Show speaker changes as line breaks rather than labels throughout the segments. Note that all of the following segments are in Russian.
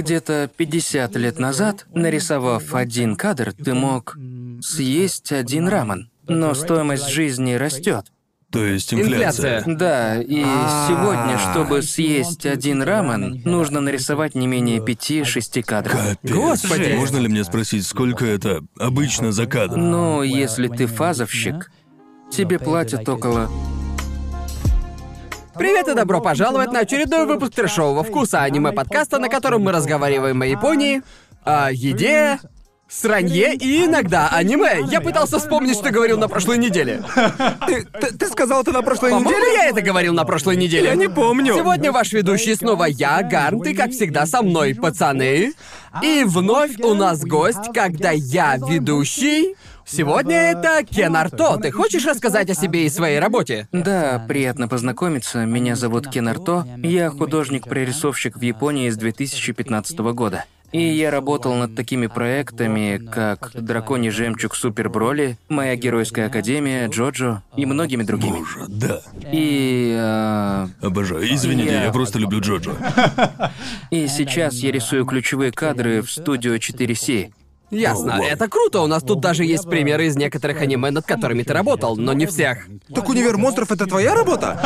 Где-то 50 лет назад, нарисовав один кадр, ты мог съесть один рамен. Но стоимость жизни растет.
То есть инфляция.
Инфляция.
Да, и
А.
сегодня, чтобы съесть один рамен, нужно нарисовать не менее 5-6 кадров.
Капец.
Господи.
Можно ли мне спросить, сколько это обычно за кадр?
Но Ну, если ты фазовщик, тебе платят около...
Привет и добро пожаловать на очередной выпуск трешового вкуса аниме-подкаста, на котором мы разговариваем о Японии, о еде, сранье и иногда аниме. Я пытался вспомнить, что говорил на прошлой неделе.
Ты, ты- ты сказал это на прошлой
По-моему,
неделе?
я это говорил на прошлой неделе.
Я не помню.
Сегодня ваш ведущий снова я, Гарнт, и как всегда со мной, пацаны. И вновь у нас гость, когда я ведущий. Сегодня это Кен Арто. Ты хочешь рассказать о себе и своей работе?
Да, приятно познакомиться. Меня зовут Кен Арто. Я художник-прорисовщик в Японии с 2015 года. И я работал над такими проектами, как «Драконий жемчуг Супер Броли», «Моя геройская академия», «Джоджо» и многими другими.
Боже, да.
И... э,
Обожаю. Извините,
Я-
я просто люблю Джоджо.
И сейчас я рисую ключевые кадры в студию 4C.
Ясно. Это круто. У нас тут даже есть примеры из некоторых аниме, над которыми ты работал, но не всех.
Так универ монстров это твоя работа?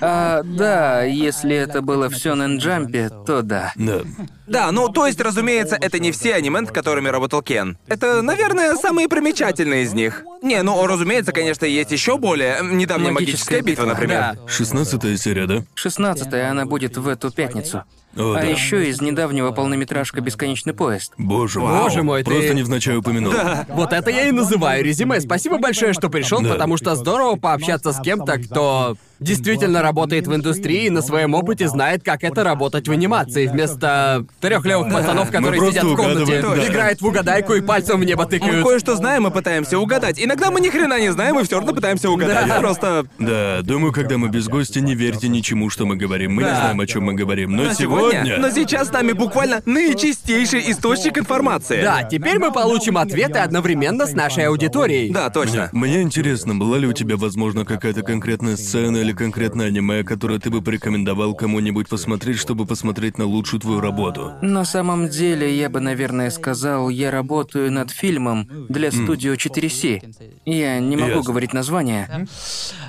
А, да, если это было в Сёнэн Джампе, то да.
Да.
Да, ну то есть, разумеется, это не все аниме, над которыми работал Кен. Это, наверное, самые примечательные из них. Не, ну разумеется, конечно, есть еще более. М, Недавняя
Магическая
магическая битва,
битва,
например.
Да.
16 серия, да?
16-я она будет в эту пятницу.
О,
а
да.
еще из недавнего полнометражка «Бесконечный поезд».
Боже мой.
Боже мой, ты-
Просто невзначай упомянул.
Вот это я и называю резюме. Спасибо большое, что пришел,
Да.
потому что здорово пообщаться с кем-то, кто действительно работает в индустрии и на своем опыте знает, как это работать в анимации, вместо трех левых пацанов, которые
просто
сидят в комнате,
угадываем, да.
играют в угадайку и пальцем в небо
Мы
тыкают.
кое-что знаем и пытаемся угадать. Иногда мы ни хрена не знаем и все равно пытаемся угадать. Просто
Да, думаю, когда мы без гостя, не верьте ничему, что мы говорим. Мы не
Да.
знаем, о чем мы говорим. Но,
на сегодня. Но сейчас с нами буквально наичистейший источник информации.
Да, теперь мы получим ответы одновременно с нашей аудиторией.
Да, точно.
Мне интересно, была ли у тебя, возможно, какая-то конкретная сцена или конкретное аниме, которое ты бы порекомендовал кому-нибудь посмотреть, чтобы посмотреть на лучшую твою работу?
На самом деле, я бы, наверное, сказал, я работаю над фильмом для студию 4C. Я не могу
Ясно.
говорить название,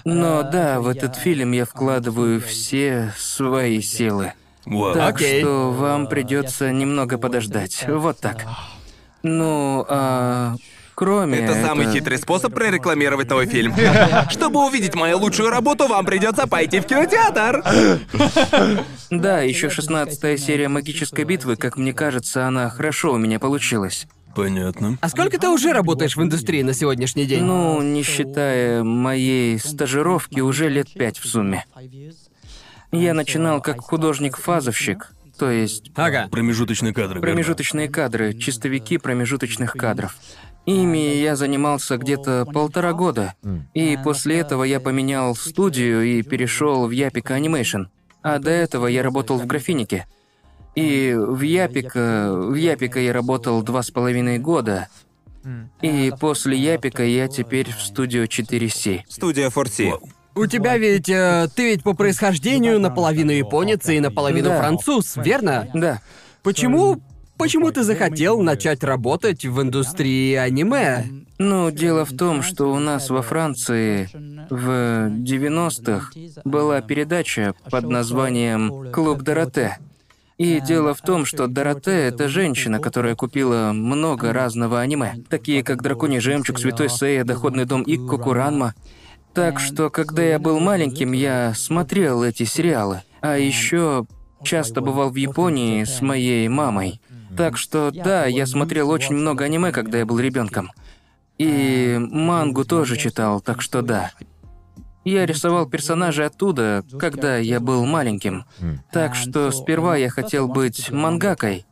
но да, в этот фильм я вкладываю все свои силы.
Вау.
Так
Окей.
что вам придется немного подождать. Вот так. Ну, а, кроме.
Это самый
это-
хитрый способ прорекламировать новый фильм. Чтобы увидеть мою лучшую работу, вам придется пойти в кинотеатр.
Да, еще 16 серия магической битвы, как мне кажется, она хорошо у меня получилась.
Понятно.
А сколько ты уже работаешь в индустрии на сегодняшний день?
Ну, не считая моей стажировки, уже лет пять в сумме. Я начинал как художник-фазовщик, то есть
Ага.
Промежуточные кадры. верно?
промежуточные кадры, чистовики промежуточных кадров. Ими я занимался где-то полтора года, и после этого я поменял студию и перешел в Япика Animation. А до этого я работал в графинике. И в Япика, в Япика я работал два с половиной года. И после Япика я теперь в студию 4C.
Студия Форси.
Вау.
У тебя ведь... э, ты ведь по происхождению наполовину японец и наполовину
Да.
француз, верно?
Да.
Почему... Почему ты захотел начать работать в индустрии аниме?
Ну, дело в том, что у нас во Франции в 90-х была передача под названием «Клуб Дороте». И дело в том, что Дороте — это женщина, которая купила много разного аниме, такие как «Драконий жемчуг», «Святой Сея», «Доходный дом» и «Кукуранма». Так что, когда я был маленьким, я смотрел эти сериалы. А еще часто бывал в Японии с моей мамой. Так что, да, я смотрел очень много аниме, когда я был ребенком. И мангу тоже читал, так что да. Я рисовал персонажей оттуда, когда я был маленьким. Так что сперва я хотел быть мангакой.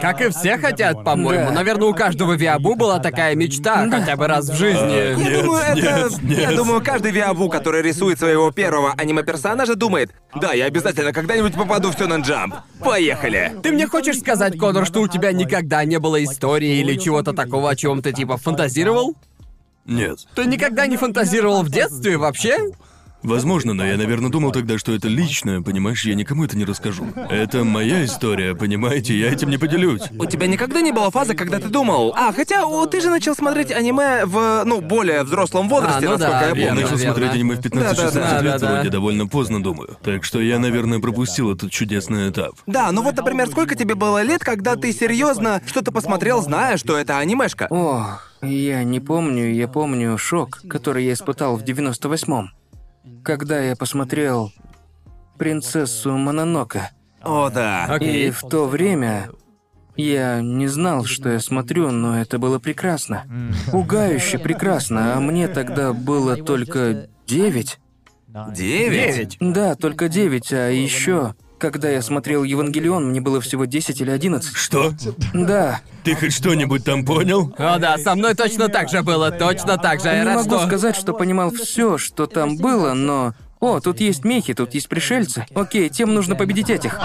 Как и все хотят, по-моему.
Да.
Наверное, у каждого Виабу была такая мечта хотя бы раз в
А,
жизни.
Я
Нет,
думаю, это...
нет, нет.
Я думаю, каждый Виабу, который рисует своего первого аниме-персонажа, думает, да, я обязательно когда-нибудь попаду в Сёнэн Джамп. Поехали.
Ты мне хочешь сказать, Конор, что у тебя никогда не было истории или чего-то такого, о чем ты типа фантазировал?
Нет.
Ты никогда не фантазировал в детстве вообще?
Возможно, но я, наверное, думал тогда, что это личное, понимаешь, я никому это не расскажу. Это моя история, понимаете, я этим не поделюсь.
У тебя никогда не было фазы, когда ты думал, а, хотя о, ты же начал смотреть аниме в, ну, более взрослом
А,
возрасте,
ну
насколько я
да,
Я
помню.
начал
наверное.
смотреть аниме в 15-16
Да-да-да.
лет,
Да-да-да.
вроде довольно поздно, думаю. Так что я, наверное, пропустил этот чудесный этап.
Да, ну вот, например, сколько тебе было лет, когда ты серьезно что-то посмотрел, зная, что это анимешка?
О, я не помню, я помню шок, который я испытал в 98-м, когда я посмотрел «Принцессу Мононока».
О, да.
И
Окей.
в то время я не знал, что я смотрю, но это было прекрасно. Пугающе прекрасно, а мне тогда было только 9.
Девять?
Да, только 9, а еще, когда я смотрел «Евангелион», мне было всего 10 или 11.
Что?
Да,
Ты хоть что-нибудь там понял?
О да, со мной точно так же было, точно так же. Я
Не
рад,
могу
что-
сказать, что понимал все, что там было, но... О, тут есть мехи, тут есть пришельцы. Окей, тем нужно победить этих.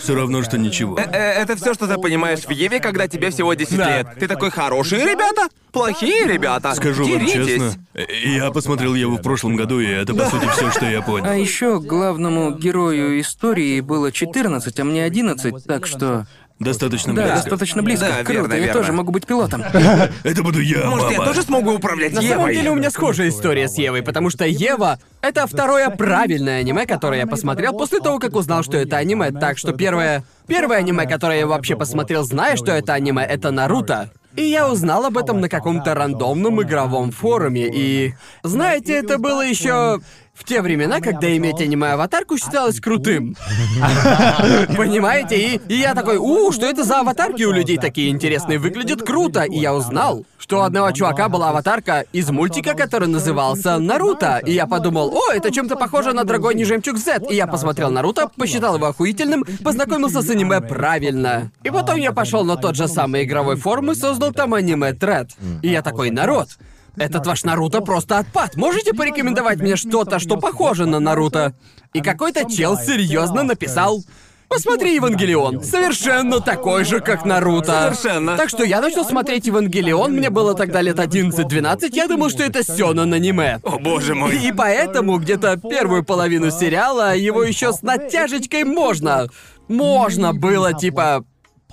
Все равно, что ничего.
Э, Это все, что ты понимаешь в Еве, когда тебе всего 10
Да.
лет. Ты такой хорошие ребята, плохие ребята.
Скажу вам
Деритесь.
честно, э, я посмотрел его в прошлом году, и это, по сути, все, что я
А
Э,
понял.
еще главному герою истории было 14, а мне 11, так что...
Достаточно
Да,
близко.
достаточно близко.
Да,
Круто,
верно,
я
верно.
тоже могу быть пилотом.
Это буду я,
Может, я
мама.
тоже смогу управлять
На самом
Евой?
деле у меня схожая история с Евой, потому что Ева — это второе правильное аниме, которое я посмотрел после того, как узнал, что это аниме. Так что первое... Первое аниме, которое я вообще посмотрел, зная, что это аниме, это Наруто. И я узнал об этом на каком-то рандомном игровом форуме, и... Знаете, это было еще в те времена, когда иметь аниме-аватарку считалось крутым. Понимаете? И, и я такой, у, что это за аватарки у людей такие интересные, выглядят круто. И я узнал, что у одного чувака была аватарка из мультика, который назывался Наруто. И я подумал, о, это чем-то похоже на Драгоний жемчуг Z. И я посмотрел Наруто, посчитал его охуительным, познакомился с аниме правильно. И потом я пошел на тот же самый игровой форум и создал там аниме-тред. И я такой, народ, этот ваш Наруто просто отпад. Можете порекомендовать мне что-то, что похоже на Наруто? И какой-то чел серьезно написал. Посмотри Евангелион. Совершенно такой же, как Наруто.
Совершенно.
Так что я начал смотреть Евангелион, мне было тогда лет 11-12, я думал, что это Сёнэн аниме.
О, боже мой.
И поэтому где-то первую половину сериала его еще с натяжечкой можно. Можно было, типа,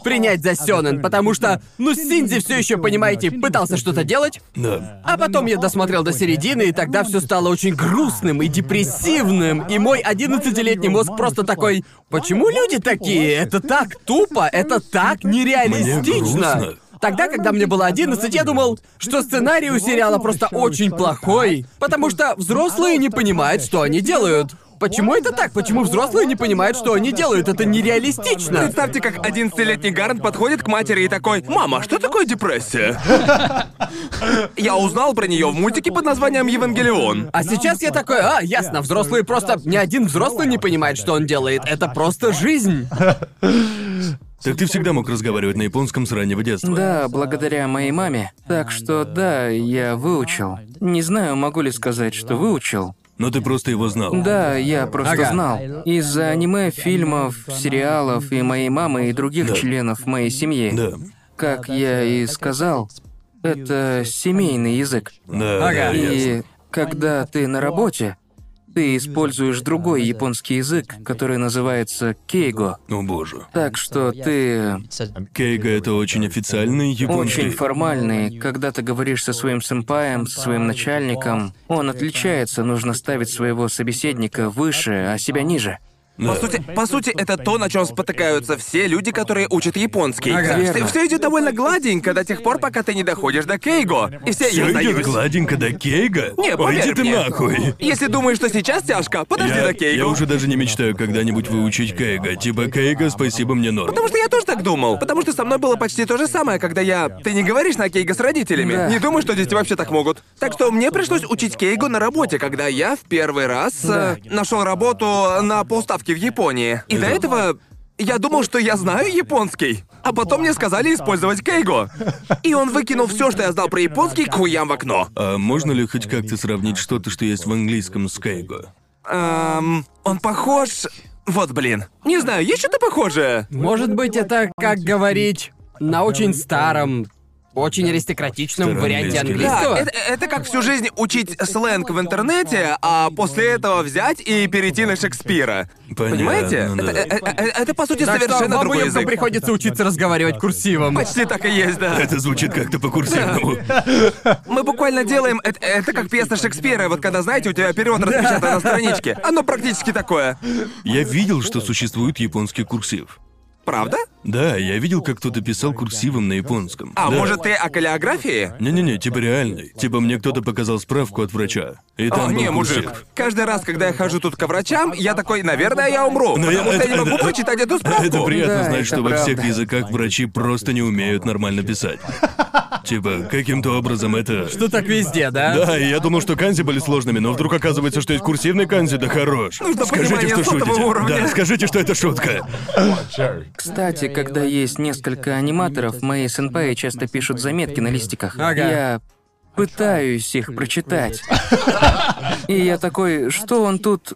принять за Сёнэн, потому что, ну, Синдзи все еще, понимаете, пытался что-то делать,
Да.
а потом я досмотрел до середины, и тогда все стало очень грустным и депрессивным. И мой 11-летний мозг просто такой, почему люди такие? Это так тупо, это так
Мне
нереалистично.
грустно.
Тогда, когда мне было 11, я думал, что сценарий у сериала просто очень плохой, потому что взрослые не понимают, что они делают. Почему это так? Почему взрослые не понимают, что они делают? Это нереалистично.
Представьте, как 11-летний Гарн подходит к матери и такой «Мама, что такое депрессия?» Я узнал про нее в мультике под названием «Евангелион».
А сейчас я такой, а, ясно, взрослые просто... Ни один взрослый не понимает, что он делает. Это просто жизнь.
Так ты всегда мог разговаривать на японском с раннего детства.
Да, благодаря моей маме. Так что да, я выучил. Не знаю, могу ли сказать, что выучил.
Но ты просто его знал.
Да, я просто
Ага.
знал. Из-за аниме, фильмов, сериалов и моей мамы и других
Да.
членов моей семьи.
Да.
Как я и сказал, это семейный язык.
Да,
Ага.
да, А, ясно.
И когда ты на работе, ты используешь другой японский язык, который называется кейго.
О боже.
Так что ты
Кейга — это очень официальный японский.
очень формальный. Когда ты говоришь со своим сэмпаем, со своим начальником, он отличается, нужно ставить своего собеседника выше, а себя ниже.
По сути, по сути, это то, на чем спотыкаются все люди, которые учат японский.
Ага.
Все, идет довольно гладенько до тех пор, пока ты не доходишь до Кейго. И все, я
Всё идет
сдаюсь».
гладенько до Кейга?
Не, поверь
Пойди ты
мне.
нахуй.
Если думаешь, что сейчас тяжко, подожди
Я,
до Кейго.
я уже даже не мечтаю когда-нибудь выучить Кейга. Типа Кейга, спасибо, мне норм.
Потому что я тоже так думал. Потому что со мной было почти то же самое, когда я... Ты не говоришь на Кейго с родителями.
Да.
Не думаю, что дети вообще так могут. Так что мне пришлось учить Кейго на работе, когда я в первый раз э, нашел работу на полставки в Японии. И до этого я думал, что я знаю японский. А потом мне сказали использовать Кейго. И он выкинул все, что я знал про японский, к хуям в окно.
А можно ли хоть как-то сравнить что-то, что есть в английском с Кейго?
Эм, он похож... Вот блин. Не знаю, есть что-то похожее?
Может быть, это, как говорить, на очень старом очень аристократичном
Старый
варианте
английский,
Да,
английского.
это, это как всю жизнь учить сленг в интернете, а после этого взять и перейти на Шекспира.
Понятно, ну
Понимаете?
да.
Это, э- э- это, по сути
Так что
совершенно
вам
другой
уёбкам
язык.
приходится учиться разговаривать курсивом.
Почти так и есть, да.
Это звучит как-то по-курсивному.
Мы буквально делаем... Это, это как пьеса Шекспира, вот когда, знаете, у тебя перевод распечатан на страничке. Оно практически такое.
Я видел, что существует японский курсив.
Правда?
Да, я видел, как кто-то писал курсивом на японском.
А
Да.
может, ты о калеографии?
Не-не-не, типа реальный. Типа мне кто-то показал справку от врача. И там
О,
был
А, не,
курсив.
мужик. Каждый раз, когда я хожу тут ко врачам, я такой, наверное, я умру,
Но я-
потому что я не
это-
могу
это-
прочитать эту справку.
Это приятно
Да,
знать,
это
что во всех
правда.
языках врачи просто не умеют нормально писать. Типа, каким-то образом это...
Что Ну так везде, да?
Да, и я думал, что канзи были сложными, но вдруг оказывается, что есть курсивный канзи, да хорош.
Нужно
скажите,
понимание
что
сотого
шутите.
уровня.
Да, скажите, что это шутка.
Кстати, когда есть несколько аниматоров, мои сэнпаи часто пишут заметки на листиках.
Ага.
Я пытаюсь их прочитать. И я такой, что он тут...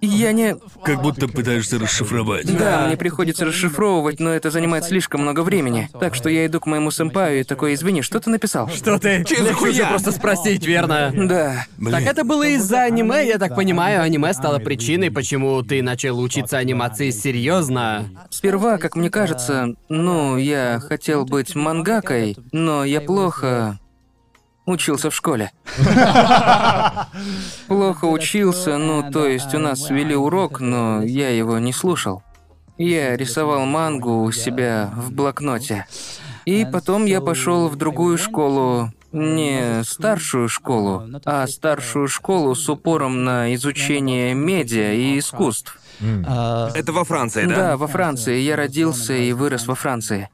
Я не...
Как будто пытаешься расшифровать.
Да, мне приходится расшифровывать, но это занимает слишком много времени. Так что я иду к моему сэмпаю и такой, извини, что ты написал?
Что ты?
Че за
Легче
хуя?
уже просто спросить, верно?
Да.
Блин.
Так это было из-за аниме, я так понимаю, аниме стало причиной, почему ты начал учиться анимации серьезно.
Сперва, как мне кажется, ну, я хотел быть мангакой, но я плохо учился в школе. Плохо учился, ну, то есть у нас вели урок, но я его не слушал. Я рисовал мангу у себя в блокноте. И потом я пошел в другую школу, не старшую школу, а старшую школу с упором на изучение медиа и искусств.
А,
Это во Франции, да?
Ну Да, во Франции. Я родился и вырос во Франции.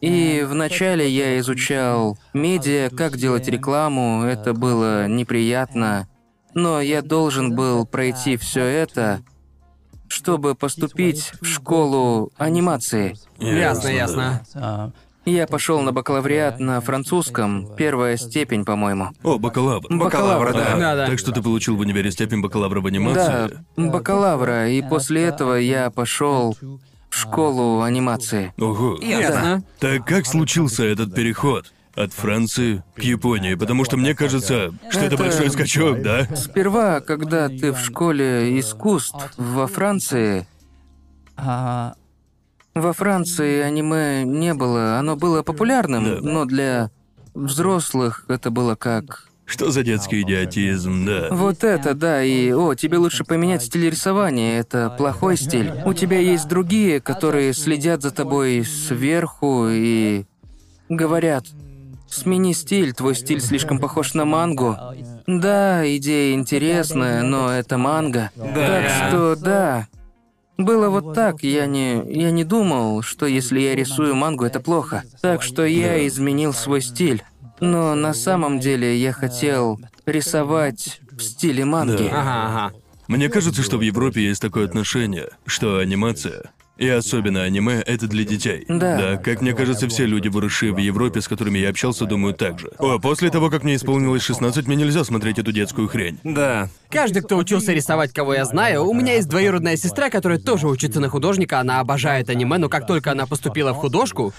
И вначале я изучал медиа, как делать рекламу, это было неприятно. Но я должен был пройти все это, чтобы поступить в школу анимации.
Ясно, ясно.
Я пошел на бакалавриат на французском, первая степень, по-моему.
О, бакалавр.
Бакалавра,
А,
да.
Да-да.
Так что ты получил в универе степень бакалавра в
Да,
анимации?
бакалавра, и после этого я пошел в школу анимации.
Ого.
Ясно.
Так как случился этот переход от Франции к Японии? Потому что мне кажется, что это
Это-
большой скачок, да?
Сперва, когда ты в школе искусств во Франции,
А,
во Франции аниме не было, оно было популярным,
Да.
но для взрослых это было как...
Что за детский идиотизм, да.
Вот это, да, и о, тебе лучше поменять стиль рисования, это плохой стиль. У тебя есть другие, которые следят за тобой сверху и говорят, смени стиль, твой стиль слишком похож на мангу. Да, идея интересная, но это манга. Так что да. Было вот так, я не, я не думал, что если я рисую мангу, это плохо. Так что я изменил свой стиль. Но на самом деле я хотел рисовать в стиле манги.
Да.
Ага, ага.
Мне кажется, что в Европе есть такое отношение, что анимация, и особенно аниме, это для детей.
Да.
как мне кажется, все люди, выросшие в Европе, с которыми я общался, думают так же. О, после того, как мне исполнилось 16, мне нельзя смотреть эту детскую хрень.
Да.
Каждый, кто учился рисовать, кого я знаю, у меня есть двоюродная сестра, которая тоже учится на художника, она обожает аниме, но как только она поступила в художку,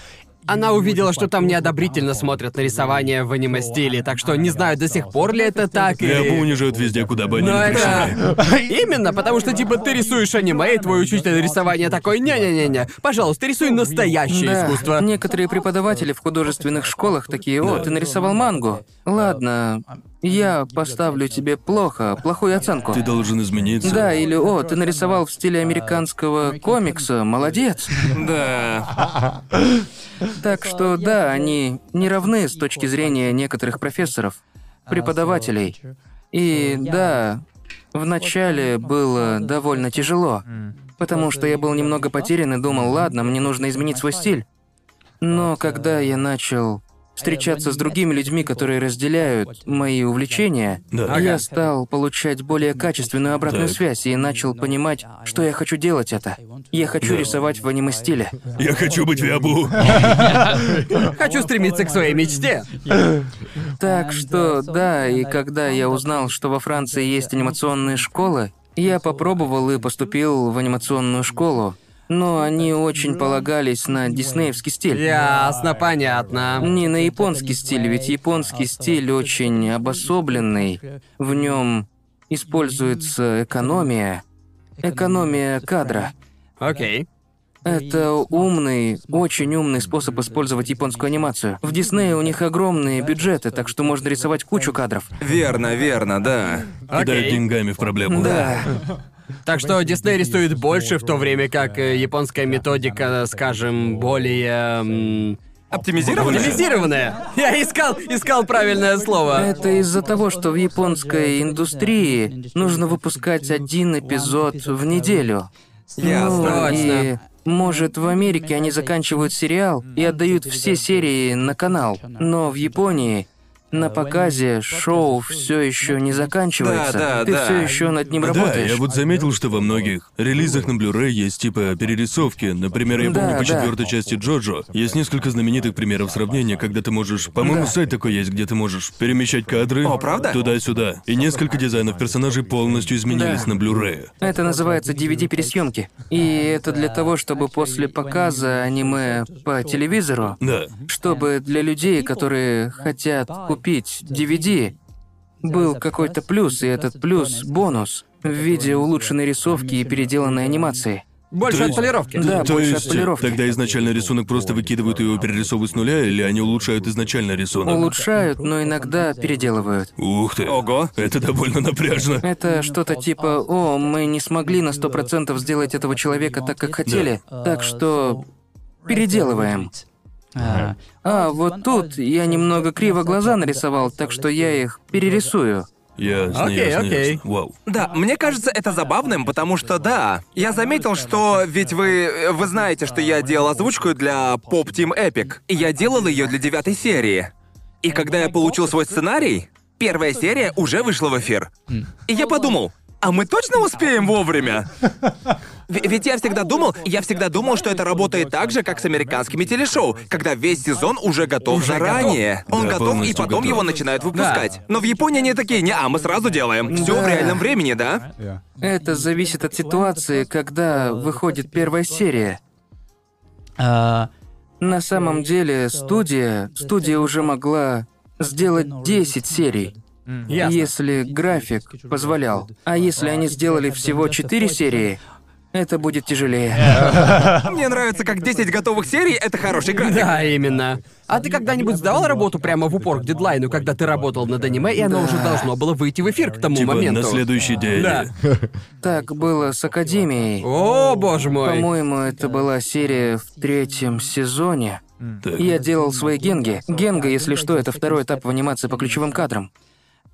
она увидела, что там неодобрительно смотрят на рисование в аниме-стиле, так что не знаю до сих пор ли это так или...
Ляпу унижают везде, куда бы они
Ну
Но
ни пришли.
это... Именно, потому что, типа, ты рисуешь аниме, и твой учитель рисования такой, не-не-не-не, пожалуйста, рисуй настоящее
Да,
искусство.
Некоторые преподаватели в художественных школах такие, о, ты нарисовал мангу. Ладно, я поставлю тебе плохо, плохую оценку.
Ты должен измениться.
Да, или о, ты нарисовал в стиле американского комикса, молодец.
Да.
Так что да, они не равны с точки зрения некоторых профессоров, преподавателей. И да, вначале было довольно тяжело, потому что я был немного потерян и думал, ладно, мне нужно изменить свой стиль. Но когда я начал встречаться с другими людьми, которые разделяют мои увлечения,
Да.
я стал получать более качественную обратную
Так.
связь и начал понимать, что я хочу делать это. Я хочу
Да.
рисовать в аниме-стиле.
Я хочу быть Виабу.
Хочу стремиться к своей мечте.
Так что да, и когда я узнал, что во Франции есть анимационные школы, я попробовал и поступил в анимационную школу. но они очень полагались на диснеевский стиль.
Ясно, понятно.
Не на японский стиль, ведь японский стиль очень обособленный. В нем используется экономия, экономия кадра.
Окей.
Это умный, очень умный способ использовать японскую анимацию. В Диснее у них огромные бюджеты, так что можно рисовать кучу кадров.
Верно, верно, да.
Кидают
Окей.
деньгами в проблему.
Да,
Так что Дисней рисует больше, в то время как э, японская методика, скажем, более... м,
Оптимизировано?
Оптимизированная. Я искал, искал правильное слово.
это из-за того, что в японской индустрии нужно выпускать один эпизод в неделю.
Ясно.
Ну, и может, в Америке они заканчивают сериал и отдают все серии на канал, но в Японии на Э, показе шоу все еще не заканчивается.
Да, да,
Ты
да.
все еще над ним
Да,
работаешь.
я вот заметил, что во многих релизах на Blu-ray есть типа перерисовки. Например, я помню
Да, да.
по четвертой части Джоджо. Есть несколько знаменитых примеров сравнения, когда ты можешь. По-моему,
Да.
сайт такой есть, где ты можешь перемещать кадры
О, правда?
туда-сюда. И несколько дизайнов персонажей полностью изменились
Да.
на Blu-ray.
Это называется DVD-пересъемки. И это для того, чтобы после показа аниме по телевизору,
Да.
чтобы для людей, которые хотят купить DVD, был какой-то плюс, и этот плюс — бонус в виде улучшенной рисовки и переделанной анимации.
Больше
То есть-
отполировки.
Да,
То
больше
есть,
отполировки.
тогда изначально рисунок просто выкидывают и его перерисовывают с нуля, или они улучшают изначально рисунок?
Улучшают, но иногда переделывают.
Ух ты.
Ого.
Это довольно напряжно.
Это что-то типа «О, мы не смогли на сто процентов сделать этого человека так, как хотели, так что переделываем».
А,
А, вот тут я немного криво глаза нарисовал, так что я их перерисую.
Ясно,
Окей,
ясно,
окей.
ясно. Вау.
Да, мне кажется это забавным, потому что да, я заметил, что ведь вы вы знаете, что я делал озвучку для Pop Team Epic, и я делал ее для девятой серии. И когда я получил свой сценарий, первая серия уже вышла в эфир. И я подумал, а мы точно успеем вовремя? В- Ведь я всегда думал, я всегда думал, что это работает так же, как с американскими телешоу, когда весь сезон уже готов заранее. Он
Да,
готов, и
полностью
потом
готов.
его начинают выпускать. Но в Японии они такие, не, а мы сразу делаем. Все в
Да.
реальном времени, да?
Это зависит от ситуации, когда выходит первая серия.
а,
На самом деле, студия, студия уже могла сделать 10 серий,
Ясно.
если график позволял. А если они сделали всего 4 серии, это будет тяжелее.
Мне нравится, как 10 готовых серий — это хороший график.
Да, именно. А ты когда-нибудь сдавал работу прямо в упор к дедлайну, когда ты работал над аниме, и оно уже должно было выйти в эфир к тому
Типа
моменту?
на следующий день.
Да.
Так было с Академией.
О, боже мой.
По-моему, это была серия в третьем сезоне.
Так.
Я делал свои генги. Генга, если что, это второй этап в анимации по ключевым кадрам.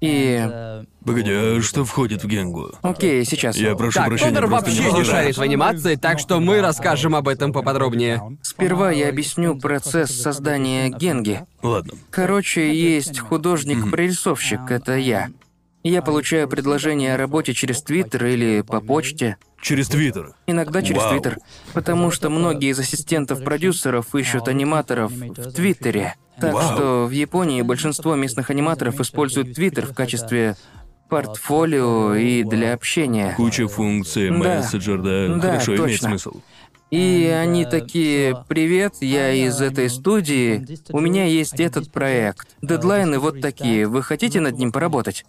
И...
э,
Погоди, а что входит в Генгу?
Окей, сейчас.
Я прошу
Так,
прощения,
Конор
просто
вообще не
знаю.
шарит в анимации, так что мы расскажем об этом поподробнее.
Сперва я объясню процесс создания генги.
Ладно.
Короче, есть художник-прорисовщик, это я. Я получаю предложение о работе через Твиттер или по почте.
Через Твиттер.
Иногда через
Вау.
Твиттер. Потому что многие из ассистентов продюсеров ищут аниматоров в Твиттере. Так
Вау.
что в Японии большинство местных аниматоров используют Твиттер в качестве портфолио и для общения.
Куча функций,
Да.
мессенджер, да.
Да,
Хорошо, имеет
точно.
смысл.
И они такие, привет, я из этой студии, у меня есть этот проект. Дедлайны вот такие, вы хотите над ним поработать?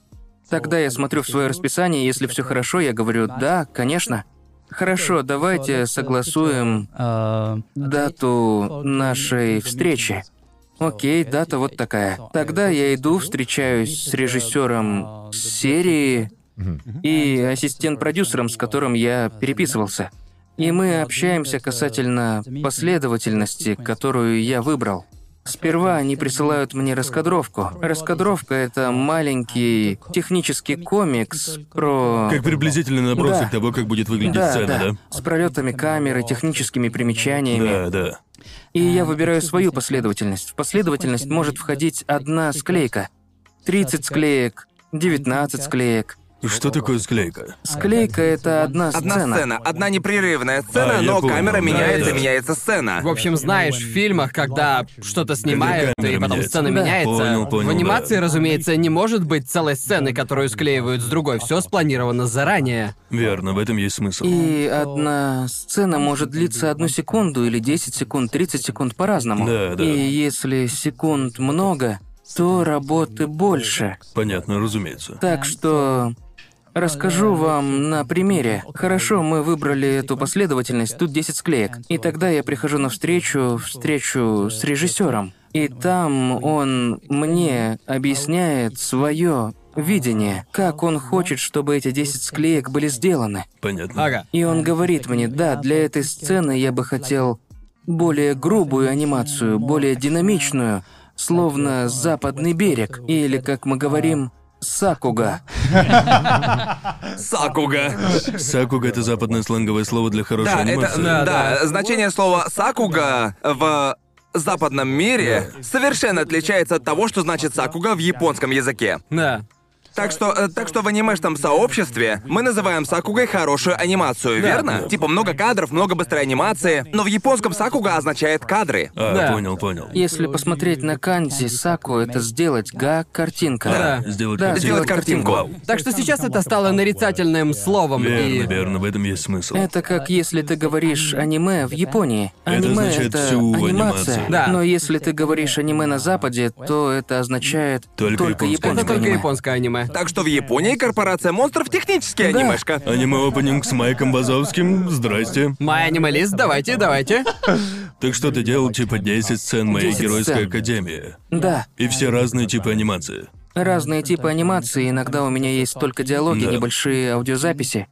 Тогда я смотрю в свое расписание, если все хорошо, я говорю, да, конечно. Хорошо, давайте согласуем
э,
дату нашей встречи. Окей, дата вот такая. Тогда я иду, встречаюсь
uh,
с режиссером серии и ассистент-продюсером, с которым я переписывался. И мы общаемся касательно последовательности, которую я выбрал. Сперва они присылают мне раскадровку. Раскадровка — это маленький технический комикс про...
Как приблизительный набросок
Да.
того, как будет выглядеть сцена,
С пролетами камеры, техническими примечаниями.
да? Да, да.
И я выбираю свою последовательность. В последовательность может входить одна склейка. 30 склеек, 19 склеек.
Что такое склейка?
Склейка — это одна
Одна сцена.
сцена.
одна непрерывная сцена,
А, я
но
понял,
камера
да,
меняется,
да.
меняется сцена.
В общем, знаешь, в фильмах, когда что-то снимают,
камера
и потом
меняется.
сцена
Да.
меняется,
Понял, понял,
в
да.
анимации, разумеется, не может быть целой сцены, которую склеивают с другой. Все спланировано заранее.
Верно, в этом есть смысл.
И одна сцена может длиться одну секунду или 10 секунд, 30 секунд по-разному.
Да, да.
И если секунд много, то работы больше.
Понятно, разумеется.
Так что расскажу вам на примере. Хорошо, мы выбрали эту последовательность, тут 10 склеек. И тогда я прихожу на встречу, встречу с режиссером. И там он мне объясняет свое видение, как он хочет, чтобы эти 10 склеек были сделаны.
Понятно.
Ага.
И он говорит мне, да, для этой сцены я бы хотел более грубую анимацию, более динамичную, словно «Западный берег», или, как мы говорим, «Сакуга».
Сакуга.
Сакуга это западное сленговое слово для хорошей
Да, это,
анимации.
да,
да.
значение слова сакуга в западном мире совершенно отличается от того, что значит сакуга в японском языке.
Да.
Так что, э, так что в анимешном сообществе мы называем сакугой хорошую анимацию, верно? Типа много кадров, много быстрой анимации, но в японском сакуга означает кадры.
А,
Да.
понял, понял.
Если посмотреть на канзи, саку — это сделать га картинка.
Да.
Сделать
Да,
картинку.
Сделать картинку.
Вау.
Так что сейчас это стало нарицательным словом и...
Верно, верно, в этом есть смысл.
Это как если ты говоришь аниме в Японии.
Это
Аниме
означает
это
всю
анимация.
анимацию.
Да.
Но если ты говоришь аниме на Западе, то это означает
Только японское
японское
Это только
аниме.
японское аниме.
Так что в Японии корпорация монстров технически анимешка.
Аниме-опенинг с Майком Базовским, здрасте.
Мой анималист, давайте, давайте.
Так что ты делал типа 10 сцен моей
10
геройской
сцен.
академии.
Да.
И все разные типы анимации.
Разные типы анимации, иногда у меня есть только диалоги,
Да.
небольшие аудиозаписи.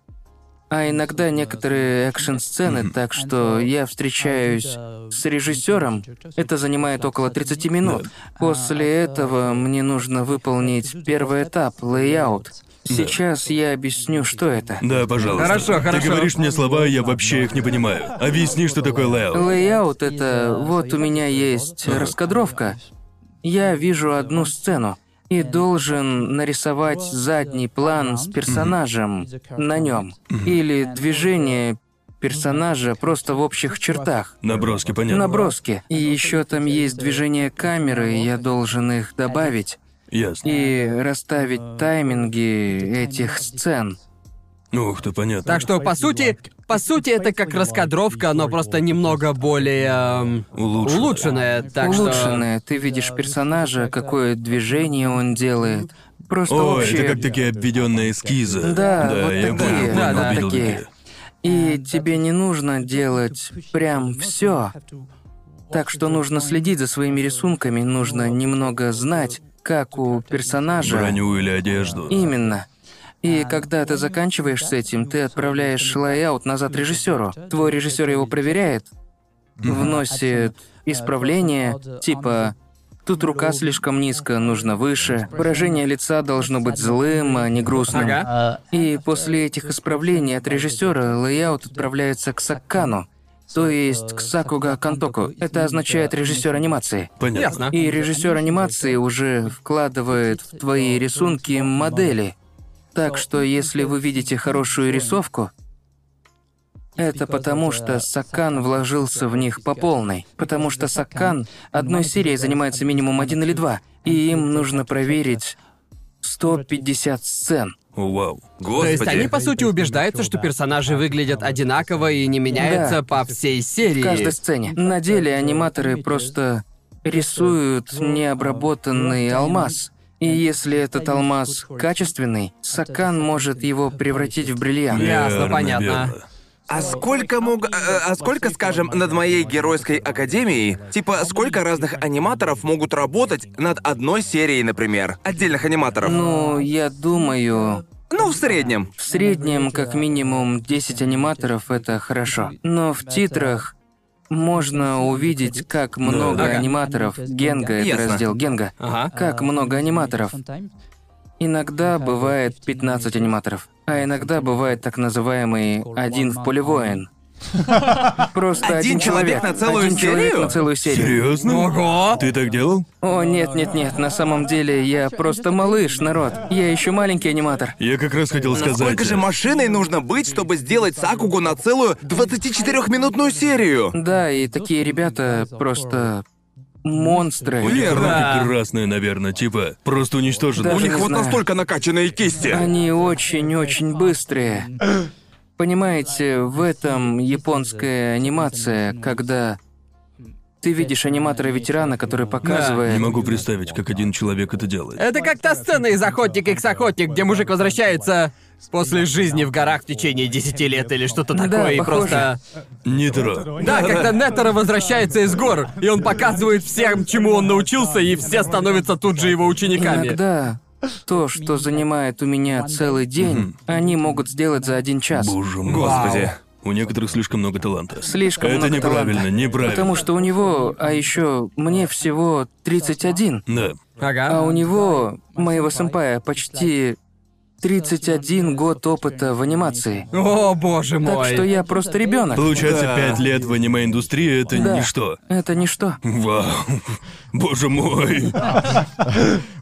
А иногда некоторые экшн-сцены, так что я встречаюсь с режиссером. Это занимает около 30 минут. После этого мне нужно выполнить первый этап, лейаут. Сейчас я объясню, что это.
Да, пожалуйста.
Хорошо, хорошо.
Ты говоришь мне слова, и я вообще их не понимаю. Объясни, что такое лейл.
Лейаут — это вот у меня есть раскадровка. Я вижу одну сцену и должен нарисовать задний план с персонажем на нем. Или движение персонажа просто в общих чертах.
Наброски, понятно.
Наброски. И еще там есть движение камеры, и я должен их добавить
Ясно.
и расставить А тайминги этих сцен.
Ух ты, понятно.
Так что, по сути, по сути, это как раскадровка, но просто немного более... эм,
Улучшенная.
улучшенная, так что...
Улучшенное. Ты видишь персонажа, какое движение он делает. Просто
О,
общее...
это как такие обведенные эскизы.
Да, вот
я
такие.
понял, понял,
Да, да.
видел
Такие.
такие.
И тебе не нужно делать прям все. Так что нужно следить за своими рисунками, нужно немного знать, как у персонажа.
Броню или одежду.
Именно. И когда ты заканчиваешь с этим, ты отправляешь лайаут назад режиссеру. Твой режиссер его проверяет, вносит исправления, типа Тут рука слишком низко, нужно выше. Выражение лица должно быть злым, а не грустным.
Ага.
ну, И после этих исправлений от режиссера лейаут отправляется к Саккану, то есть к Сакуга Кантоку. Это означает режиссер анимации.
Понятно.
Ясно.
И режиссер анимации уже вкладывает в твои рисунки модели. Так что если вы видите хорошую рисовку, это потому, что Саккан вложился в них по полной. Потому что Саккан одной серией занимается минимум один или два, и им нужно проверить 150 сцен.
О, вау.
То есть
Господи.
они, по сути, убеждаются, что персонажи выглядят одинаково и не меняются
Да.
по всей
в
серии.
каждой сцене. На деле аниматоры просто рисуют необработанный алмаз. И если этот алмаз качественный, Сакан может его превратить в бриллиант.
Ясно,
Верно,
понятно.
верно.
А сколько мог... э, А сколько, скажем, над моей геройской академией, типа, сколько разных аниматоров могут работать над одной серией, например, отдельных аниматоров?
Ну, я думаю,
Ну, в среднем.
в среднем как минимум 10 аниматоров это хорошо. Но в титрах можно увидеть, как много
Ага.
аниматоров. Генга — это
Ясно.
раздел Генга.
Ага.
Как много аниматоров. Иногда бывает 15 аниматоров, а иногда бывает так называемый «один в поле воин». Просто один,
Один человек на целую
один человек
серию?
на целую серию.
Серьезно?
Ого!
Ты так делал?
О, нет, нет, нет, на самом деле я просто малыш, народ. Я еще маленький аниматор.
Я как раз хотел сказать. э,
Насколько же машиной нужно быть, чтобы сделать Сакугу на целую 24-минутную серию?
Да, и такие ребята просто монстры.
У них
Да.
руки красные, наверное, типа. Просто уничтожат.
Да.
У
Даже
них
не
вот
знаю.
настолько накачанные кисти.
Они очень-очень быстрые. Понимаете, в этом японская анимация, когда ты видишь аниматора-ветерана, который
Не
показывает...
могу представить, как один человек это делает.
Это как та сцена из «Охотник икс охотник», где мужик возвращается после жизни в горах в течение 10 лет или что-то
Да,
такое, и
похоже.
просто...
Нитро.
Да, когда Нетера возвращается из гор, и он показывает всем, чему он научился, и все становятся тут же его учениками.
Иногда то, что занимает у меня целый день, они могут сделать за один час.
Боже мой.
Господи.
У некоторых слишком много таланта.
Слишком
Это
много
неправильно,
таланта.
неправильно.
Потому что у него, а еще мне всего 31,
Да.
а у
Ага.
него, моего сэмпая, почти 31 год опыта в анимации.
О, боже
Так
мой.
что я просто ребенок.
Получается, пять лет в аниме-индустрии это
Да.
ничто.
Это ничто.
Вау. Боже мой.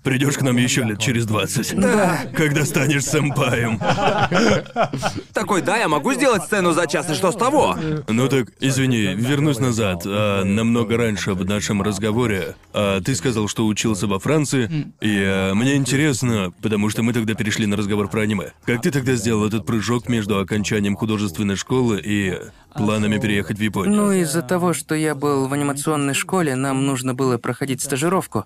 Придешь к нам еще лет через 20. Когда станешь сэмпаем.
Такой, да, я могу сделать сцену за час, и что с того?
Ну так, извини, вернусь назад. А, намного раньше в нашем разговоре а, ты сказал, что учился во Франции, и а, мне интересно, потому что мы тогда перешли на разговор про аниме. Как ты тогда сделал этот прыжок между окончанием художественной школы и планами переехать в Японию?
Ну, из-за того, что я был в анимационной школе, нам нужно было проходить стажировку.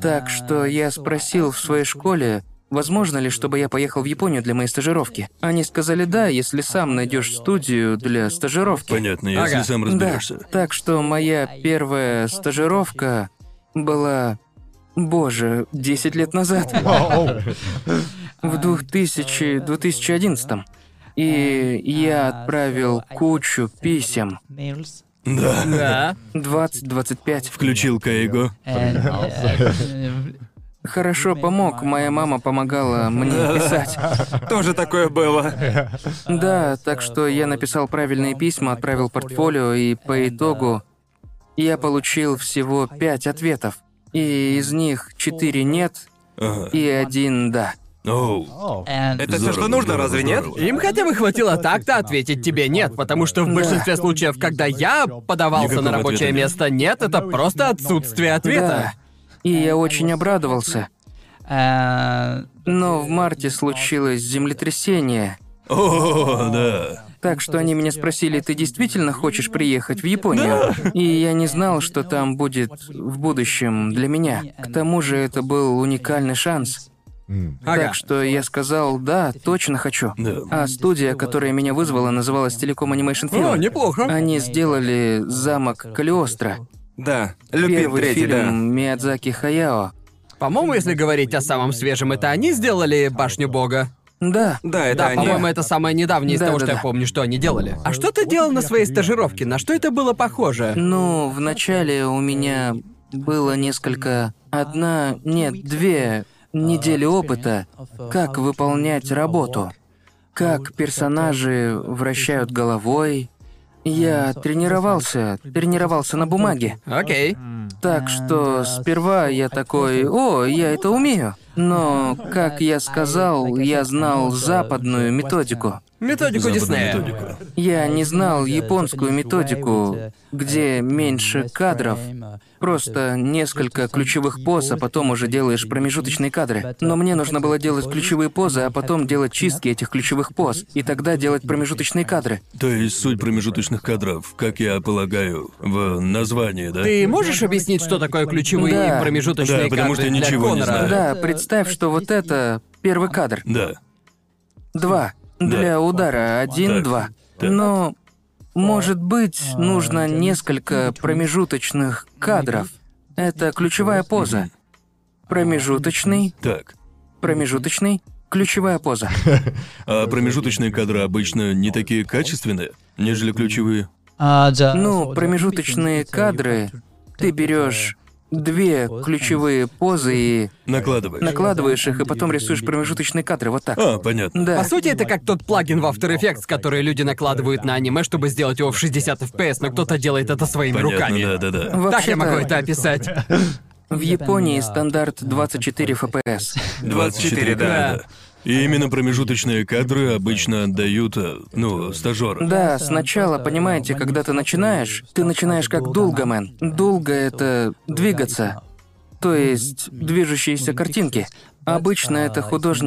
Так что я спросил в своей школе, возможно ли, чтобы я поехал в Японию для моей стажировки. Они сказали да, если сам найдешь студию для стажировки.
Понятно, если
Ага.
сам
Да.
разберешься.
Так что моя первая стажировка была... Боже, 10 лет назад. В 2000, 2011. И я отправил кучу писем.
Да.
Да.
20-25.
Включил Каего.
Хорошо помог, моя мама помогала мне писать.
Тоже такое было.
Да, так что я написал правильные письма, отправил портфолио, и по итогу я получил всего пять ответов. И из них четыре «нет»
Ага.
и один «да».
Оу.
Это все,
здорово,
что нужно,
здорово,
разве нет?
здорово.
Им хотя бы хватило так-то ответить тебе нет, потому что в
Да.
большинстве случаев, когда я подавался
Никакого
на рабочее
ответа нет.
место, нет, это просто отсутствие
Да.
ответа.
И я очень обрадовался. Но в марте случилось землетрясение.
О, да.
Так что они меня спросили, ты действительно хочешь приехать в Японию? И я не знал, что там будет в будущем для меня. К тому же это был уникальный шанс.
Ага.
Так что я сказал, да, точно хочу.
Да.
А студия, которая меня вызвала, называлась Telecom Animation Film.
О, неплохо.
Они сделали замок Калиостро.
Да. Люпин
Первый
третий,
фильм
да.
Миядзаки Хаяо.
По-моему, если говорить о самом свежем, это они сделали башню бога.
Да.
Да, это
Да,
они.
по-моему, это самое недавнее из
Да,
того,
да,
что я
да.
помню, что они делали. А что ты делал на своей стажировке? На что это было похоже?
Ну, вначале у меня было несколько... Одна... Нет, две недели опыта, как выполнять работу. Как персонажи вращают головой. Я тренировался, тренировался на бумаге.
Окей.
Так Э, что сперва я такой, о, я это умею. Но, как а я сказал, я знал западную методику.
Методику
Западную
Диснея.
методику.
Я не знал японскую методику, где меньше кадров, просто несколько ключевых поз, а потом уже делаешь промежуточные кадры. Но мне нужно было делать ключевые позы, а потом делать чистки этих ключевых поз, и тогда делать промежуточные кадры.
То есть суть промежуточных кадров, как я полагаю, в названии, да?
Ты можешь объяснить, что такое ключевые
Да.
и промежуточные
Да, потому
кадры
что я
для
ничего не
Конора?
знаю.
Да, представь, что вот это первый кадр.
Да.
Два. Для удара
Так,
один-два.
так.
Но, может быть, нужно несколько промежуточных кадров. Это ключевая поза. Промежуточный,
Так.
промежуточный, ключевая поза.
А промежуточные кадры обычно не такие качественные,
А,
нежели ключевые.
Ну, промежуточные кадры ты берешь две ключевые позы и
Накладываешь.
накладываешь их, и потом рисуешь промежуточные кадры вот так.
А, понятно.
Да.
По сути, это как тот плагин в After Effects, который люди накладывают на аниме, чтобы сделать его в 60 FPS, но кто-то делает это своими
Понятно,
руками.
да, да, да.
Так я
Вообще-то,
могу это описать.
Ну,
в Японии стандарт 24 FPS.
24, да.
Да.
И именно промежуточные кадры обычно отдают, э, ну, стажеры.
Да, сначала, понимаете, когда ты начинаешь, ты начинаешь как долгомен. Долго — это двигаться, то есть движущиеся картинки. Обычно
а,
это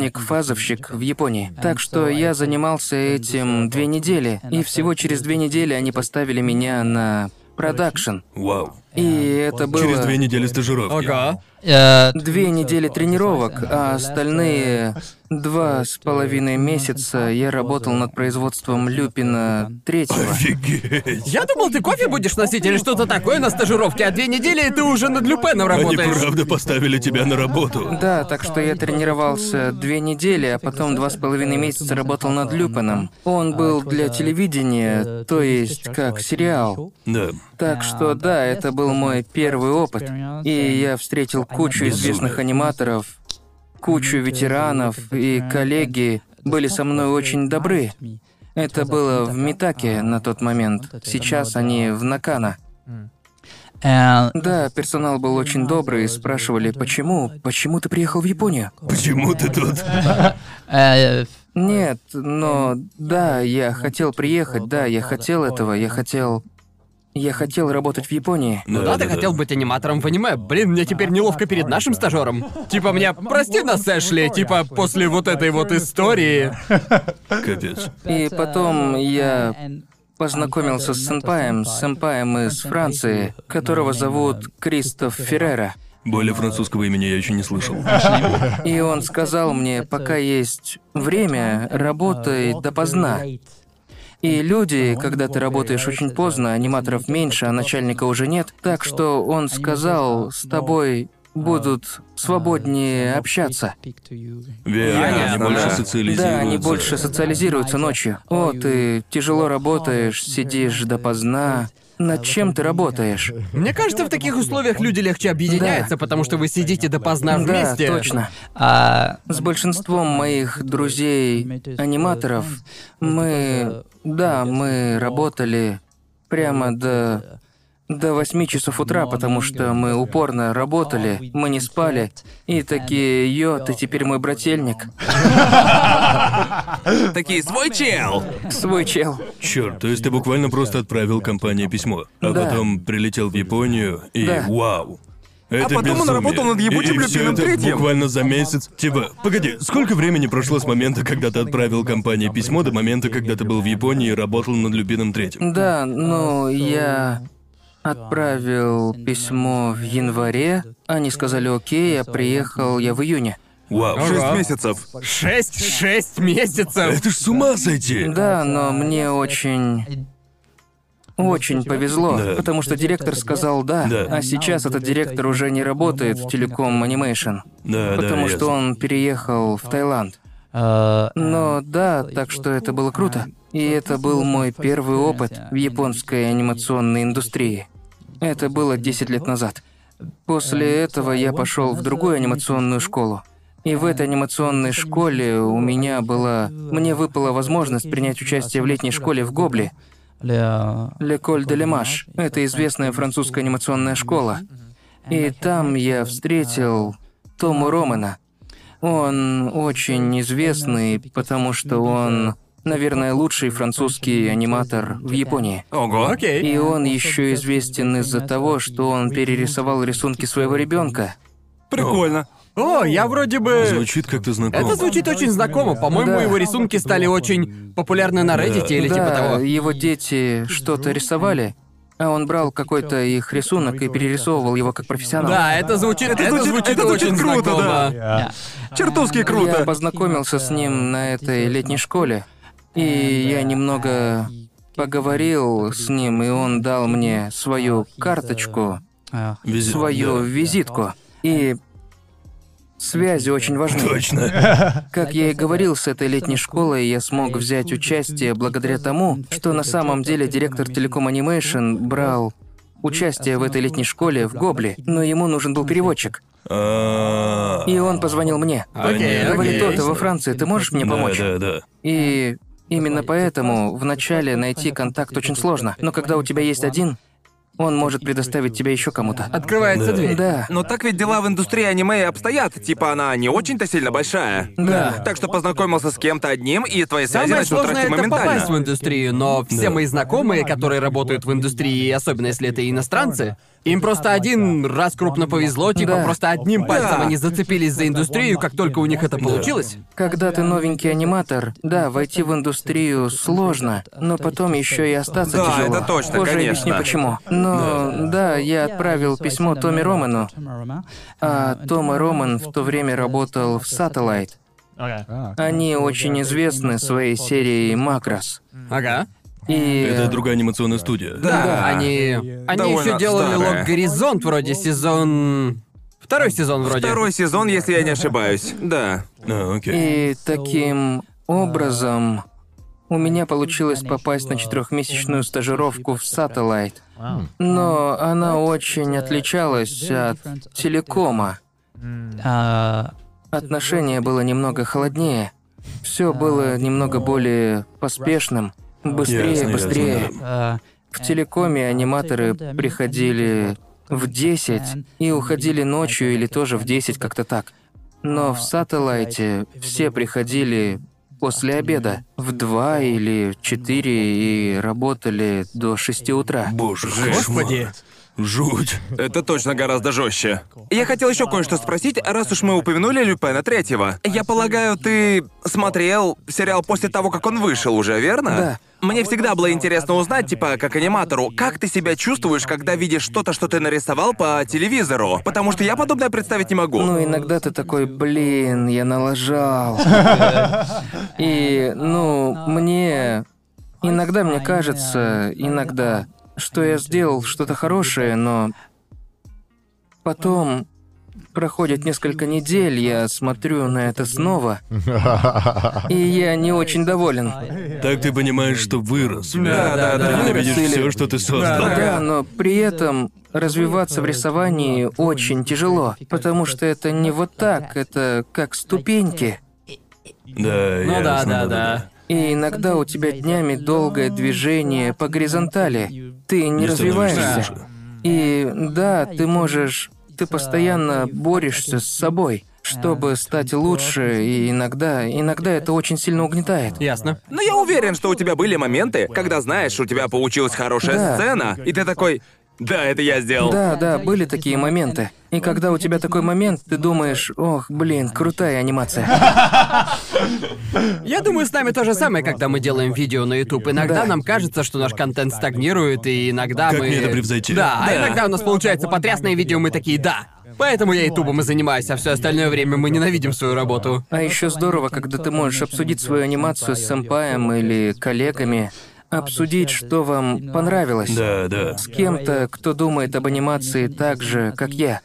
художник-фазовщик в Японии. Так что я занимался этим две недели, и всего через две недели они поставили меня на продакшн.
Вау.
И это было...
Через две недели стажировки.
Ага.
Э,
Две недели тренировок, а остальные два с половиной месяца я работал над производством Люпина третьего.
Офигеть.
Я думал, ты кофе будешь носить или что-то такое на стажировке, а две недели и ты уже над Люпеном
Они
работаешь.
правда поставили тебя на работу.
Да, так что я тренировался две недели, а потом два с половиной месяца работал над Люпином. Он был для телевидения, э,
э,
то есть как сериал.
Да.
А,
Так что да, это был мой первый опыт. И я встретил кучу известных аниматоров, кучу ветеранов, и коллеги были со мной очень добры. Это было в Митаке на тот момент. Сейчас они в Накана.
э,
Да, персонал был очень добрый, спрашивали, почему, почему ты приехал в Японию?
Почему ты тут?
э,
Нет, но да, я хотел приехать, да, я хотел этого, я хотел... Я хотел работать в Японии.
Ну да, ты хотел быть аниматором в аниме. Блин, мне теперь неловко перед нашим стажером. Типа мне, прости нас, Эшли, типа после вот этой вот истории.
Капец.
э,
И потом я познакомился с сэмпаем, с сэмпаем из Франции, которого зовут Кристоф Феррера.
Более французского имени я еще не слышал.
И он сказал мне, пока есть время, работай допоздна. И люди, когда ты работаешь очень поздно, аниматоров меньше, а начальника уже нет, так что он сказал, с тобой будут свободнее общаться.
Верно, они
Понятно,
больше
да.
социализируются.
Да, они больше социализируются ночью. О, ты тяжело работаешь, сидишь допоздна. Над чем ты работаешь?
Мне кажется, в таких условиях люди легче объединяются, потому что вы сидите допоздна
Да,
вместе.
точно.
а,
С большинством моих друзей-аниматоров мы... Да, мы работали прямо до... До 8 часов утра, потому что мы упорно работали, мы не спали. И такие, йо, ты теперь мой брательник.
Такие, свой чел!
Свой чел.
Черт, то есть ты буквально просто отправил компании письмо, а
Да.
потом прилетел в Японию и
Да. А
вау. Это
потом он
безумие.
работал над ебучим
и, и всё
«Люпином
это
третьим».
буквально за месяц. Типа, погоди, сколько времени прошло с момента, когда ты отправил компании письмо, до момента, когда ты был в Японии и работал над Люпином третьим?
Да, ну, я отправил письмо в январе. Они сказали окей, а приехал я в июне.
Вау.
Шесть месяцев.
Шесть, шесть месяцев.
Это ж с ума сойти!
Да, но мне очень... Очень повезло,
Да.
потому что директор сказал да,
Да.
а сейчас этот директор уже не работает в Телеком Анимейшн,
А, Да, да,
потому
ясно.
что он переехал в Таиланд.
э,
Но да, так что это было круто. И это был мой первый опыт в японской анимационной индустрии. Это было 10 лет назад. После этого я пошел в другую анимационную школу. И в этой анимационной школе у меня была... Мне выпала возможность принять участие в летней школе в Гобле,
ля-
Леколь де Лемаш. Это известная французская анимационная школа. И там я встретил Тому Романа. Он очень известный, потому что он, наверное, лучший французский аниматор в Японии.
Ого.
Окей.
И он еще известен из-за того, что он перерисовал рисунки своего ребенка.
Прикольно.
О, я вроде бы...
Звучит как-то знакомо.
Это звучит очень знакомо. По-моему,
Да.
его рисунки стали очень популярны на Reddit или типа
да,
того.
его дети что-то рисовали, а он брал какой-то их рисунок и перерисовывал его как профессионал.
Да, это звучит, это
звучит-
звучит
это звучит
очень
круто,
знакомо.
да. Чертовски
Я
круто.
познакомился с ним на этой летней школе, и
Э,
я немного поговорил с ним, и он дал мне свою карточку,
э,
Визит,
свою
да.
визитку. И связи очень важны.
Точно.
Как я и говорил, с этой летней школой я смог взять участие благодаря тому, что на самом деле директор Телеком Анимейшн брал участие в этой летней школе в Гобле, но ему нужен был переводчик.
А,
И он позвонил мне.
Окей,
Говорит,
окей.
то ты во Франции, ты можешь мне
да,
помочь?
Да, да.
И именно поэтому вначале найти контакт очень сложно. Но когда у тебя есть один, он может предоставить тебя еще кому-то.
Открывается
Да.
дверь.
Да.
Но так ведь дела в индустрии аниме и обстоят, типа она не очень-то сильно большая.
Да.
Так что познакомился с кем-то одним, и твои связи
Самое
начнут
сложное
расти
это попасть в
моментально.
индустрию, но все
Да.
мои знакомые, которые работают в индустрии, особенно если это иностранцы, им просто один раз крупно повезло, типа
Да.
просто одним пальцем
Да.
они зацепились за индустрию, как только у них это получилось.
Когда ты новенький аниматор, да, войти в индустрию сложно, но потом еще и остаться
Да,
тяжело.
это точно,
Позже
конечно.
объясню почему. Но да. я отправил письмо Томми Роману, а Тома Роман в то время работал в Satellite. Они очень известны своей серией Макрос.
Ага.
И
Это другая анимационная студия.
Да,
Да.
они. Они
Довольно
еще делали
старая.
лог Горизонт, вроде сезон. Второй сезон вроде.
Второй сезон, если я не ошибаюсь. Да.
А, окей.
И таким образом у меня получилось попасть на четырехмесячную стажировку в Satellite. Но она
uh,
очень отличалась от телекома.
а,
Отношение было немного холоднее. Все было немного более поспешным. Быстрее,
Ясно, ясно,
быстрее.
а,
В
uh,
телекоме аниматоры приходили в 10 и уходили ночью или тоже в 10 как-то так. Но в сателлайте все приходили после обеда в 2 или 4 и работали до 6 утра.
Боже, Господи. Жуть.
Это точно гораздо жестче. Я хотел еще кое-что спросить, раз уж мы упомянули Люпена Третьего. Я полагаю, ты смотрел сериал после того, как он вышел уже, верно? Да. Мне всегда было интересно узнать, типа, как аниматору, как ты себя чувствуешь, когда видишь что-то, что ты нарисовал по телевизору? Потому что я подобное представить не могу.
Ну, иногда ты такой, блин, я налажал. И, ну, мне... Иногда мне кажется, иногда, что я сделал что-то хорошее, но... Потом проходит несколько недель, я смотрю на это снова, и я не очень доволен.
Так ты понимаешь, что вырос.
Да, да, да.
Ты видишь
Вырос или-
все, что ты создал.
Да, но при этом развиваться в рисовании очень тяжело, потому что это не вот так, это как ступеньки.
Да,
Ну да,
ясно,
да, да.
И иногда у тебя днями долгое движение по горизонтали. Ты не,
Не становишься
развиваешься.
лучше.
И да, ты можешь... Ты постоянно борешься с собой, чтобы стать лучше, и иногда... Иногда это очень сильно угнетает.
Ясно.
Но я уверен, что у тебя были моменты, когда, знаешь, у тебя получилась хорошая
Да.
сцена, и ты такой, да, это я сделал.
Да, да, были такие моменты. И когда у тебя такой момент, ты думаешь, ох, блин, крутая анимация.
Я думаю, с нами то же самое, когда мы делаем видео на YouTube. Иногда
Да.
нам кажется, что наш контент стагнирует, и иногда
Как
мы...
мне это превзойти?
Да, а
Да.
иногда у нас получается потрясное видео, мы такие, да. Поэтому я ютубом и занимаюсь, а все остальное время мы ненавидим свою работу.
А еще здорово, когда ты можешь обсудить свою анимацию с сэмпаем или коллегами, обсудить, что вам понравилось.
Да, да.
с кем-то, кто думает об анимации так же, как я.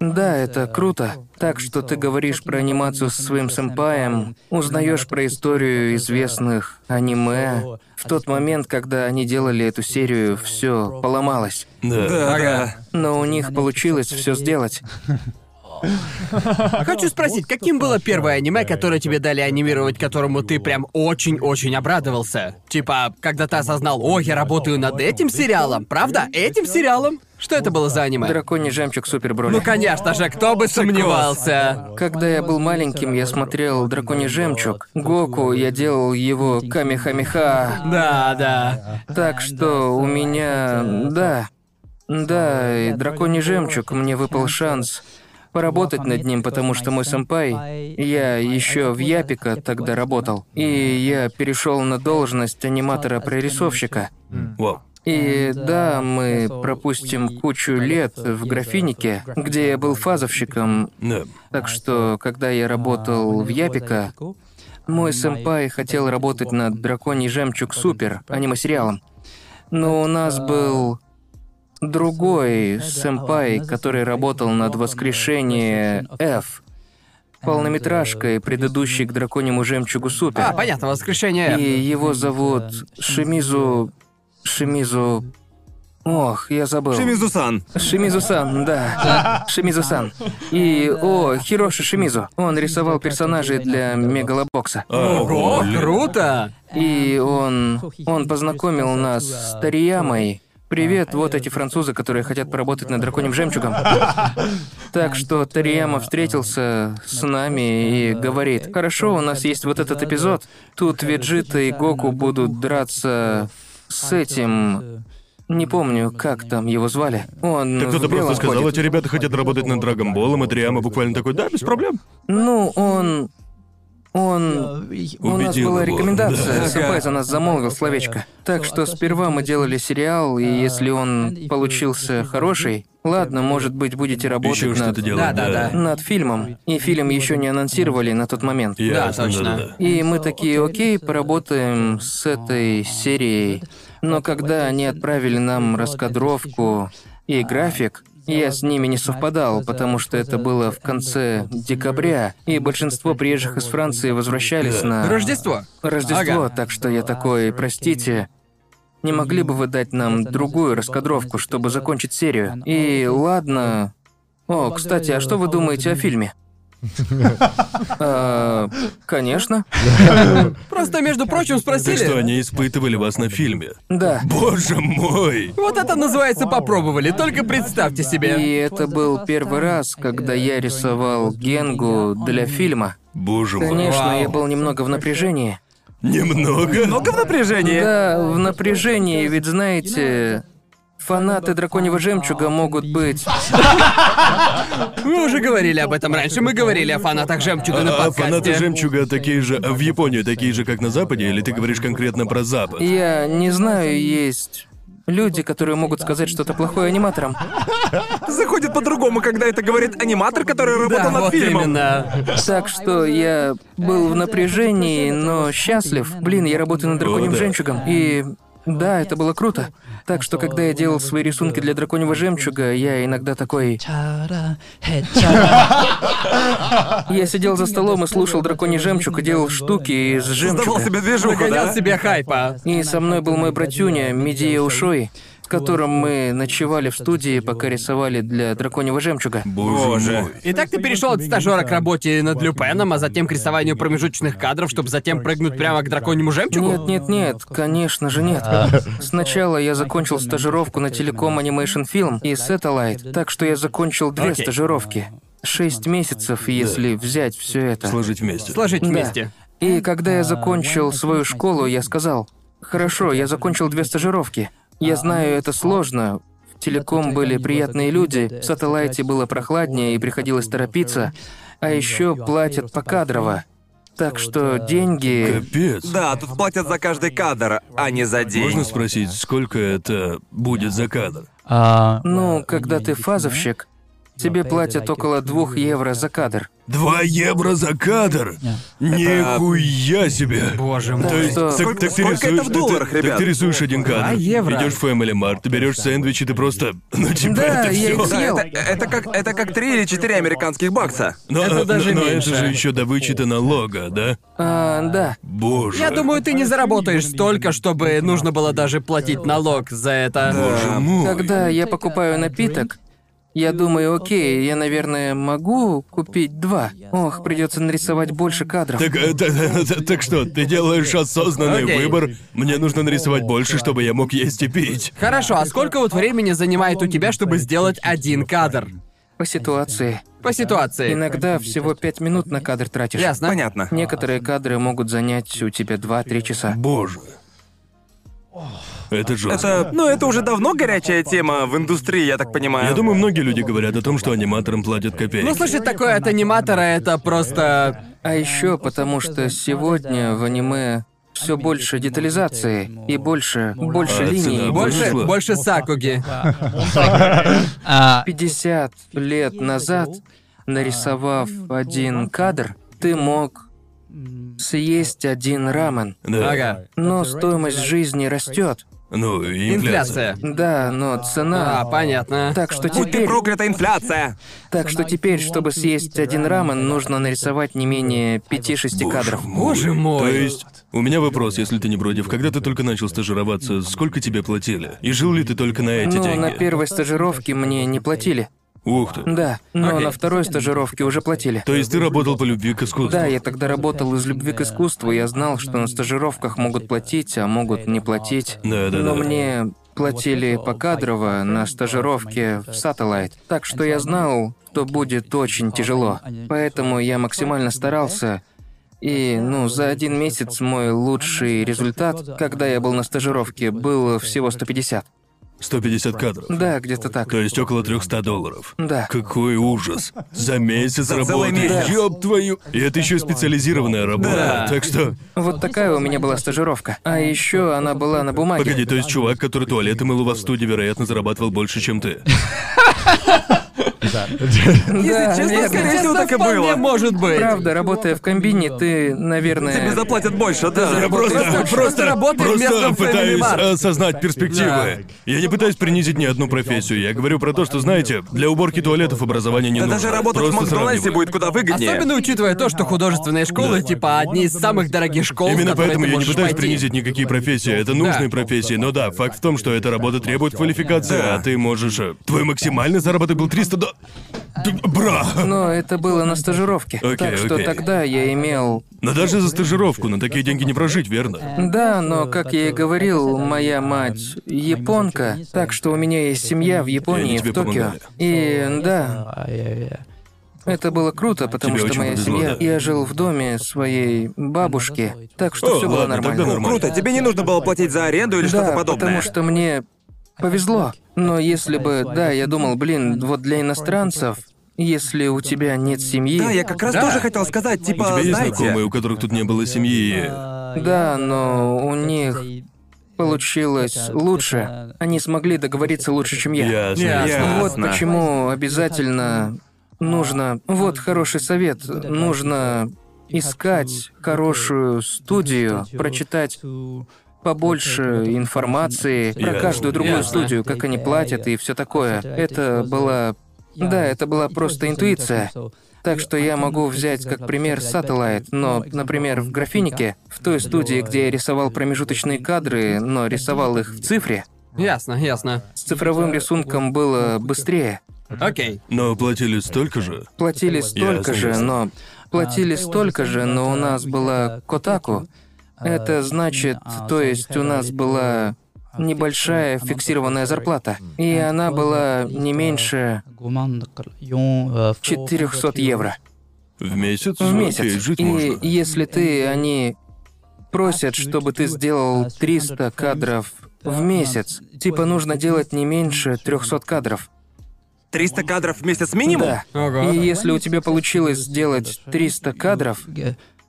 Да, это круто. Так что ты говоришь про анимацию со своим сэмпаем, узнаешь про историю известных аниме. В тот момент, когда они делали эту серию, все поломалось.
Да.
Да, да.
Но у них получилось все сделать.
Хочу спросить, каким было первое аниме, которое тебе дали анимировать, которому ты прям очень-очень обрадовался? Типа, когда ты осознал, о, я работаю над этим сериалом, правда? Этим сериалом? Что это было за аниме?
Драконий жемчуг Супер Броли.
Ну, конечно же, кто бы сомневался.
Когда я был маленьким, я смотрел «Драконий жемчуг». Гоку, я делал его камехамеха.
Да, да.
Так что у меня... Да. Да, и драконий жемчуг, мне выпал шанс поработать над ним, потому что мой сэмпай, а я еще в Япика тогда работал, и я перешел на должность аниматора-прорисовщика.
Вау.
И Эм, да, мы пропустим кучу лет в графинике, где я был фазовщиком,
Да.
так что, когда я работал в Япика, мой сэмпай хотел работать над «Драконий жемчуг Супер» аниме-сериалом. Но у нас был другой сэмпай, который работал над «Воскрешение F», полнометражкой, предыдущей к «Драконьему жемчугу
А,
Супер».
понятно, воскрешение.
И его зовут Шимизу... Шимизу... Ох, я забыл.
Шимизусан.
Шимизу-сан, да. Шимизу-сан. И, о, Хироши Шимизу. Он рисовал персонажей для Мегалобокса.
Ого,
Круто!
И он... он познакомил нас с Тариямой. А, Привет, вот эти французы, которые хотят поработать над драконьим жемчугом. Так что Тарияма встретился с нами и говорит, хорошо, у нас есть вот этот эпизод, тут Веджита и Гоку будут драться с этим... Не помню, как там его звали. Он
Так кто-то
в белом
просто сказал,
ходит.
эти ребята хотят работать над Драгонболом, и Триама буквально такой, да, без проблем.
Ну, он... Он... У нас
Убедил
была
его,
рекомендация,
да.
Сэмпай за нас замолвил словечко. Так что сперва мы делали сериал, и если он получился хороший, ладно, может быть, будете работать
Еще
над...
что-то делать,
Да, да,
да.
да.
над фильмом. И фильм еще не анонсировали на тот момент.
Ясно,
Да, точно.
да-да-да.
И мы такие, окей, поработаем с этой серией. Но когда они отправили нам раскадровку и график, я с ними не совпадал, потому что это было в конце декабря, и большинство приезжих из Франции возвращались на...
Рождество.
Рождество,
Ага.
так что я такой, простите, не могли бы вы дать нам другую раскадровку, чтобы закончить серию? И ладно... О, кстати, а что вы думаете о фильме? Э, Конечно.
Просто, между прочим,
Так что
спросили.
они испытывали вас на фильме.
Да.
Боже мой!
Вот это называется попробовали, только представьте себе.
И это был первый раз, когда я рисовал Генгу для фильма.
Боже мой.
Конечно,
Вау.
я был немного в напряжении.
Немного?
Много в напряжении.
Да, в напряжении, ведь знаете, фанаты драконьего жемчуга могут быть.
Мы уже говорили об этом раньше, мы говорили о фанатах жемчуга на
А фанаты
подкасте.
жемчуга такие же, а в Японии такие же, как на Западе, или ты говоришь конкретно про Запад?
Я не знаю, есть люди, которые могут сказать что-то плохое аниматорам.
Заходит по-другому, когда это говорит аниматор, который работал
Да,
над
вот
фильмом.
именно.
Так что я был в напряжении, но счастлив. Блин, я работаю над драконьим
О, да.
жемчугом. И да, это было круто. Так что, когда я делал свои рисунки для драконьего жемчуга, я иногда такой...
Чара, хе, чара.
Я сидел за столом и слушал драконий жемчуг и делал штуки из
Сдавал
жемчуга.
себе движуху,
Нагонял
да?
себе хайпа.
И со мной был мой братюня Медия Ушой, с которым мы ночевали в студии, пока рисовали для драконьего жемчуга.
Боже мой.
Итак, ты перешел от стажера к работе над Люпеном, а затем к рисованию промежуточных кадров, чтобы затем прыгнуть прямо к драконьему жемчугу?
Нет, нет, нет, конечно же нет.
А,
Сначала я закончил стажировку на телеком Animation Film и Satellite, так что я закончил две
Окей.
стажировки. Шесть месяцев, если взять все это.
Сложить вместе.
Сложить
Да.
вместе.
И когда я закончил свою школу, я сказал, «Хорошо, я закончил две стажировки. Я знаю, А, ну, это сложно». В телеком были приятные люди, в сателлайте было прохладнее и приходилось торопиться. А еще платят покадрово. Так что деньги...
Капец.
Да, тут платят за каждый кадр, а не за день.
Можно спросить, сколько это будет за кадр?
А,
Ну, когда ты фазовщик, тебе платят около двух евро за кадр.
Два евро за кадр? Нихуя себе! Боже
мой.
То есть,
Да.
так,
Сколько-
так ты
сколько
рисуешь,
это в долларах,
ты- так
ребят?
ты рисуешь один кадр.
Два евро.
Идешь в Family Mart, ты берешь сэндвич, и ты просто... Ну, типа,
Да,
это
я
все.
их
Да,
съел.
это, это как это как три или четыре американских бакса.
Но,
Это
но-
даже
но
меньше.
это же еще до вычета налога, да?
А, да.
Боже.
Я думаю, ты не заработаешь столько, чтобы нужно было даже платить налог за это.
Боже мой.
Когда я покупаю напиток, я думаю, окей, я, наверное, могу купить два. Ох, придется нарисовать больше кадров.
Так, э, та- та- та- так что, ты делаешь осознанный
Окей.
выбор. Мне нужно нарисовать больше, чтобы я мог есть и пить.
Хорошо, а сколько вот времени занимает у тебя, чтобы сделать один кадр?
По ситуации.
По ситуации.
Иногда всего пять минут на кадр тратишь.
Ясно.
Понятно.
Некоторые кадры могут занять у тебя 2-3 часа.
Боже. Это жестко.
Это, ну это уже давно горячая тема в индустрии, я так понимаю.
Я думаю, многие люди говорят о том, что аниматорам платят копейки.
Ну, слушай, такое от аниматора это просто...
А еще потому, что сегодня в аниме все больше детализации и больше, больше
А,
линий.
цена
Больше,
Вышло.
больше сакуги.
а,
50 лет назад, нарисовав один кадр, ты мог съесть один рамен.
Да.
Ага.
Но стоимость жизни растет.
Ну, и инфляция.
Инфляция.
Да, но
А,
цена.
понятно.
Так что
Будь ты
теперь,
проклята, инфляция!
так что теперь, чтобы съесть один рамен, нужно нарисовать не менее 5-6 кадров.
Боже
мой.
То есть У меня вопрос, если ты не против. Когда ты только начал стажироваться, сколько тебе платили? И жил ли ты только на эти
Ну,
деньги?
на первой стажировке мне не платили.
Ух ты.
Да, но
Окей.
на второй стажировке уже платили.
То есть ты работал по любви к искусству?
Да, я тогда работал из любви к искусству, я знал, что на стажировках могут платить, а могут не платить.
Да, да,
Но
да.
мне платили покадрово на стажировке в Сателлайт, так что я знал, что будет очень тяжело. Поэтому я максимально старался. И, ну, за один месяц мой лучший результат, когда я был на стажировке, был всего 150.
150 кадров.
Да, где-то так.
То есть около 300 долларов.
Да.
Какой ужас. За месяц
целый
работы.
месяц.
Ёб твою. И это еще специализированная работа.
Да.
Так что,
Вот такая у меня была стажировка. А еще она была на бумаге.
погоди, то есть чувак, который туалеты мыл у вас в студии, вероятно, зарабатывал больше, чем ты.
Да,
Если честно,
верно.
скорее всего,
Честно,
так и
вполне
было.
может быть.
Правда, работая в комбине, ты, наверное...
Тебе заплатят больше, да.
Я просто,
Просто- просто
просто,
работаем
просто
местом
пытаюсь
Family Mart.
осознать перспективы. Я не пытаюсь принизить ни одну профессию. Я говорю про то, что, знаете, для уборки туалетов образование не
Да
нужно.
даже работать в
Просто
Макдональдсе
сравнивай.
будет куда выгоднее.
А Особенно учитывая то, что художественные школы, типа, одни из самых дорогих школ, в
Именно
которые
поэтому
ты
я не
можешь
пытаюсь
пойти.
принизить никакие профессии. Это нужные профессии. Но да, факт в том, что эта работа требует квалификации,
Да.
а ты можешь... э, Твой максимальный заработок был 300 до... Ты- Бра!
Но это было на стажировке.
Окей,
так что
окей.
тогда я имел...
Но даже за стажировку на такие деньги не прожить, верно?
Да, но, как я и говорил, моя мать японка, так что у меня есть семья в
И они
Японии,
тебе
в Токио.
помогали.
И да,
а
это было круто, потому
Тебе
что
очень
моя
повезло,
семья...
да.
Я жил в доме своей бабушки, так что
О,
все было
ладно, тогда
нормально.
нормально.
Круто, тебе не нужно было платить за аренду или что-то
Да,
подобное.
потому что мне повезло. Но если бы, да, я думал, блин, вот для иностранцев, если у тебя нет семьи...
Да, я как раз
Да.
тоже хотел сказать,
У
типа,
тебя
Есть знакомые,
знаете,
у которых тут не было семьи.
Да, но у них
Получилось лучше. Они смогли договориться лучше, чем я.
Ясно.
Я-
ясно.
Я-
Вот
Ясно.
почему обязательно нужно... Вот хороший совет. Нужно искать хорошую студию, прочитать побольше информации про
Ясно.
каждую другую
Ясно.
студию, как они платят и все такое. Это была...
Да, это была просто интуиция.
Так что я могу взять как пример Satellite, но, например, в графинике, в той студии, где я рисовал промежуточные кадры, но рисовал их в цифре,
Ясно, ясно.
с цифровым рисунком было быстрее.
Окей.
Но платили столько же.
Платили столько
Ясно,
же,
ясно.
но... Платили столько же, но
а,
у нас была Котаку.
Э,
Это значит,
а,
то есть у нас была небольшая фиксированная зарплата. И она была не меньше 400 евро
В месяц?
в
Окей,
месяц.
жить
И
можно.
если ты, они просят, чтобы ты сделал 300 кадров в месяц, типа нужно делать не меньше 300 кадров.
300 кадров в месяц минимум?
Да.
Ого.
И если у тебя получилось сделать 300 кадров,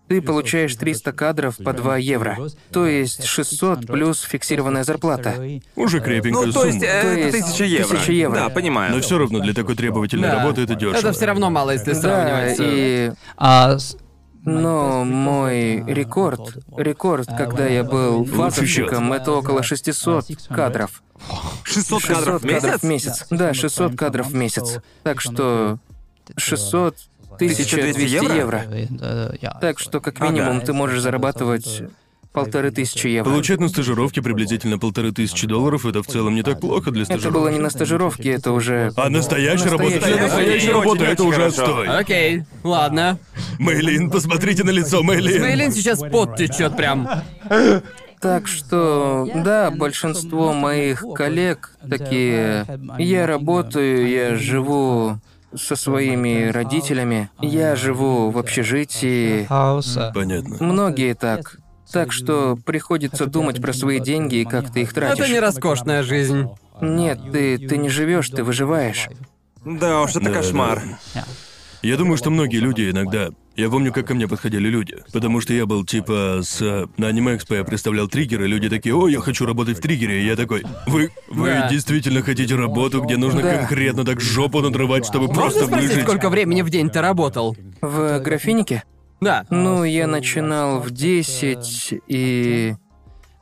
ты получаешь 300 кадров по 2 евро. То есть 600 плюс фиксированная зарплата.
Уже крепенькая
Ну, то есть, э,
сумма.
это
есть
1000 евро.
1000 евро.
Да, понимаю.
Но все равно для такой требовательной
Да.
работы это дешево.
Это все равно мало, если
Да,
сравнивать.
и...
э,
Но мой рекорд, рекорд,
А,
когда я был
Лучший
фасовщиком,
счет.
это около 600 кадров.
600
600
кадров в месяц?
в месяц. Да, 600 кадров в месяц. Так что 600 1200
1200
евро. Так что как минимум
Ага.
ты можешь зарабатывать полторы тысячи евро.
Получать на стажировке приблизительно полторы тысячи долларов это в целом не так плохо для
Это
стажировки.
было не на стажировке, это уже...
А настоящая работа,
Настоящая
для настоящей
работа.
работы это
Очень,
уже
очень
отстой.
Окей, ладно.
Мэйлин, посмотрите на лицо Мэйлин.
Мейлин сейчас пот течет прям.
Так что, да, большинство моих коллег такие... Я работаю, я живу со своими родителями, я живу в общежитии.
Понятно.
Многие так. Так что приходится думать про свои деньги и как ты их тратишь.
Это не роскошная жизнь.
Нет, ты, ты не живешь, ты выживаешь.
Да уж, это
Да,
кошмар.
Я думаю, что многие люди иногда... Я помню, как ко мне подходили люди. Потому что я был типа с... э, На аниме Экспо я представлял триггер, и люди такие, о, я хочу работать в триггере. И я такой, вы... Вы
Да.
действительно хотите работу, где нужно
Да.
конкретно так жопу надрывать, чтобы просто
Можно спросить,
выжить?
сколько времени в день ты работал?
В графинике?
Да.
Ну, я начинал в 10 и...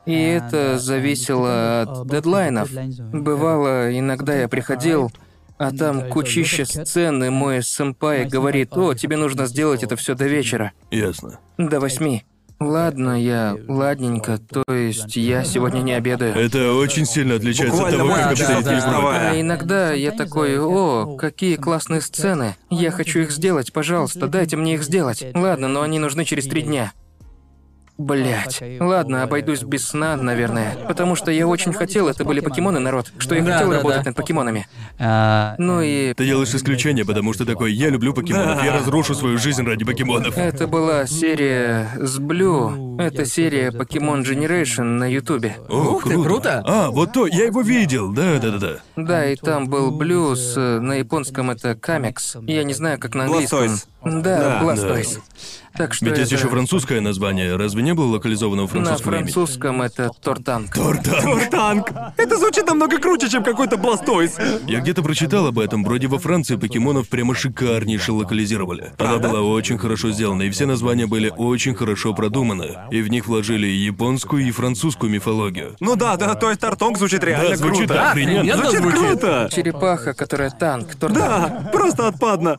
И это зависело от дедлайнов. Бывало, иногда я приходил, а там кучища сцен, и мой сэмпай говорит, «О, тебе нужно сделать это все до вечера,
Ясно.
до восьми». Ладно, я ладненько, то есть я сегодня не обедаю.
Это очень сильно отличается от того,
Буквально
как
да,
обстоит
да,
весь город.
вставая.
А иногда я такой, о, какие классные сцены. Я хочу их сделать, пожалуйста, дайте мне их сделать. Ладно, но они нужны через три дня. Блять. Ладно, обойдусь без сна, наверное. Потому что я очень хотел, это были покемоны, народ, что я
Да,
хотел
да,
работать
да.
над покемонами.
Ну
Ну и
Ты делаешь исключение, потому что такой, я люблю покемонов, я разрушу свою жизнь ради покемонов.
это была серия с Блю. Это серия Pokemon Generation на Ютубе.
О,
Ух ты, круто.
А, вот то, я его видел, да-да-да-да.
Да, и там был блюз, э, на японском это камекс. Я не знаю, как на английском.
Blastoise.
Да,
Да,
Blastoise. Так что
Ведь есть
это-
еще французское название, разве не было локализованного
На
французского имени?
французском это тортанг.
Тортан.
Танк! Это звучит намного круче, чем какой-то Бластойс.
Я где-то прочитал об этом, вроде во Франции покемонов прямо шикарнейше локализировали. Она была очень хорошо сделана, и все названия были очень хорошо продуманы. И в них вложили и японскую, и французскую мифологию.
Ну да, да, то есть Тартонг звучит реально
Да, звучит
круто.
охрененно.
Охрененно
Звучит
звучит.
круто!
Черепаха, которая танк, тортанг.
Да, просто отпадно.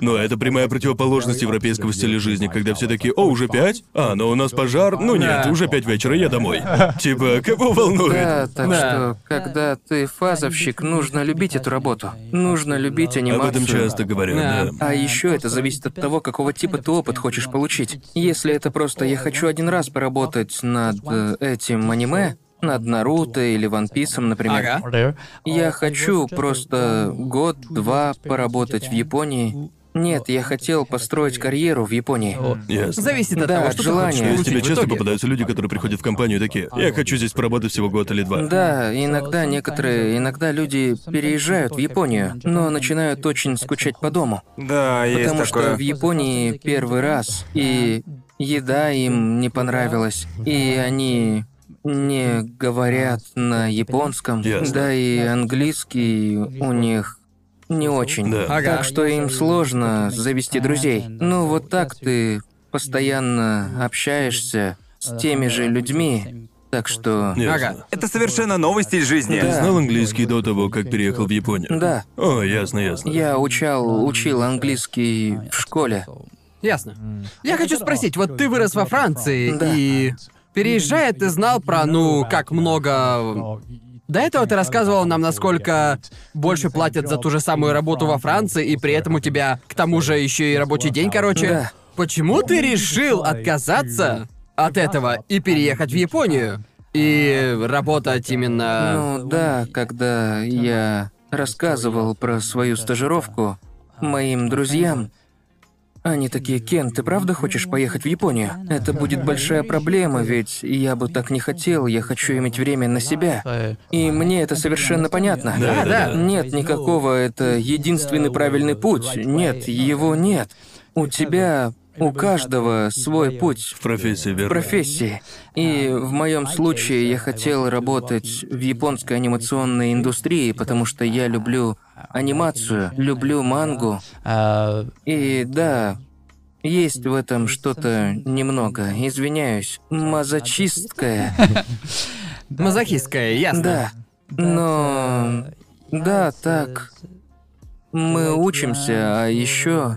Но это прямая противоположность европейского стиля жизни, когда все такие, о, уже пять? А, но у нас пожар? Ну нет,
Да.
уже пять вечера, я домой. Типа, кого волнует?
Да, так
Да.
что, когда ты фазовщик, нужно любить эту работу. Нужно любить
Об
анимацию.
этом часто
Да.
говорят, да.
А еще это зависит от того, какого типа ты опыт хочешь получить. Если это просто «я хочу один раз поработать над э, этим аниме», над Наруто или Ван Писом, например,
Ага.
Я хочу просто год-два поработать в Японии. Нет, я хотел построить карьеру в Японии.
Ясно.
Зависит от
Да,
того,
от
что
желания.
ты
То
хочешь
есть тебе
получить в
часто
итоге.
попадаются люди, которые приходят в компанию и такие, я хочу здесь поработать всего год или два.
Да, иногда некоторые, иногда люди переезжают в Японию, но начинают очень скучать по дому,
Да, есть
потому что
такое.
в Японии первый раз, и еда им не понравилась, и они не говорят на японском,
Ясно.
да и английский у них не очень.
Да.
Ага.
Так что им сложно завести друзей. Ну вот так ты постоянно общаешься с теми же людьми, так что...
Ясно.
Ага.
Это совершенно новый стиль жизни.
Ты
Да.
знал английский до того, как переехал в Японию?
Да,
О, ясно, ясно.
я учал, учил английский в школе.
Ясно. Я хочу спросить, вот ты вырос во Франции,
Да.
и переезжая, ты знал про, ну, как много... До этого ты рассказывал нам, насколько больше платят за ту же самую работу во Франции, и при этом у тебя, к тому же, еще и рабочий день, короче.
Да.
Почему ты решил отказаться от этого и переехать в Японию? И работать именно...
Ну да, когда я А, рассказывал про свою стажировку моим друзьям, они такие, Кен, ты правда хочешь поехать в Японию? Это будет большая проблема, ведь я бы так не хотел, я хочу иметь время на себя. И мне это совершенно понятно.
Да, да, да.
Нет никакого, это единственный правильный путь. Нет, его нет. У тебя, у каждого свой путь
В профессии, верно?
в профессии. И в моем случае я хотел работать в японской анимационной индустрии, потому что я люблю анимацию, люблю мангу. э, И да, есть в этом что-то немного, извиняюсь, мазочистское.
Мазохистское, ясно.
Да,
Но...
да, так. Мы учимся, а еще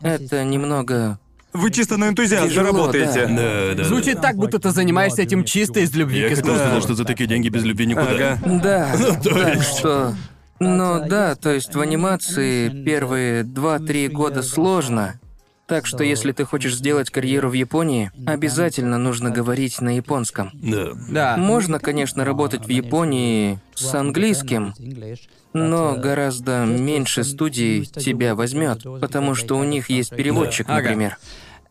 это немного...
Вы чисто на энтузиазме
Тяжело,
работаете.
Да, да, да.
Звучит так, будто ты занимаешься этим чисто из любви
Я
к
как
искусству.
раз сказал, что за такие деньги без любви никуда.
Ага.
Да, так что... Ну да, то есть в анимации первые 2-3 года сложно. Так что если ты хочешь сделать карьеру в Японии, обязательно нужно говорить на японском.
Да.
Да.
Можно, конечно, работать в Японии с английским, но гораздо меньше студий тебя возьмет, потому что у них есть переводчик,
Ага.
например.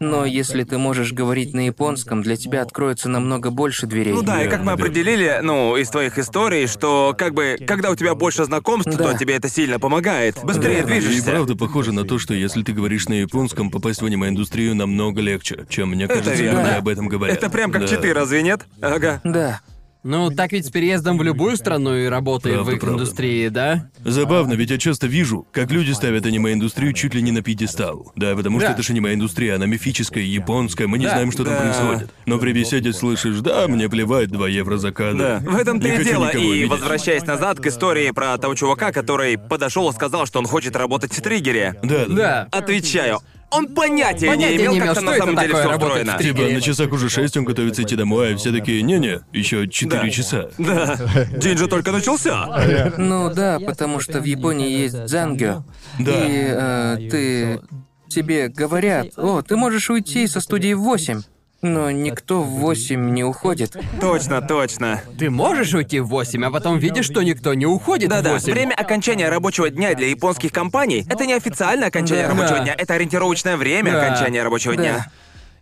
Но если ты можешь говорить на японском, для тебя откроется намного больше дверей.
Ну да, и как мы определили, ну, из твоих историй, что как бы, когда у тебя больше знакомств,
Да.
то тебе это сильно помогает. Быстрее
Верно. И
движешься.
правда похоже на то, что если ты говоришь на японском, попасть в аниме-индустрию намного легче, чем мне кажется,
верно.
люди об этом говорят.
Это прям как
Да.
читы, разве нет? Ага.
Да.
Ну, так ведь с переездом в любую страну и работой
Правда,
в их
правда.
индустрии, да?
Забавно, ведь я часто вижу, как люди ставят аниме-индустрию чуть ли не на пьедестал. Да, потому что
Да.
это же аниме-индустрия, она мифическая, японская, мы не
Да.
знаем, что там
Да.
происходит. Но при беседе слышишь, да, мне плевать 2 евро за кадр.
Да. В этом-то
Не
и
хочу
дело.
никого
И
видеть.
возвращаясь назад к истории про того чувака, который подошел и сказал, что он хочет работать в триггере.
Да, да.
Да. А
Отвечаю, Он понятия,
Понятия
не имел,
не имел,
как там
что
на самом
это
деле
такое
все
работать
устроено.
в три.
Типа на часах уже шесть, он готовится идти домой, а все такие, не-не, еще четыре
Да.
часа.
Да, день же только начался.
Ну да, потому что в Японии есть дзангё.
Да.
И э, ты... Тебе говорят, о, ты можешь уйти со студии в 8. Но никто в 8 не уходит.
Точно, точно.
Ты можешь уйти в 8, а потом видишь, что никто не уходит в
Да-да,
8.
время окончания рабочего дня для японских компаний — это не официальное окончание
Да.
рабочего дня, это ориентировочное время
Да.
окончания рабочего
Да.
дня.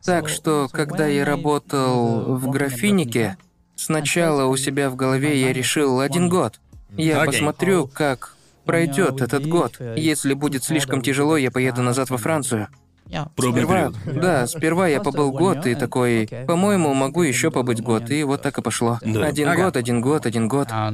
Так что, когда я работал в графинике, сначала у себя в голове я решил один год. Я
Окей.
посмотрю, как пройдет этот год. Если будет слишком тяжело, я поеду назад во Францию.
Пробный
Сперва,
период.
да, сперва я побыл год и такой, по-моему, могу еще побыть год, и вот так и пошло.
Да.
Один
Ага.
год, один год, один год.
А,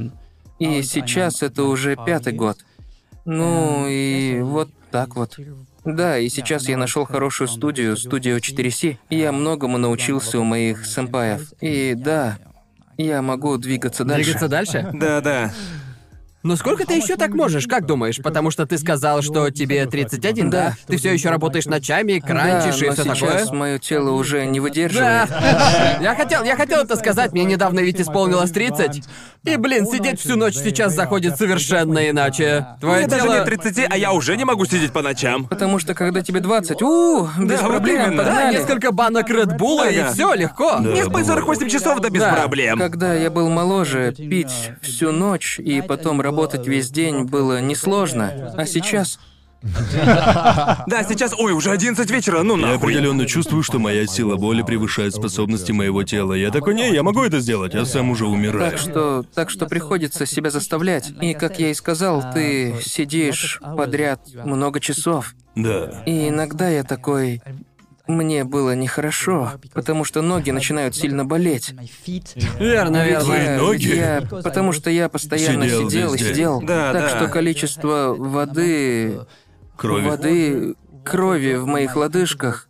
И сейчас это уже пятый год.
Эм,
Ну и вот так вот. Да, и сейчас я нашел хорошую студию, студию 4C.
э,
Я многому научился у моих сэмпаев. И да, я могу двигаться дальше.
Двигаться дальше?
Да-да.
Но сколько ты еще так можешь, как думаешь? Потому что ты сказал, что тебе 31, да?
Да.
Ты все еще работаешь ночами,
Да,
кранчишь и
но
все
сейчас
такое.
мое тело уже не выдерживает.
Да. Я хотел, я хотел это сказать, мне недавно ведь исполнилось 30. И, блин, сидеть всю ночь сейчас заходит совершенно иначе. Твое
Мне даже
тело...
нет 30, а я уже не могу сидеть по ночам.
Потому что когда тебе 20, у без
вот
проблем,
именно.
Да,
погнали.
несколько банок Редбула, и
Ага.
все легко.
Не спать 48 часов, да без
Да.
проблем.
Когда я был моложе, пить всю ночь и потом работать весь день было несложно. А сейчас...
Да, сейчас, ой, уже 11 вечера, ну
Я
нахуй.
определенно чувствую, что моя сила воли превышает способности моего тела. Я такой, не, я могу это сделать, я сам уже умираю.
Так что, так что приходится себя заставлять. И, как я и сказал, ты сидишь подряд много часов.
Да.
И иногда я такой... Мне было нехорошо, потому что ноги начинают сильно болеть.
Верно,
Ведь
верно.
Твои
я-
ноги?
ведь я- потому что я постоянно
Сидел
сидел, и
весь день.
сидел.
Да,
так
да.
что количество воды,
Крови.
воды, крови в моих лодыжках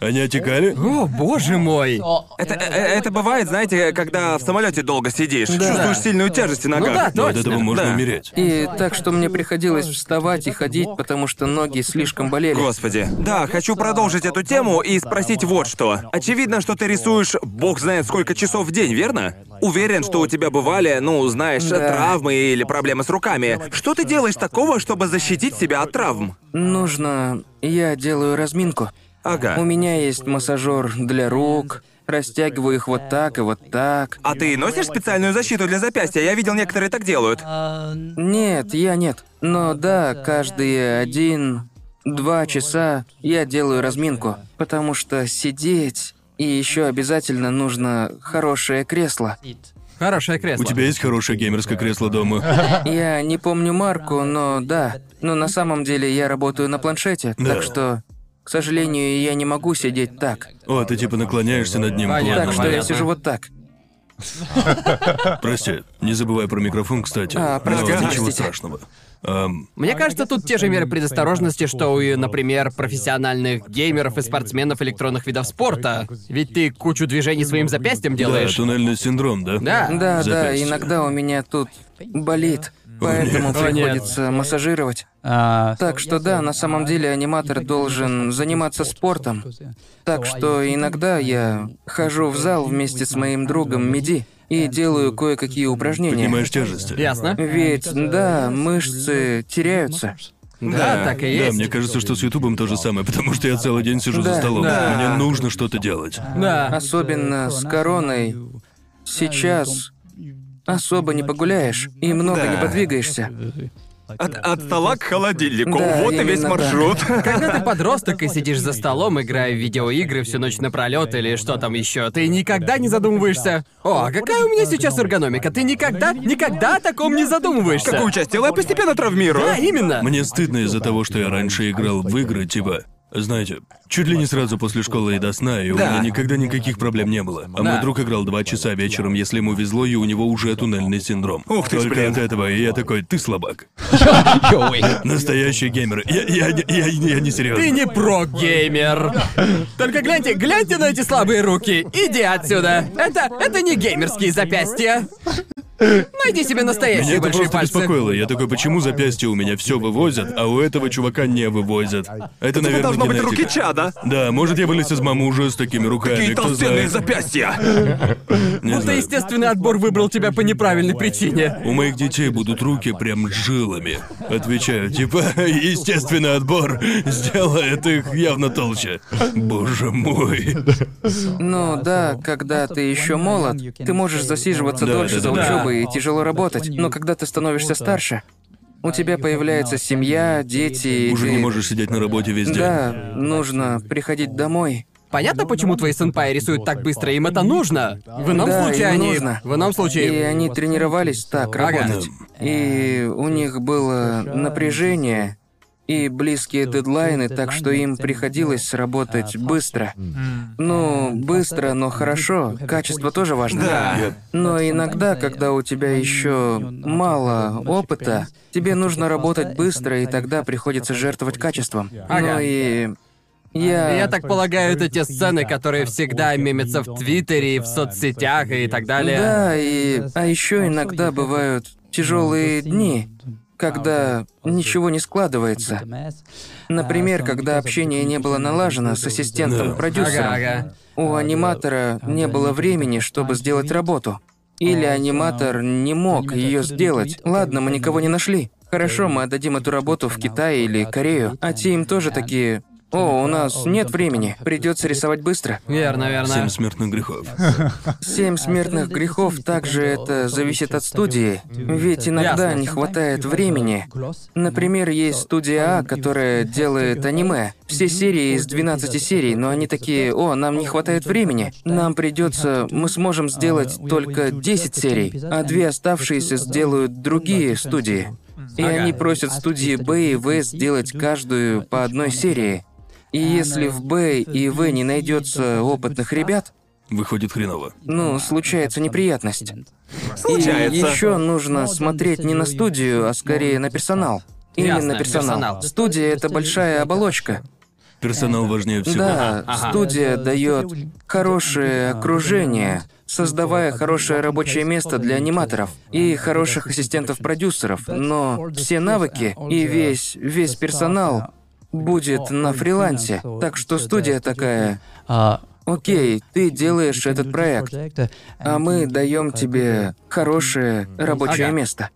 Они отекали?
О, боже мой.
Это, э, э, это бывает, знаете, когда в самолете долго сидишь,
Да. Ну
чувствуешь сильную тяжесть в ногах.
да,
Но от
точно.
этого можно
Да.
умереть.
И так что мне приходилось вставать и ходить, потому что ноги слишком болели.
Господи. Да, хочу продолжить эту тему и спросить вот что. Очевидно, что ты рисуешь бог знает сколько часов в день, верно? Уверен, что у тебя бывали, ну, знаешь,
Да.
травмы или проблемы с руками. Что ты делаешь такого, чтобы защитить себя от травм?
Нужно... Я делаю разминку. У
Ага.
меня есть массажер для рук. Растягиваю их вот так и вот так.
А ты носишь специальную защиту для запястья? Я видел, некоторые так делают.
Нет, я нет. Но да, каждые один, два часа я делаю разминку. Потому что сидеть... И еще обязательно нужно хорошее кресло.
Хорошее кресло.
У тебя есть хорошее геймерское кресло дома?
Я не помню марку, но да. Но на самом деле я работаю на планшете,
Да.
так что, к сожалению, я не могу сидеть так.
О, ты типа наклоняешься над ним. плавно.
Понятно,
Так что я
понятно.
сижу вот так.
Прости, не забывай про микрофон, кстати.
А, прости,
Но ничего
простите.
страшного. Ам,
Мне кажется, тут те же меры предосторожности, что и, например, профессиональных геймеров и спортсменов электронных видов спорта. Ведь ты кучу движений своим запястьем
да,
делаешь.
туннельный синдром, да?
Да.
Да, да,
Запястье.
иногда у меня тут болит, поэтому
нет.
О, нет.
приходится массажировать.
А,
Так что да, на самом деле аниматор должен заниматься спортом. Так что иногда я хожу в зал вместе с моим другом Меди и делаю кое-какие упражнения.
Поднимаешь тяжести.
Ясно?
Ведь, да, мышцы теряются.
Да, так и
Да,
есть.
мне кажется, что с Ютубом то же самое, потому что я целый день сижу за
Да,
столом.
да.
Мне нужно что-то делать.
Да.
Особенно с короной. Сейчас особо не погуляешь и много
Да.
не подвигаешься.
От, от стола к холодильнику.
Да,
вот и весь
именно, да.
маршрут.
Когда ты подросток и сидишь за столом, играя в видеоигры всю ночь напролет или что там еще, ты никогда не задумываешься. О, а какая у меня сейчас эргономика? Ты никогда, никогда о таком не задумываешься.
Какую часть тела я постепенно травмирую.
Да, именно.
Мне стыдно из-за того, что я раньше играл в игры, типа, знаете, чуть ли не сразу после школы и до сна, и у
Да.
меня никогда никаких проблем не было. А мой
Да.
друг играл два часа вечером, если ему везло, и у него уже туннельный синдром.
Ух ты ж,
Только
блин.
от этого, и я такой, ты слабак. Настоящий геймер. Я, я, не- я, не- я не серьезно.
Ты не про-геймер. Только гляньте, гляньте на эти слабые руки. Иди отсюда. Это, это не геймерские запястья. Найди себе
Меня
настоящие
это
большие
просто
пальцы.
беспокоило. Я такой, почему запястье у меня все вывозят, а у этого чувака не вывозят? Это, наверное,
должно быть
генетика.
руки чада.
Да, может, я вылез из мамы уже с такими руками,
Какие
кто
толстенные
Э, знает.
запястья!
Не
Будто
знаю.
естественный отбор выбрал тебя по неправильной причине.
У моих детей будут руки прям с жилами. Отвечаю, типа, естественный отбор сделает их явно толще. Боже мой.
Ну да, когда ты еще молод, ты можешь засиживаться
Да,
дольше
да,
за
да.
учебой и
Да.
тяжело работать, но когда ты становишься старше, у тебя появляется семья, дети, и
Уже не
ты-
можешь сидеть на работе весь день.
Да, нужно приходить домой.
Понятно, почему твои сенпай рисуют так быстро, им это нужно. В ином
Да,
случае
им
они...
нужно.
В ином случае...
И они тренировались так
Ага.
работать. И у них было напряжение и близкие дедлайны, так что им приходилось работать быстро. Ну, быстро, но хорошо. Качество тоже важно.
Да.
Но иногда,
uh,
когда у тебя еще мало опыта, тебе нужно работать быстро, и тогда приходится жертвовать качеством.
Ага.
Ну и я...
Я так полагаю, это те сцены, которые всегда мемятся в Твиттере, и в соцсетях и так далее.
Да, и... А еще иногда бывают тяжелые дни, когда ничего не складывается.
uh,
Например, когда общение не было налажено с
Да.
ассистентом-продюсером.
Ага, ага.
А,
У аниматора не было времени, чтобы сделать работу. Или аниматор не мог ее сделать. Ладно, мы никого не нашли. Хорошо, мы отдадим эту работу в Китай или Корею. А те им тоже такие... О, у нас нет времени. Придется рисовать быстро.
А
Верно, верно.
Семь смертных грехов.
Семь смертных грехов
типа,
также это зависит от студии, ведь иногда
Ясно.
не хватает времени. Например, есть студия А, которая делает аниме. Все серии из 12 серий, но они такие, о, нам не хватает времени. Нам придется, мы
А,
сможем сделать только 10 серий, а две оставшиеся
э, Ну,
сделают другие студии. И
Ага.
они
А
просят студии Б и В сделать каждую по одной серии. И если в Б и В не найдется опытных ребят,
Выходит хреново.
ну, случается неприятность.
Случается.
И еще нужно смотреть не на студию, а скорее на персонал. Именно
Ясно,
на персонал.
персонал.
Студия это большая оболочка.
Персонал важнее всего.
Да,
Ага.
студия дает хорошее окружение, создавая хорошее рабочее место для аниматоров и хороших ассистентов-продюсеров. Но все навыки и весь весь персонал будет на фрилансе. Так что студия такая. Окей, ты делаешь этот проект, а мы даем тебе хорошее рабочее
Ага.
место.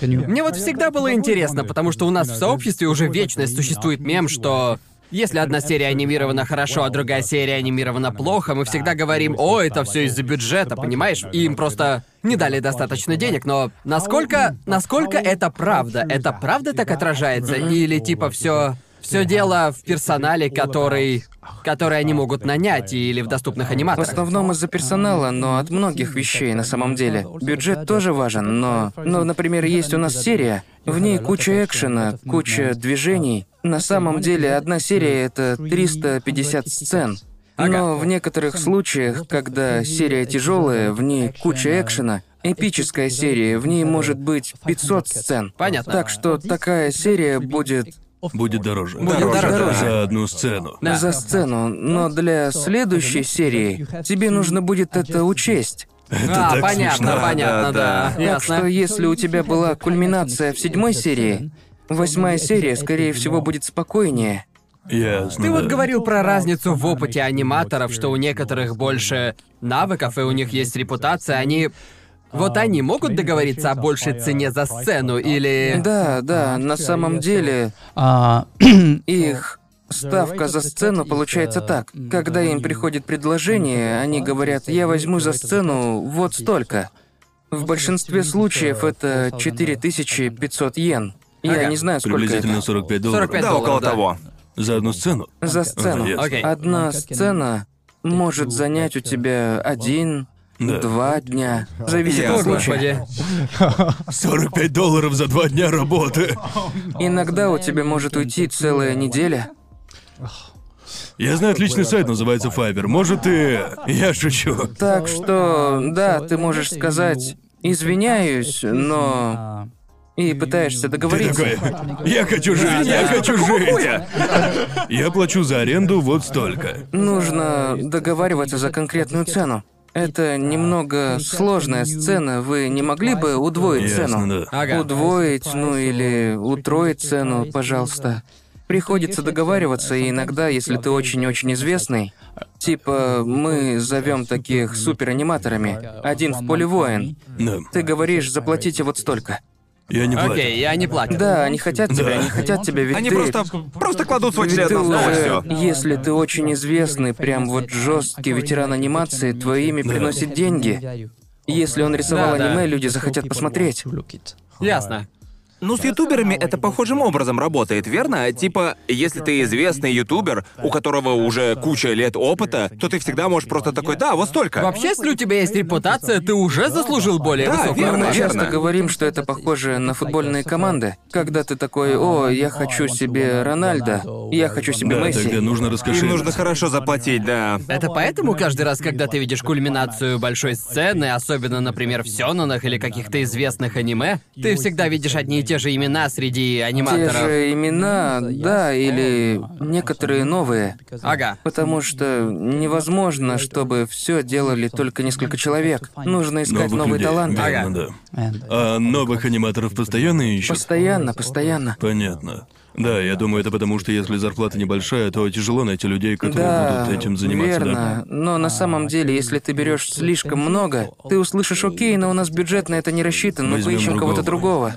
Мне вот всегда было интересно, потому что у нас в сообществе уже вечность существует мем, что если одна серия анимирована хорошо, а другая серия анимирована плохо, мы всегда говорим, о, это все из-за бюджета, понимаешь? И им просто не дали достаточно денег, но насколько, насколько это правда? Это правда так отражается? Или типа все, все дело в персонале, который, который они могут нанять, или в доступных
В
аниматорах?
основном из-за персонала, но от многих вещей на самом деле. Бюджет тоже важен, но... Но, например, есть у нас серия, в ней куча экшена, куча движений. На самом деле, одна серия — это 350 сцен. Но в некоторых случаях, когда серия тяжелая, в ней куча экшена, эпическая серия, в ней может быть 500 сцен.
Понятно.
Так что такая серия будет
Будет дороже.
Будет дороже.
За одну сцену.
Да.
за сцену, но для следующей серии тебе нужно будет это учесть.
а,
так
понятно,
смешно.
понятно, да.
Да,
Так
Ясно.
что если у тебя была кульминация в седьмой серии, восьмая серия, скорее всего, будет спокойнее.
Ясно.
Ты вот
да.
говорил про разницу в опыте аниматоров, что у некоторых больше навыков и у них есть репутация, они... Вот они могут договориться о большей цене за сцену или...
Да, да, на самом деле их ставка за сцену получается так. Когда им приходит предложение, они говорят, я возьму за сцену вот столько. В большинстве случаев это 4500 йен. Я не знаю, сколько
Приблизительно
это.
45 долларов.
45
Да, около
долларов, да.
того.
За одну сцену?
За сцену.
Ага,
Окей.
Одна сцена может занять у тебя один,
Да.
два дня. Зависит
Ясно.
от
О,
случая.
господи.
45 долларов за два дня работы.
Иногда у тебя может уйти целая неделя.
Я знаю отличный сайт, называется Fiverr. Может и... Я шучу.
Так что, да, ты можешь сказать «извиняюсь», но... И пытаешься
Ты
договориться.
такой, я хочу жить, я хочу жить.
Хуя!
Я плачу за аренду вот столько.
Нужно договариваться за конкретную цену. Это немного сложная сцена, вы не могли бы удвоить цену?
Ясно, да.
Ага.
Удвоить, ну или утроить цену, пожалуйста. Приходится договариваться, и иногда, если ты очень-очень известный, типа мы зовем таких супераниматорами, один в поле воин,
Да.
ты говоришь, заплатите вот столько.
Я не платил.
Окей, я не платят.
Да, они хотят тебя,
Да.
они хотят тебя, ведь
Они
ты-
просто, просто кладут свой член
Ведь
на
ты
стол, и
уже-
всё.
Э, Если ты очень известный, прям вот жесткий ветеран анимации, твое имя
Да.
приносит деньги. Если он рисовал
Да-да.
аниме, люди захотят посмотреть.
Ясно.
Ну, с ютуберами это похожим образом работает, верно? Типа, если ты известный ютубер, у которого уже куча лет опыта, то ты всегда можешь просто такой, да, вот столько.
Вообще, если у тебя есть репутация, ты уже заслужил более
Да,
высокую
верно,
Мы
оплату.
часто
верно.
говорим, что это похоже на футбольные команды. Когда ты такой, о, я хочу себе Рональда, я хочу себе
Да,
Месси.
тогда нужно раскошелиться.
Им нужно хорошо заплатить, да.
Это поэтому каждый раз, когда ты видишь кульминацию большой сцены, особенно, например, в Сёнонах или каких-то известных аниме, ты всегда видишь одни и те же имена среди
Те
аниматоров.
же имена, да, или некоторые новые.
Ага.
Потому что невозможно, чтобы все делали только несколько человек. Нужно искать
Новых
новые
людей.
таланты.
Верно,
Ага.
да. А новых аниматоров постоянно ищут?
Постоянно, постоянно.
Понятно. Да, я думаю, это потому, что если зарплата небольшая, то тяжело найти людей, которые
Да,
будут этим заниматься. да.
верно. Но на самом деле, если ты берешь слишком много, ты услышишь, окей, но у нас бюджет на это не рассчитан, мы
Возьмем
поищем кого-то другого.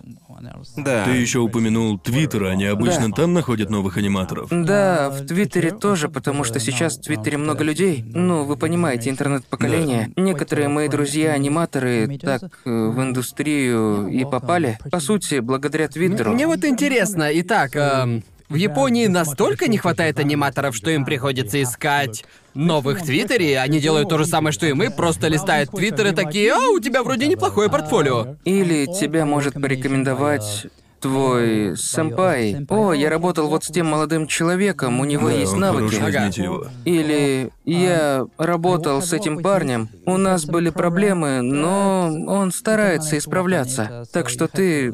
Да.
Ты еще упомянул Твиттер, они обычно
Да.
там находят новых аниматоров.
Да, в Твиттере тоже, потому что сейчас в Твиттере много людей. Ну, вы понимаете, интернет-поколение. Некоторые мои друзья-аниматоры так э, в индустрию и попали. По сути, благодаря Твиттеру.
Мне вот интересно, итак, эм, в Японии настолько не хватает аниматоров, что им приходится искать новых в Твиттере, они делают то же самое, что и мы, просто листают Твиттер и такие, а, у тебя вроде неплохое портфолио.
Или тебя может порекомендовать твой Э, сэмпай. О, я работал вот с тем молодым человеком, у него
Да,
есть
он
навыки.
хороший,
Ага.
возьмите его.
Или я работал с этим парнем, у нас были проблемы, но он старается исправляться. Так что ты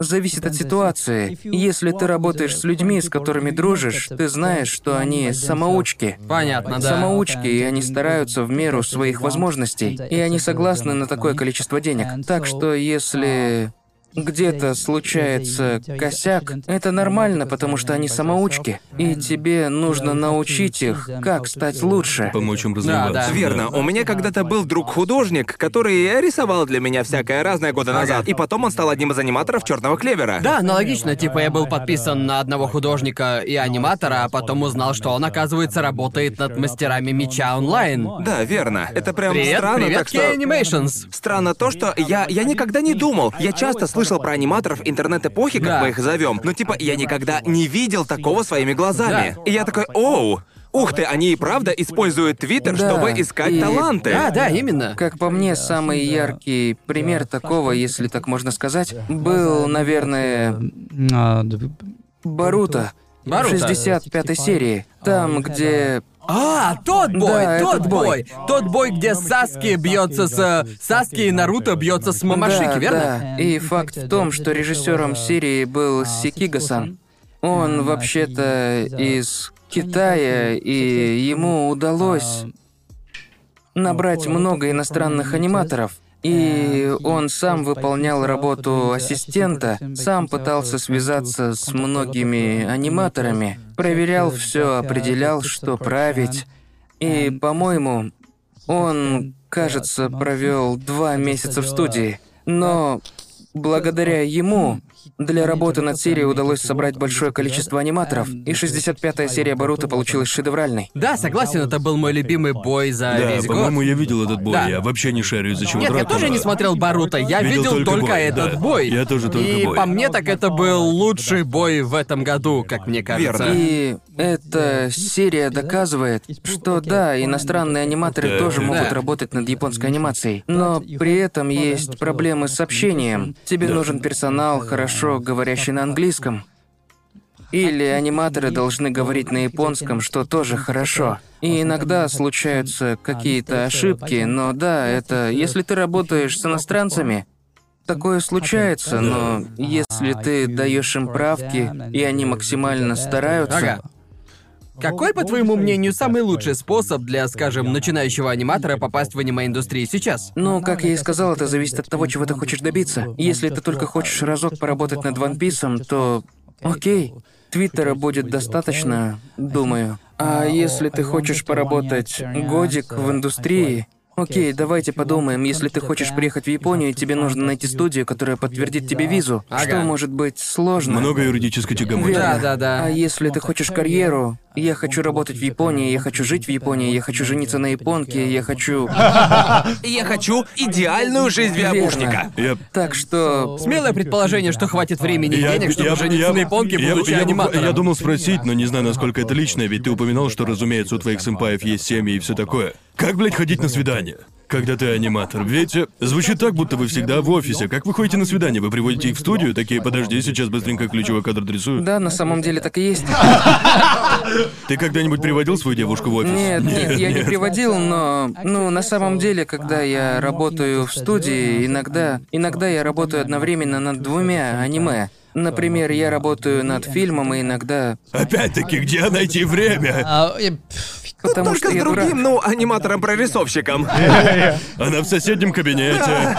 зависит от ситуации. Если ты работаешь с людьми, с которыми дружишь, ты знаешь, что они самоучки.
Понятно, да.
Самоучки, и они стараются в меру своих возможностей, и они согласны на такое количество денег. Так что если где-то случается косяк, это нормально, потому что они самоучки, и тебе нужно научить их, как стать лучше.
Помочь им
Да,
развиваться.
да.
Верно, у меня когда-то был друг-художник, который рисовал для меня всякое разное года назад, и потом он стал одним из аниматоров черного клевера.
Да, аналогично, типа я был подписан на одного художника и аниматора, а потом узнал, что он, оказывается, работает над мастерами меча онлайн.
Да, верно. Это прям
Привет,
странно,
привет,
так что.
Key Animations.
Странно то, что я, я никогда не думал. Я часто слышал про аниматоров интернет-эпохи, как
Да.
мы их зовем, но типа я никогда не видел такого своими глазами.
Да.
И я такой, оу, ух ты, они и правда используют Твиттер,
Да,
чтобы искать
и-
таланты.
Да, да, именно.
Как по мне, самый яркий пример такого, если так можно сказать, был, наверное, Баруто.
Боруто.
65 серии. Там, где...
А, тот бой,
Да,
тот
этот
бой.
бой.
Тот бой, где Саски бьется с... э, Саски и Наруто бьется с Мамашики,
Да,
верно?
да. И факт в том, что режиссером серии был Сикига-сан. Он вообще-то из Китая, и ему удалось набрать много иностранных аниматоров.
э,
И он сам выполнял работу ассистента, сам пытался связаться с многими аниматорами, проверял все, определял, что править. И, по-моему, он, кажется, провел два месяца в студии. Но благодаря ему для работы над серией удалось собрать большое количество аниматоров, и 65-я серия Барута получилась шедевральной.
Да, согласен, это был мой любимый бой за
Да,
весь год.
по-моему, я видел этот бой.
Да.
Я вообще не шарю, из-за чего
Нет, я
драка
тоже не
была.
смотрел Баруто, я видел,
Видел
только,
только бой,
этот
да.
бой.
Я тоже только
И
бой.
по мне так это был лучший бой в этом году, как мне кажется.
Верно.
И эта серия доказывает, что да, иностранные аниматоры
Да.
тоже могут
Да.
работать над японской анимацией, но при этом есть проблемы с общением. Тебе
Да.
нужен персонал, хорошо говорящий на английском. Или аниматоры должны говорить на японском, что тоже хорошо. И иногда случаются какие-то ошибки, но да, это... Если ты работаешь с иностранцами, Такое случается, но если ты даешь им правки, и они максимально стараются,
Ага. Какой, по твоему мнению, самый лучший способ для, скажем, начинающего аниматора попасть в аниме-индустрию сейчас?
Ну, как я и сказал, это зависит от того, чего ты хочешь добиться. Если ты только хочешь разок поработать над One Piece, то окей, Твиттера будет достаточно, думаю. А если ты хочешь поработать годик в индустрии, Окей, давайте подумаем. Если ты хочешь приехать в Японию, тебе нужно найти студию, которая подтвердит тебе визу.
Ага.
Что может быть сложно?
Много юридической тягомоти.
Верно.
Да, да, да.
А если ты хочешь карьеру, я хочу работать в Японии, я хочу жить в Японии, я хочу жениться на японке, я хочу...
Я хочу идеальную жизнь виабушника.
Верно.
Я...
Так что...
Смелое предположение, что хватит времени и
я-
денег, чтобы
я-
жениться
я-
на японке,
я-
будучи
я-
аниматором.
Я думал спросить, но не знаю, насколько это лично, ведь ты упоминал, что, разумеется, у твоих сэмпаев есть семьи и все такое. Как, блядь, ходить на свидание? Когда ты аниматор, ведь э, звучит так, будто вы всегда в офисе. Как вы ходите на свидание? Вы приводите их в студию, такие, подожди, сейчас быстренько ключевой кадр дрисую.
Да, на самом деле так и есть.
Ты когда-нибудь приводил свою девушку в офис?
Нет, нет, я не
нет.
приводил, но... Ну, на самом деле, когда я работаю в студии, иногда... Иногда я работаю одновременно над двумя аниме. Например, я работаю над фильмом, и иногда...
Опять-таки, где найти время?
Uh,
А, э, пф,
Потому
Только
что я
с
дурак.
другим, ну, аниматором-прорисовщиком.
Она в соседнем кабинете.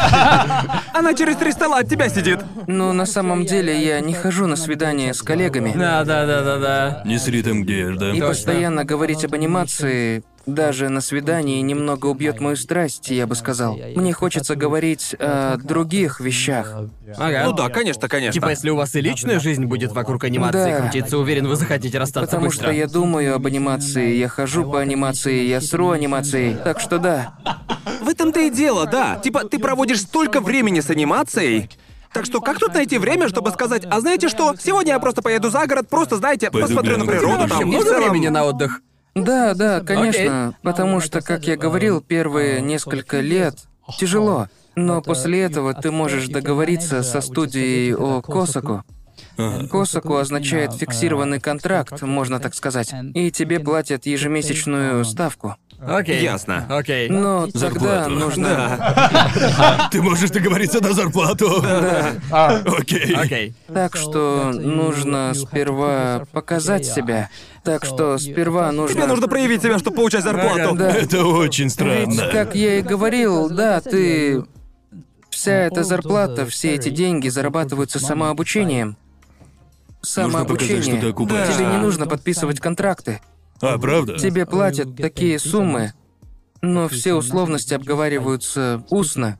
Она через три стола от тебя сидит.
Но на самом деле я не хожу на свидания с коллегами.
Да, да, да, да, да.
Не с ритм где, да?
И
Точно.
постоянно говорить об анимации, даже на свидании, немного убьет мою страсть, я бы сказал. Мне хочется говорить о других вещах.
Ага.
Ну да, конечно, конечно.
Типа, если у вас и личная жизнь будет вокруг анимации
Да.
крутиться, уверен, вы захотите расстаться
Потому
быстро.
что я думаю об анимации, я хожу по анимации, я сру анимацией. Так что да.
В этом-то и дело, да. Типа, ты проводишь столько времени с анимацией. Так что как тут найти время, чтобы сказать, а знаете что, сегодня я просто поеду за город, просто, знаете,
Пойду
посмотрю на
гляну,
природу
где
Вообще
там. и в
много
целом-
времени на отдых.
Да, да, конечно. Потому что, как я говорил, первые несколько лет тяжело. Но после этого ты можешь договориться со студией о Косаку.
Ага.
Косаку означает фиксированный контракт, можно так сказать. И тебе платят ежемесячную ставку.
Окей.
Ясно.
Окей.
Но тогда
Зарплату.
нужно...
Да.
Ты можешь договориться на зарплату.
А,
Окей.
Окей.
Так что нужно сперва показать себя. Так что сперва нужно...
Тебе нужно проявить себя, чтобы получать зарплату.
Да.
Это очень
Ведь,
странно.
как я и говорил, да, ты... Вся эта зарплата, все эти деньги зарабатываются самообучением.
Нужно показать, что ты
Самообучение.
окупаешься.
Тебе не нужно подписывать контракты.
А, правда?
Тебе платят такие суммы, но все условности обговариваются устно.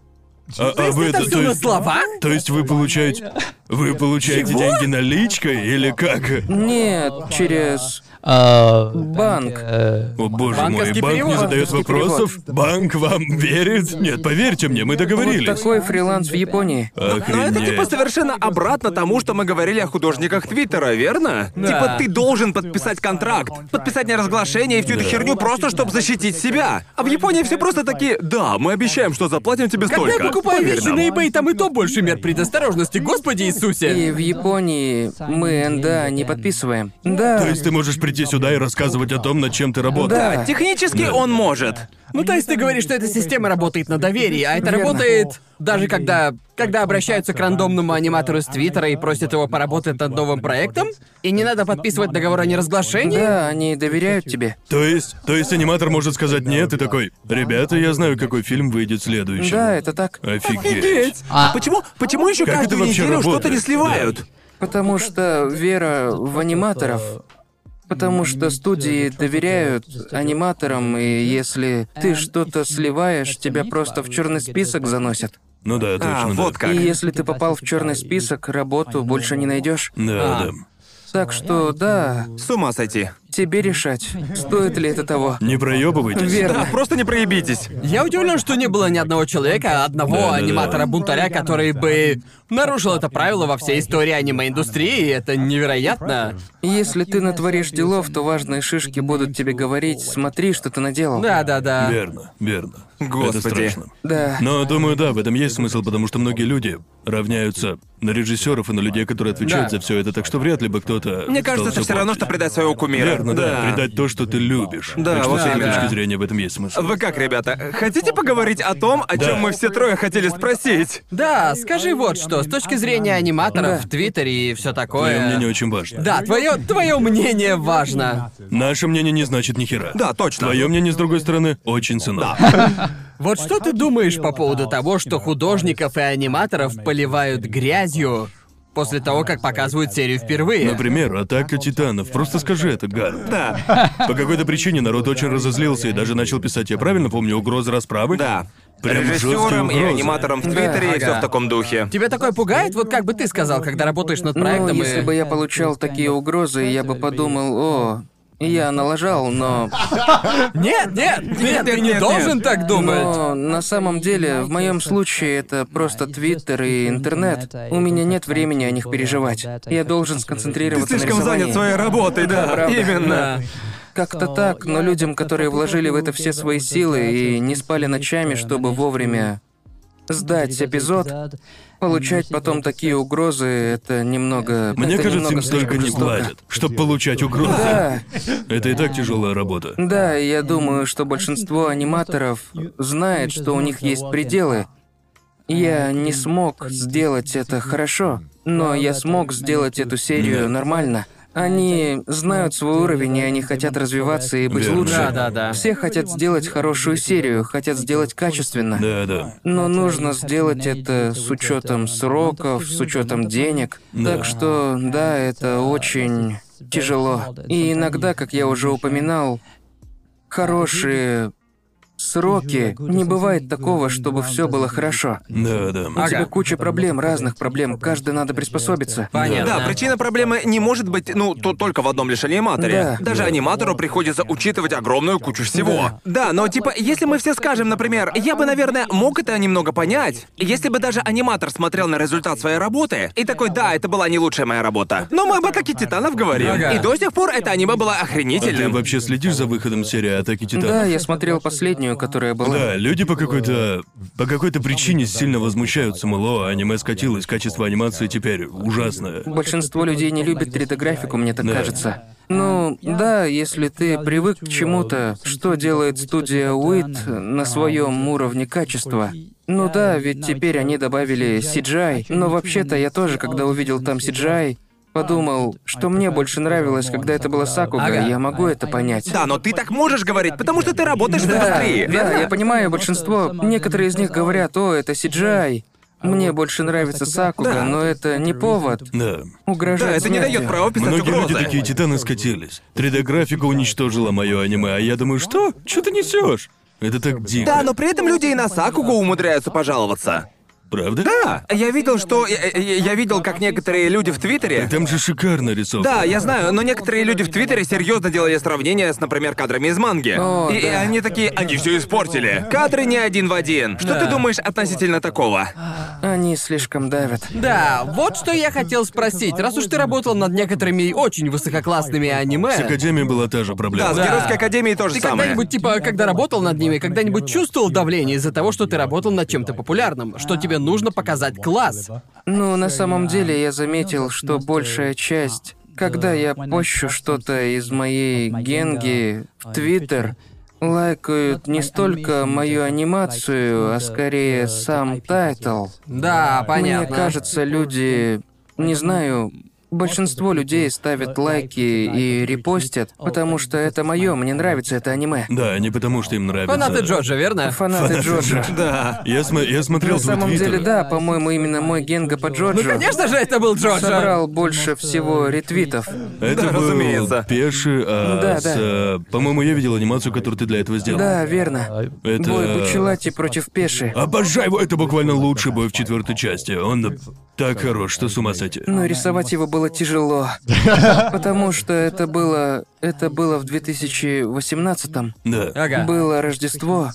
А, а вы
Это
это,
все
то
на
есть, Ну,
словах?
то есть вы получаете, вы получаете деньги наличкой или как?
Нет, через
а,
банк.
э,
О боже мой,
Банковский
банк не
перевод.
задает
Банковский
вопросов, банк вам верит? Нет, поверьте мне, мы
Вот
договорились.
такой фриланс в Японии.
Но это типа
Охренеть.
совершенно обратно тому, что мы говорили о художниках Твиттера, верно? Типа ты должен подписать контракт, подписать неразглашение и всю эту херню просто, чтобы защитить себя. А в Японии все просто такие, да, мы обещаем, что заплатим тебе
Когда я
столько.
покупаю
Поверь
вещи
нам».
на eBay, там и то больше мер предосторожности, господи
И
Иисусе.
в Японии мы НДА не подписываем. Да.
То есть ты можешь прийти сюда и рассказывать о том, над чем ты работаешь.
Да.
Технически он может.
Ну, то есть ты говоришь, что эта система работает на доверии, а это
Верно.
работает даже когда... Когда обращаются к рандомному аниматору с Твиттера и просят его поработать над новым проектом, и не надо подписывать договор о неразглашении,
Да, они доверяют тебе.
То есть, то есть аниматор может сказать нет и такой, ребята, я знаю, какой фильм выйдет следующим.
Да, это так.
Офигеть.
а,
Почему, почему еще
Как это
каждую
вообще
неделю что-то
работает?
не сливают?
Потому что вера в аниматоров. Потому что студии доверяют аниматорам, и если ты что-то сливаешь, тебя просто в черный список заносят.
Ну да,
А,
точно. да.
вот как.
И если ты попал в черный список, работу больше не найдешь.
Да,
А.
да.
Так что да,
С ума сойти.
тебе решать, стоит ли это того.
Не проебывайтесь.
Да,
Верно.
просто не проебитесь.
Я удивлен, что не было ни одного человека, а одного
Да-да-да.
аниматора-бунтаря, который бы нарушил это правило во всей истории аниме-индустрии, и это невероятно.
Если ты натворишь делов, то важные шишки будут тебе говорить, смотри, что ты наделал.
Да-да-да.
Верно, верно.
Господи.
Это страшно.
Да.
Но думаю, да, в этом есть смысл, потому что многие люди равняются на режиссеров и на людей, которые отвечают
Да.
за все это, так что вряд ли бы кто-то.
Мне кажется, это
стал
все равно,
всё
что предать своего кумира.
Верно, да. Предать то, что ты любишь.
Да,
так что
вот
с этой
именно.
точки зрения в этом есть смысл.
Вы как, ребята, хотите поговорить о том, о
Да.
чем мы все трое хотели спросить?
Да, скажи вот что, с точки зрения аниматоров в Твиттере и все
Твое
такое.
мнение очень важно.
Да, твое, твое мнение важно.
Наше мнение не значит ни хера.
Да, точно.
Твое мнение, с другой стороны, очень ценно.
Вот что ты думаешь по поводу того, что художников и аниматоров поливают грязью после того, как показывают серию впервые?
Например, атака титанов. Просто скажи это, Гар.
Да,
По какой-то причине народ очень разозлился и даже начал писать, я правильно помню, угрозы расправы?
да.
Прям жесткие
Режиссером и
угрозы.
аниматором в Твиттере и
ага.
все в таком духе.
Тебя такое пугает? Вот как бы ты сказал, когда работаешь над
Ну,
проектом и-
если бы я получал такие угрозы, я бы подумал, о, я налажал, но...
Нет, нет, нет, ты не
нет,
должен
нет.
так думать.
Но на самом деле, в моем случае, это просто Твиттер и интернет. У меня нет времени о них переживать. Я должен
Ты
сконцентрироваться на
слишком занят
рисовании.
своей работой, да.
правда.
Именно.
Как-то так, но людям, которые вложили в это все свои силы и не спали ночами, чтобы вовремя сдать эпизод, получать потом такие угрозы, это немного...
Мне
это
кажется, им
немного
столько не
жестоко.
платят, чтобы получать угрозы.
Да,
Это и так тяжелая работа.
да, я думаю, что большинство аниматоров знает, что у них есть пределы. Я не смог сделать это хорошо, но я смог сделать эту серию
Да.
нормально. Они знают свой уровень, и они хотят развиваться и быть
Верно.
лучше.
Да, да, да.
Все хотят сделать хорошую серию, хотят сделать качественно.
Да, да.
Но нужно сделать это с учетом сроков, с учетом денег.
Да.
Так что, да, это очень тяжело. И иногда, как я уже упоминал, хорошие сроки. Не бывает такого, чтобы все было хорошо.
Да, да.
У тебя
Ага.
куча проблем, разных проблем, каждый надо приспособиться.
Понятно.
Да, причина проблемы не может быть, ну, то только в одном лишь аниматоре.
Да.
Даже аниматору приходится учитывать огромную кучу всего. Да, но типа, если мы все скажем, например, я бы, наверное, мог это немного понять, если бы даже аниматор смотрел на результат своей работы и такой, да, это была не лучшая моя работа. Но мы об атаке титанов говорим.
Ага.
И до сих пор это аниме было
А ты
охренительным.
вообще следишь за выходом серии Атаки Титанов?
Да, я смотрел последнюю, которая была.
Да, люди по какой-то... по какой-то причине сильно возмущаются, мол, «О, аниме скатилось, качество анимации теперь ужасное.
Большинство людей не любят 3D-графику, мне так
Да.
кажется. Ну, да, если ты привык к чему-то, что делает студия Уит на своем уровне качества. Ну да, ведь теперь они добавили CGI, но вообще-то я тоже, когда увидел там CGI, подумал, что мне больше нравилось, когда это было Сакуга,
Ага.
я могу это понять.
Да, но ты так можешь говорить, потому что ты работаешь в
Да,
индустрии.
да,
верно?
я понимаю, большинство, некоторые из них говорят, о, это CGI, мне больше нравится Сакуга,
Да.
но это не повод
Да.
угрожать
Да, это не
смерти.
дает права писать
Многие
угрозы.
люди такие титаны скатились. 3D-графика уничтожила мое аниме, а я думаю, что? Что ты несешь? Это так дико.
Да, но при этом люди и на Сакугу умудряются пожаловаться.
Правда?
Да, я видел, что... Я, я- я видел, как некоторые люди в Твиттере...
Там же шикарно рисовка.
Да, я знаю, но некоторые люди в Твиттере серьезно делали сравнение с, например, кадрами из манги.
О,
и, и
да.
они такие, они все испортили. Кадры не один в один. Что ты думаешь относительно такого?
Они слишком давят.
Да, вот что я хотел спросить. Раз уж ты работал над некоторыми очень высококлассными
С
аниме,
Академией была та же проблема.
Да, с Геройской Академией то же
ты
самое.
когда-нибудь, типа, когда работал над ними, когда-нибудь чувствовал давление из-за того, что ты работал над чем-то популярным, что тебе нужно показать класс?
Ну, на самом деле я заметил, что большая часть, когда я пощу что-то из моей генги в Твиттер, лайкают не столько мою анимацию, а скорее сам тайтл.
Да, понятно.
Мне кажется, люди, не знаю, большинство людей ставят лайки и репостят, потому что это мое, мне нравится это аниме.
Да, не потому что им нравится.
Фанаты Ну, Джорджа, верно?
Фанаты Джорджа.
Да.
Я, смо- я смотрел
На
твой
самом
твиттер.
деле, да, по-моему, именно мой генга по Джорджу.
Ну, Конечно же, это был Джорджа.
собрал больше всего ретвитов.
Это
Да,
был
разумеется. Ну
Пеши, а,
Да,
с,
да.
а, по-моему, я видел анимацию, которую ты для этого сделал.
Да, верно.
Это... А,
Бой Бучелати против Пеши.
Обожаю его, это буквально лучший бой в четвертой части. Он так хорош, что с ума сойти.
Ну.
Но рисовать его было тяжело. Потому что это было... Это было в 2018-м.
Да.
Ага.
Было Рождество.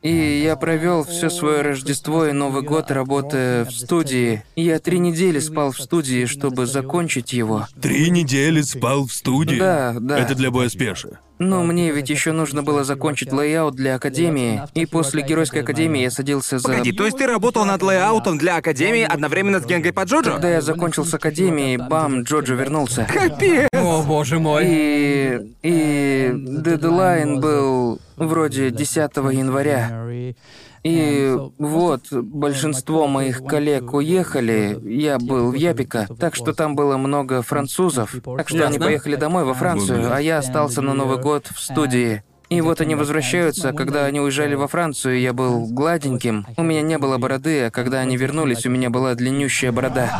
И я провел все свое Рождество и Новый год, работая в студии. Я три недели спал в студии, чтобы закончить его.
Три недели спал в студии.
Да, да.
Это для боя спеша.
Но мне ведь еще нужно было закончить лейаут для Академии, и после Геройской Академии я садился за...
Погоди, то есть ты работал над лейаутом для Академии одновременно с Генгой Паджоджо?
Когда я закончил с Академией, бам, Джоджо вернулся.
Капец!
О, боже мой.
И... и... дедлайн был вроде 10 января. И вот, большинство моих коллег уехали, я был в Япика, так что там было много французов, так что они
Ясно.
поехали домой во Францию, а я остался на Новый год в студии. И вот они возвращаются, а когда они уезжали во Францию, я был гладеньким, у меня не было бороды, а когда они вернулись, у меня была длиннющая борода.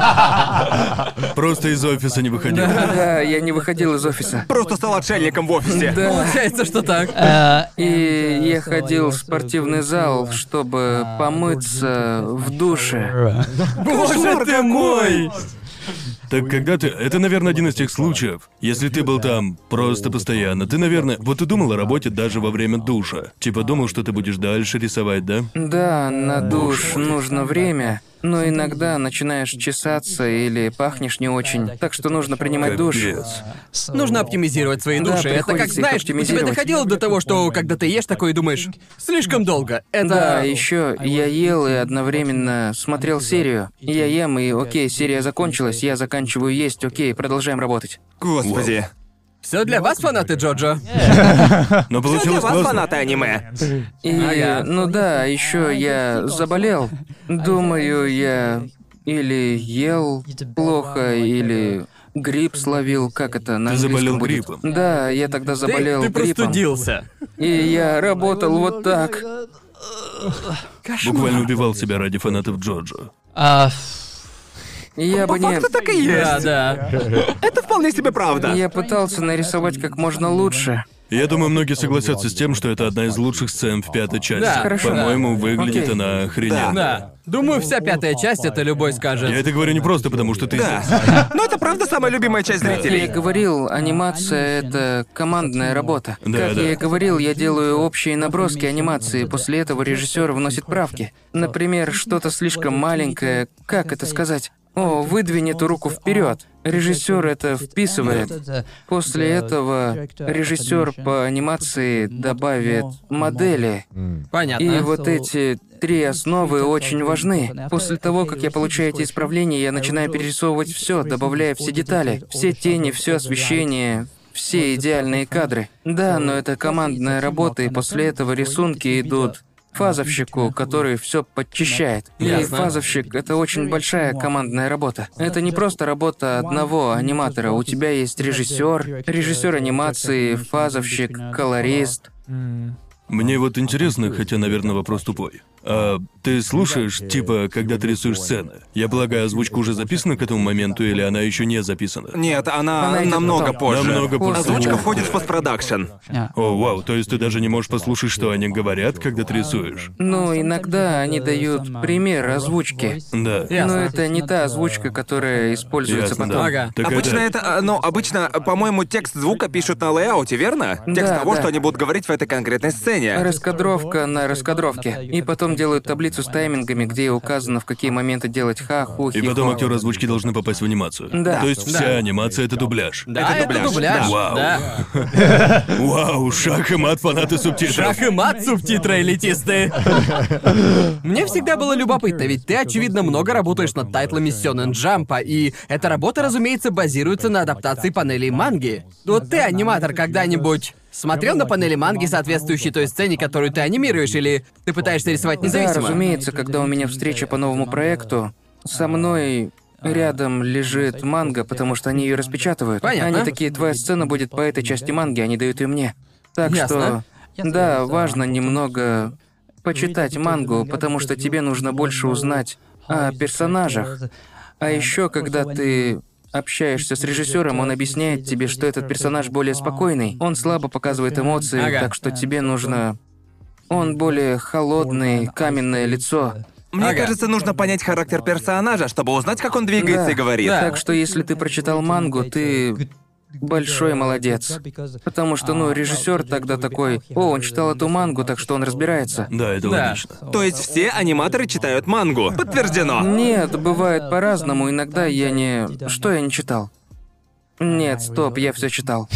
Просто из офиса не выходил.
Да, я не выходил из офиса.
Просто стал отшельником в офисе.
Да.
Получается, что так.
И я ходил в спортивный зал, чтобы помыться в душе.
Боже ты мой!
Так когда ты... Это, наверное, один из тех случаев. Если ты был там просто постоянно, ты, наверное... Вот ты думал о работе даже во время душа. Типа думал, что ты будешь дальше рисовать, да?
Да, на душ нужно время, но иногда начинаешь чесаться или пахнешь не очень, так что нужно принимать душ.
Капец.
Нужно оптимизировать свои
Да,
души. это как,
приходится их
знаешь, типа, тебе
оптимизировать.
доходило до того, что когда ты ешь такое и думаешь, слишком долго. Это...
Да, еще я ел и одновременно смотрел серию. Я ем, и окей, серия закончилась, я заканчиваю есть, окей, продолжаем работать.
Господи.
Все для вас, фанаты Джоджо.
Но
Всё для
получилось
Э, вас,
классно.
фанаты аниме.
И, ну да,
А,
еще я заболел. Думаю, я или ел плохо, или грипп словил, как это на
Ты
английском
заболел
будет?
гриппом?
Да, я тогда заболел
ты, ты
гриппом.
простудился.
И я работал вот так.
Ну,
Буквально убивал себя ради фанатов Джорджа.
А,
Я бы не...
Факты так и есть.
Да, да.
Это вполне себе правда.
Я пытался нарисовать как можно лучше.
Я думаю, многие согласятся с тем, что это одна из лучших сцен в пятой части.
Да, хорошо.
По-моему, выглядит
Окей.
она охрененно.
Да. Думаю, вся пятая часть это любой скажет.
Я это говорю не просто потому, что ты здесь.
Да. Но это правда самая любимая часть
Я и
зрителей.
говорил, анимация — это командная работа.
Да,
как
да.
я и говорил, я делаю общие наброски анимации, после этого режиссер вносит правки. Например, что-то слишком маленькое, как это сказать? О, выдвинь эту руку вперед. Режиссер это вписывает. После этого режиссер по анимации добавит модели,
Понятно.
И вот эти три основы очень важны. После того, как я получаю эти исправления, я начинаю перерисовывать все, добавляя все детали, все тени, все освещение, все идеальные кадры. Да, но
Э,
это командная работа, и после этого рисунки идут фазовщику, который все подчищает. И
Ясно.
фазовщик — это очень большая командная работа. Это не просто работа одного аниматора. У тебя есть режиссер, режиссер анимации, фазовщик, колорист.
Мне вот интересно, хотя, наверное, вопрос тупой. А ты слушаешь, типа, когда ты рисуешь сцены? Я полагаю, озвучка уже записана к этому моменту, или она еще не записана?
Нет, она,
Она идет
намного
потом.
позже.
Намного позже.
Озвучка
О.
входит в постпродакшн.
А,
О, вау, то есть ты даже не можешь послушать, что они говорят, когда ты рисуешь?
а
Ну, иногда они дают пример озвучки.
Да.
Ясно.
Но это не та озвучка, которая используется
Ясно,
потом.
да.
Ага.
Так
обычно это, а, ну, обычно, а, по-моему, текст звука пишут на лейауте, верно? Текст
Да,
того,
да.
что они будут говорить в этой конкретной сцене.
Раскадровка на раскадровке. И потом делают таблицу с таймингами, где указано, в какие моменты делать ха, ху,
И
хи,
потом
хо.
актеры озвучки должны попасть в анимацию.
Да.
То есть вся анимация — это дубляж.
Да, это
дубляж.
дубляж.
Да.
Вау.
Да.
Вау, шах и мат фанаты субтитров.
Шах и мат, субтитры элитисты. Мне всегда было любопытно, ведь ты, очевидно, много работаешь над тайтлами Сёнэн Джампа, и эта работа, разумеется, базируется на адаптации панелей манги. Вот ты, аниматор, когда-нибудь смотрел на панели манги, соответствующей той сцене, которую ты анимируешь, или ты пытаешься рисовать
Да,
независимо?
разумеется, когда у меня встреча по новому проекту, со мной рядом лежит манга, потому что они ее распечатывают.
Понятно.
Они такие, твоя сцена будет по этой части манги, они дают ее мне. Так
Ясно.
что, да, важно немного почитать мангу, потому что тебе нужно больше узнать о а, персонажах. А еще, когда ты общаешься с режиссером, он объясняет тебе, что этот персонаж более спокойный. Он слабо показывает эмоции,
Ага.
так что тебе нужно... Он более холодный, каменное лицо.
Мне
Ага.
кажется, нужно понять характер персонажа, чтобы узнать, как он двигается
Да.
и говорит.
Да. э,
Так что если ты прочитал мангу, ты большой молодец. Потому что,
А,
ну, режиссер тогда такой, о, он читал эту мангу, так что он разбирается.
Да, это
Да.
логично.
То есть все аниматоры читают мангу. Подтверждено.
Нет, бывает по-разному, иногда я не... Что я не читал? Нет, стоп, я все читал.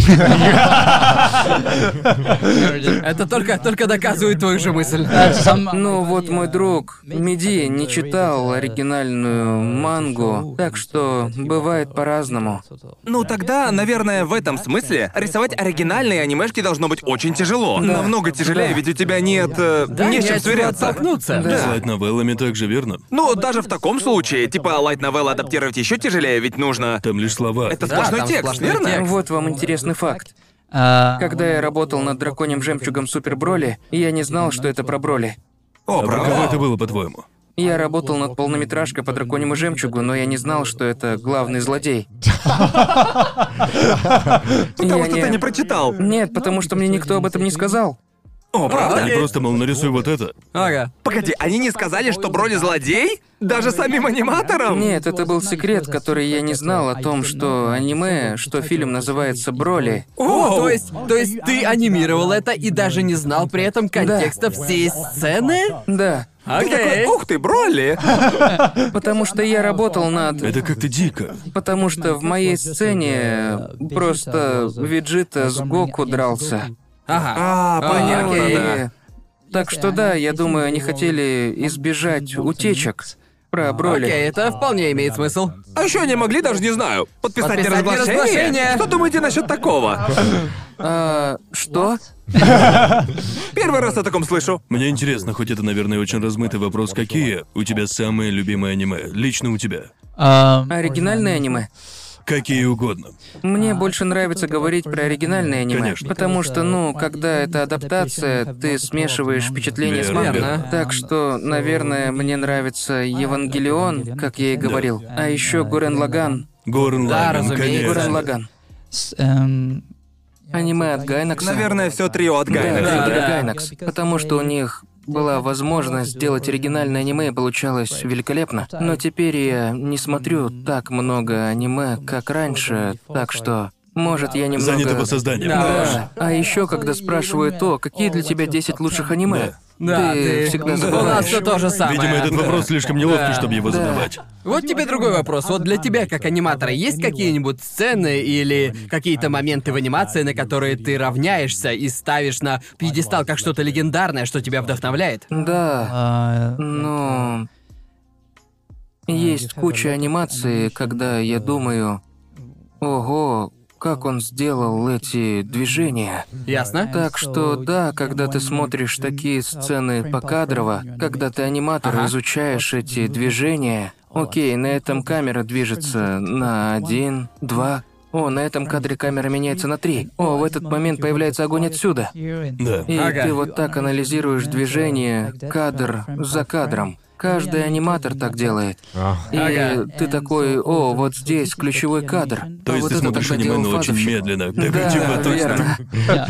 Это только, только доказывает твою же мысль.
Ну вот мой друг Меди не читал оригинальную мангу, так что бывает по-разному.
Ну тогда, наверное, в этом смысле рисовать оригинальные анимешки должно быть очень тяжело. Намного тяжелее, ведь у тебя нет... э,
Да,
не с
не
чем
от чего
сверяться.
оттолкнуться.
Да.
Слайд новеллами также верно.
Ну, даже в таком случае, типа, лайт новеллы адаптировать еще тяжелее, ведь нужно...
Там лишь слова.
Это
Да,
сплошной
там
текст,
сплошной
верно?
текст.
Вот вам интересный факт. Когда я работал над драконьим жемчугом Супер Броли, я не знал, что это про Броли.
О,
А про кого
правда?
это было, по-твоему?
Я работал над полнометражкой по драконьему жемчугу, но я не знал, что это главный злодей.
Потому
Я
что ты не прочитал.
Нет, потому что мне никто об этом не сказал.
О, правда?
Они
Окей.
просто, мол, нарисуй вот это.
Ага.
Погоди, они не сказали, что Броли злодей? Даже самим аниматорам?
Нет, это был секрет, который я не знал о том, что аниме, что фильм называется Броли.
О, то есть, то есть ты анимировал это и даже не знал при этом контекста всей сцены?
Да,
Ты такой,
Окей. А,
ух ты, Броли!
потому что я работал над...
Это как-то дико.
Потому что в моей сцене просто Виджита с Гоку дрался.
Ага.
А,
понятно,
Ну,
понятно,
и-
да.
Так что да, я думаю, они хотели избежать утечек про
Окей,
Броли.
это вполне имеет смысл.
А еще они могли, даже не знаю, подписать,
Подписать
неразглашение?
неразглашение.
Что думаете насчет такого?
А, что?
Первый раз о таком слышу.
Мне интересно, хоть это, наверное, очень размытый вопрос, какие у тебя самые любимые аниме? Лично у тебя.
Оригинальное аниме?
Какие угодно.
Мне больше нравится говорить про оригинальное аниме,
Конечно.
потому что, ну, когда это адаптация, ты смешиваешь впечатления с
Верно.
мангой. Так что, наверное, мне нравится А, Евангелион, как я и говорил, а еще Гурен Лаган.
Горн
Да,
Лаган,
разумеется.
Гурен
конечно.
Лаган. Аниме от Гайнакса.
Наверное, все трио от
Да,
Гайна.
да,
Триггер и
да.
Гайнакс, потому что у них была возможность сделать оригинальное аниме, и получалось великолепно. Но теперь я не смотрю так много аниме, как раньше, так что, может, я немного...
Занято по созданию.
Да. А еще, когда спрашивают то, какие для тебя 10 лучших аниме,
Да,
ты
ты-
всегда
У нас
забываешь.
все то же самое.
Видимо, этот вопрос слишком неловкий,
Да.
чтобы его
Да.
задавать.
Вот тебе другой вопрос. Вот для тебя, как аниматора, есть какие-нибудь сцены или какие-то моменты в анимации, на которые ты равняешься и ставишь на пьедестал как что-то легендарное, что тебя вдохновляет?
Да,
Ну...
но... А, Есть куча анимации, когда я думаю, ого, как он сделал эти движения.
Ясно?
Так А что да, когда ты смотришь такие сцены покадрово, когда ты аниматор
Ага.
изучаешь эти движения, окей, на этом камера движется на один, два, о, на этом кадре камера меняется на три, о, в этот момент появляется огонь отсюда.
Да.
И
Ага.
ты вот так анализируешь движение кадр за кадром. Каждый аниматор так делает. И
Ага.
ты такой, о, вот здесь ключевой кадр.
То
А
есть
вот
ты
это
смотришь
тогда
аниме,
делал
но очень
фазовщик.
медленно. Так,
Да,
типа, то есть,
верно.
ну,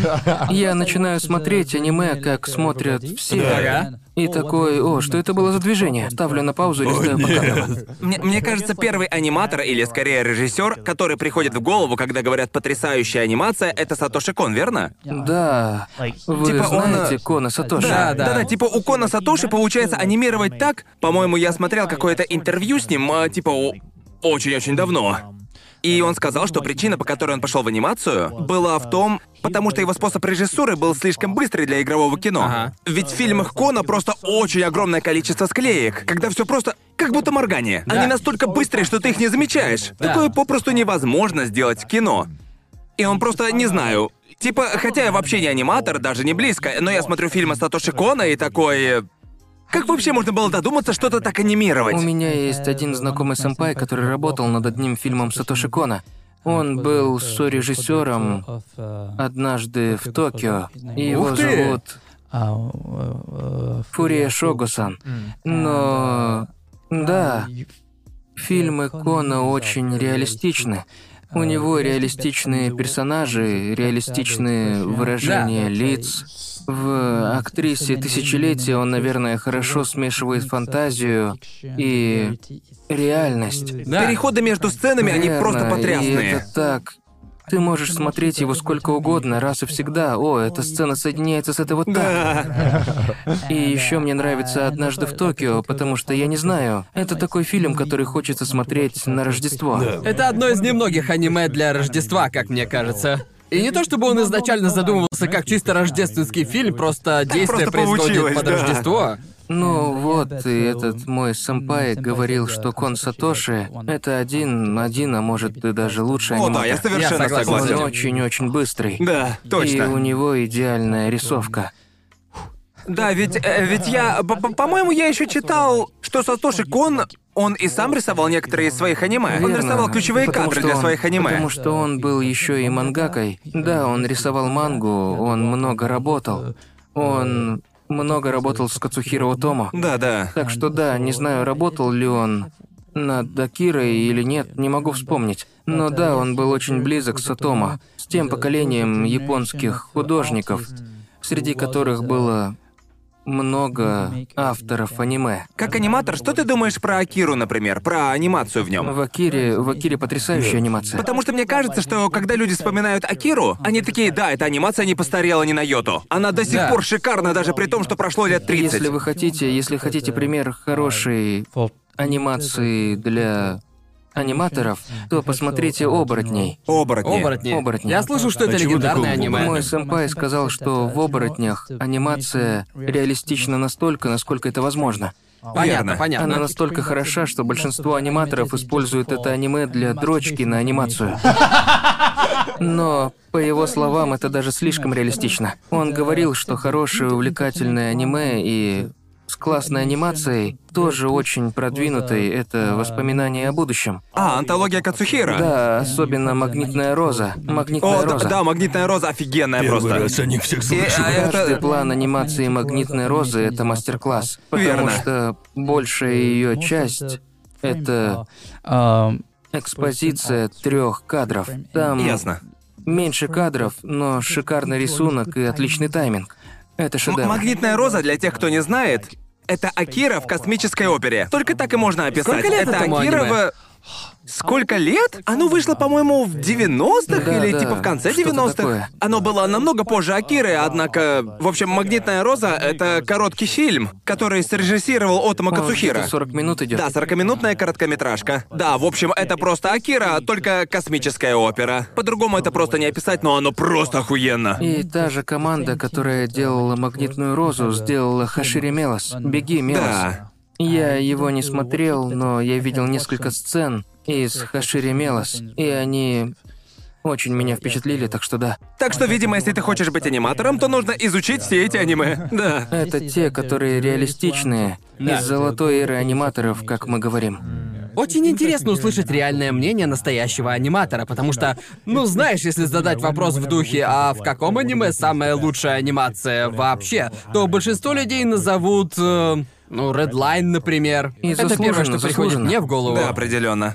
Я начинаю смотреть аниме, как смотрят все.
Ага.
И такой, о, что это было за движение? Ставлю на паузу и
О,
листаю по кадрам.
нет.
Мне, мне кажется, первый аниматор, или скорее режиссер, который приходит в голову, когда говорят «потрясающая анимация», это Сатоши Кон, верно?
Да. Вы
Типа он,
знаете
э,
Кона Сатоши?
Да, да.
да, типа у Кона Сатоши получается анимировать так. По-моему, я смотрел какое-то интервью с ним, а, типа, о- очень-очень давно. И он сказал, что причина, по которой он пошел в анимацию, была в том, потому что его способ режиссуры был слишком быстрый для игрового кино.
Ага.
Ведь в фильмах Кона просто очень огромное количество склеек, когда все просто как будто моргание. Они настолько быстрые, что ты их не замечаешь.
Да.
Такое попросту невозможно сделать в кино. И он просто, не знаю, типа, хотя я вообще не аниматор, даже не близко, но я смотрю фильмы Сатоши Кона и такой... э, Как вообще можно было додуматься что-то так анимировать?
У меня есть один знакомый сэмпай, который работал над одним фильмом Сатоши Кона. Он был сорежиссером однажды в Токио. И его
Ух ты! А, э,
зовут
Фурия
Фурия
Шога.
Шогусан. Но... Да, фильмы Кона очень реалистичны. У него реалистичные персонажи, реалистичные выражения
Да.
лиц. В «Актрисе тысячелетия» он, наверное, хорошо смешивает фантазию и реальность.
Да.
Переходы между сценами, они
Верно,
просто
и
потрясные.
это так Ты можешь смотреть его сколько угодно, раз и всегда. О, эта сцена соединяется с этой вот так.
Да.
И еще мне нравится «Однажды в Токио», потому что я не знаю. Это такой фильм, который хочется смотреть на Рождество.
Да.
Это одно из немногих аниме для Рождества, как мне кажется. И не то чтобы он изначально задумывался как чисто рождественский фильм, просто действие
просто
происходит
получилось,
под
да.
Рождество.
Ну вот, и этот мой сэмпай говорил, что Кон Сатоши — это один, один, а может и даже лучше
О, да,
аниме.
я совершенно
Я согласен.
Он
согласен.
очень-очень быстрый.
Да,
И у
точно.
него идеальная рисовка.
Да, ведь, э, ведь я, по- по- по-моему, я еще читал, что Сатоши Кон, он и сам рисовал некоторые из своих аниме. Он
Верно,
рисовал ключевые
потому
кадры
что
для
он-
своих аниме.
Потому что он был еще и мангакой. Да, он рисовал мангу, он много работал. Он э, много работал с Кацухиро Томо.
Да, да.
Так что да, не знаю, работал ли он над Дакирой или нет, не могу вспомнить. Но да, он был очень близок с Атомо, с тем поколением японских художников, среди которых было много авторов аниме.
Как аниматор, что ты думаешь про Акиру, например, про анимацию в нем?
В Акире, в Акире потрясающая анимация.
Потому что мне кажется, что когда люди вспоминают Акиру, они такие, да, эта анимация не постарела ни на йоту. Она до сих
Да.
пор шикарна, даже при том, что прошло лет 30.
Если вы хотите, если хотите пример хорошей анимации для аниматоров, то посмотрите «Оборотней».
Оборотни.
Оборотни.
Оборотни.
Я слышал, что это
А чего
легендарное
такого было?
аниме.
Мой сэмпай сказал, что в «Оборотнях» анимация реалистична настолько, насколько это возможно.
Понятно,
Верно.
понятно.
Она настолько хороша, что большинство аниматоров используют это аниме для дрочки на анимацию. Но, по его словам, это даже слишком реалистично. Он говорил, что хорошее увлекательное аниме и с классной анимацией, тоже очень продвинутой, это воспоминание о будущем.
А, антология Кацухира.
Да, особенно «Магнитная роза». «Магнитная
О, да,
роза».
да, магнитная роза офигенная
Первый
просто.
раз о них всех
И,
слышу.
а, это-
Каждый план анимации магнитной розы это мастер-класс, потому
Верно.
что большая ее часть это экспозиция трех кадров. Там
Ясно.
меньше кадров, но шикарный рисунок и отличный тайминг. Это
М-
шедевр.
Магнитная роза, для тех, кто не знает, это Акира в космической опере. Только так и можно описать.
Сколько лет
это
этому
Акира
аниме?
в- Сколько лет? Оно вышло, по-моему, в 90-х
Да,
или
да,
типа в конце
что-то
90-х.
такое.
Оно было намного позже Акиры, однако... В общем, «Магнитная роза» — это короткий фильм, который срежиссировал Отома
Он
Кацухира.
где-то 40 минут идет.
Да, 40-минутная короткометражка. Да, в общем, это просто Акира, только космическая опера. По-другому это просто не описать, но оно просто охуенно.
И та же команда, которая делала магнитную розу, сделала Хашири Мелос. Беги, Мелос.
Да.
Я его не смотрел, но я видел несколько сцен из Хашири Мелос, и они очень меня впечатлили, так что да.
Так что, видимо, если ты хочешь быть аниматором, то нужно изучить все эти аниме. Да.
Это те, которые реалистичные, из золотой эры аниматоров, как мы говорим.
Очень интересно услышать реальное мнение настоящего аниматора, потому что, ну знаешь, если задать вопрос в духе, а в каком аниме самая лучшая анимация вообще, то большинство людей назовут, э, ну, Redline, например.
И
Это первое,
заслуженно,
что приходит
заслуженно.
мне в голову.
Да, определенно.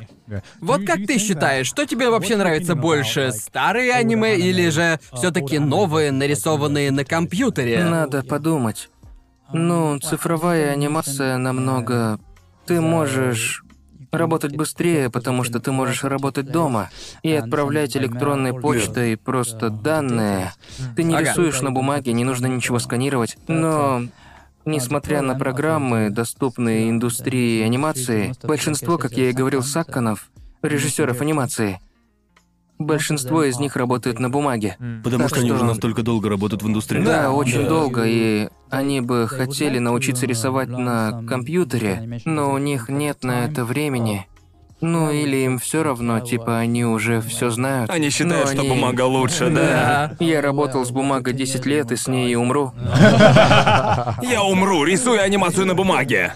Вот как ты считаешь, что тебе вообще нравится больше, старые аниме или же все-таки новые, нарисованные на компьютере?
Надо подумать. Ну, цифровая анимация намного... Ты можешь работать быстрее, потому что ты можешь работать дома и отправлять электронной почтой просто данные. Ты не
Ага.
рисуешь на бумаге, не нужно ничего сканировать. Но Несмотря на программы, доступные индустрии анимации, большинство, как я и говорил, сакканов, режиссеров анимации, большинство из них работают на бумаге.
Потому
так
что они
что-
уже настолько долго работают в индустрии.
Да, очень
Да.
долго, и они бы хотели научиться рисовать на компьютере, но у них нет на это времени. Ну или им все равно, типа они уже все знают.
Они считают,
Но
что
Ну, они-
бумага лучше, да.
Да.
Я работал с бумагой 10 лет и с ней и умру.
Я умру, рисую анимацию на бумаге.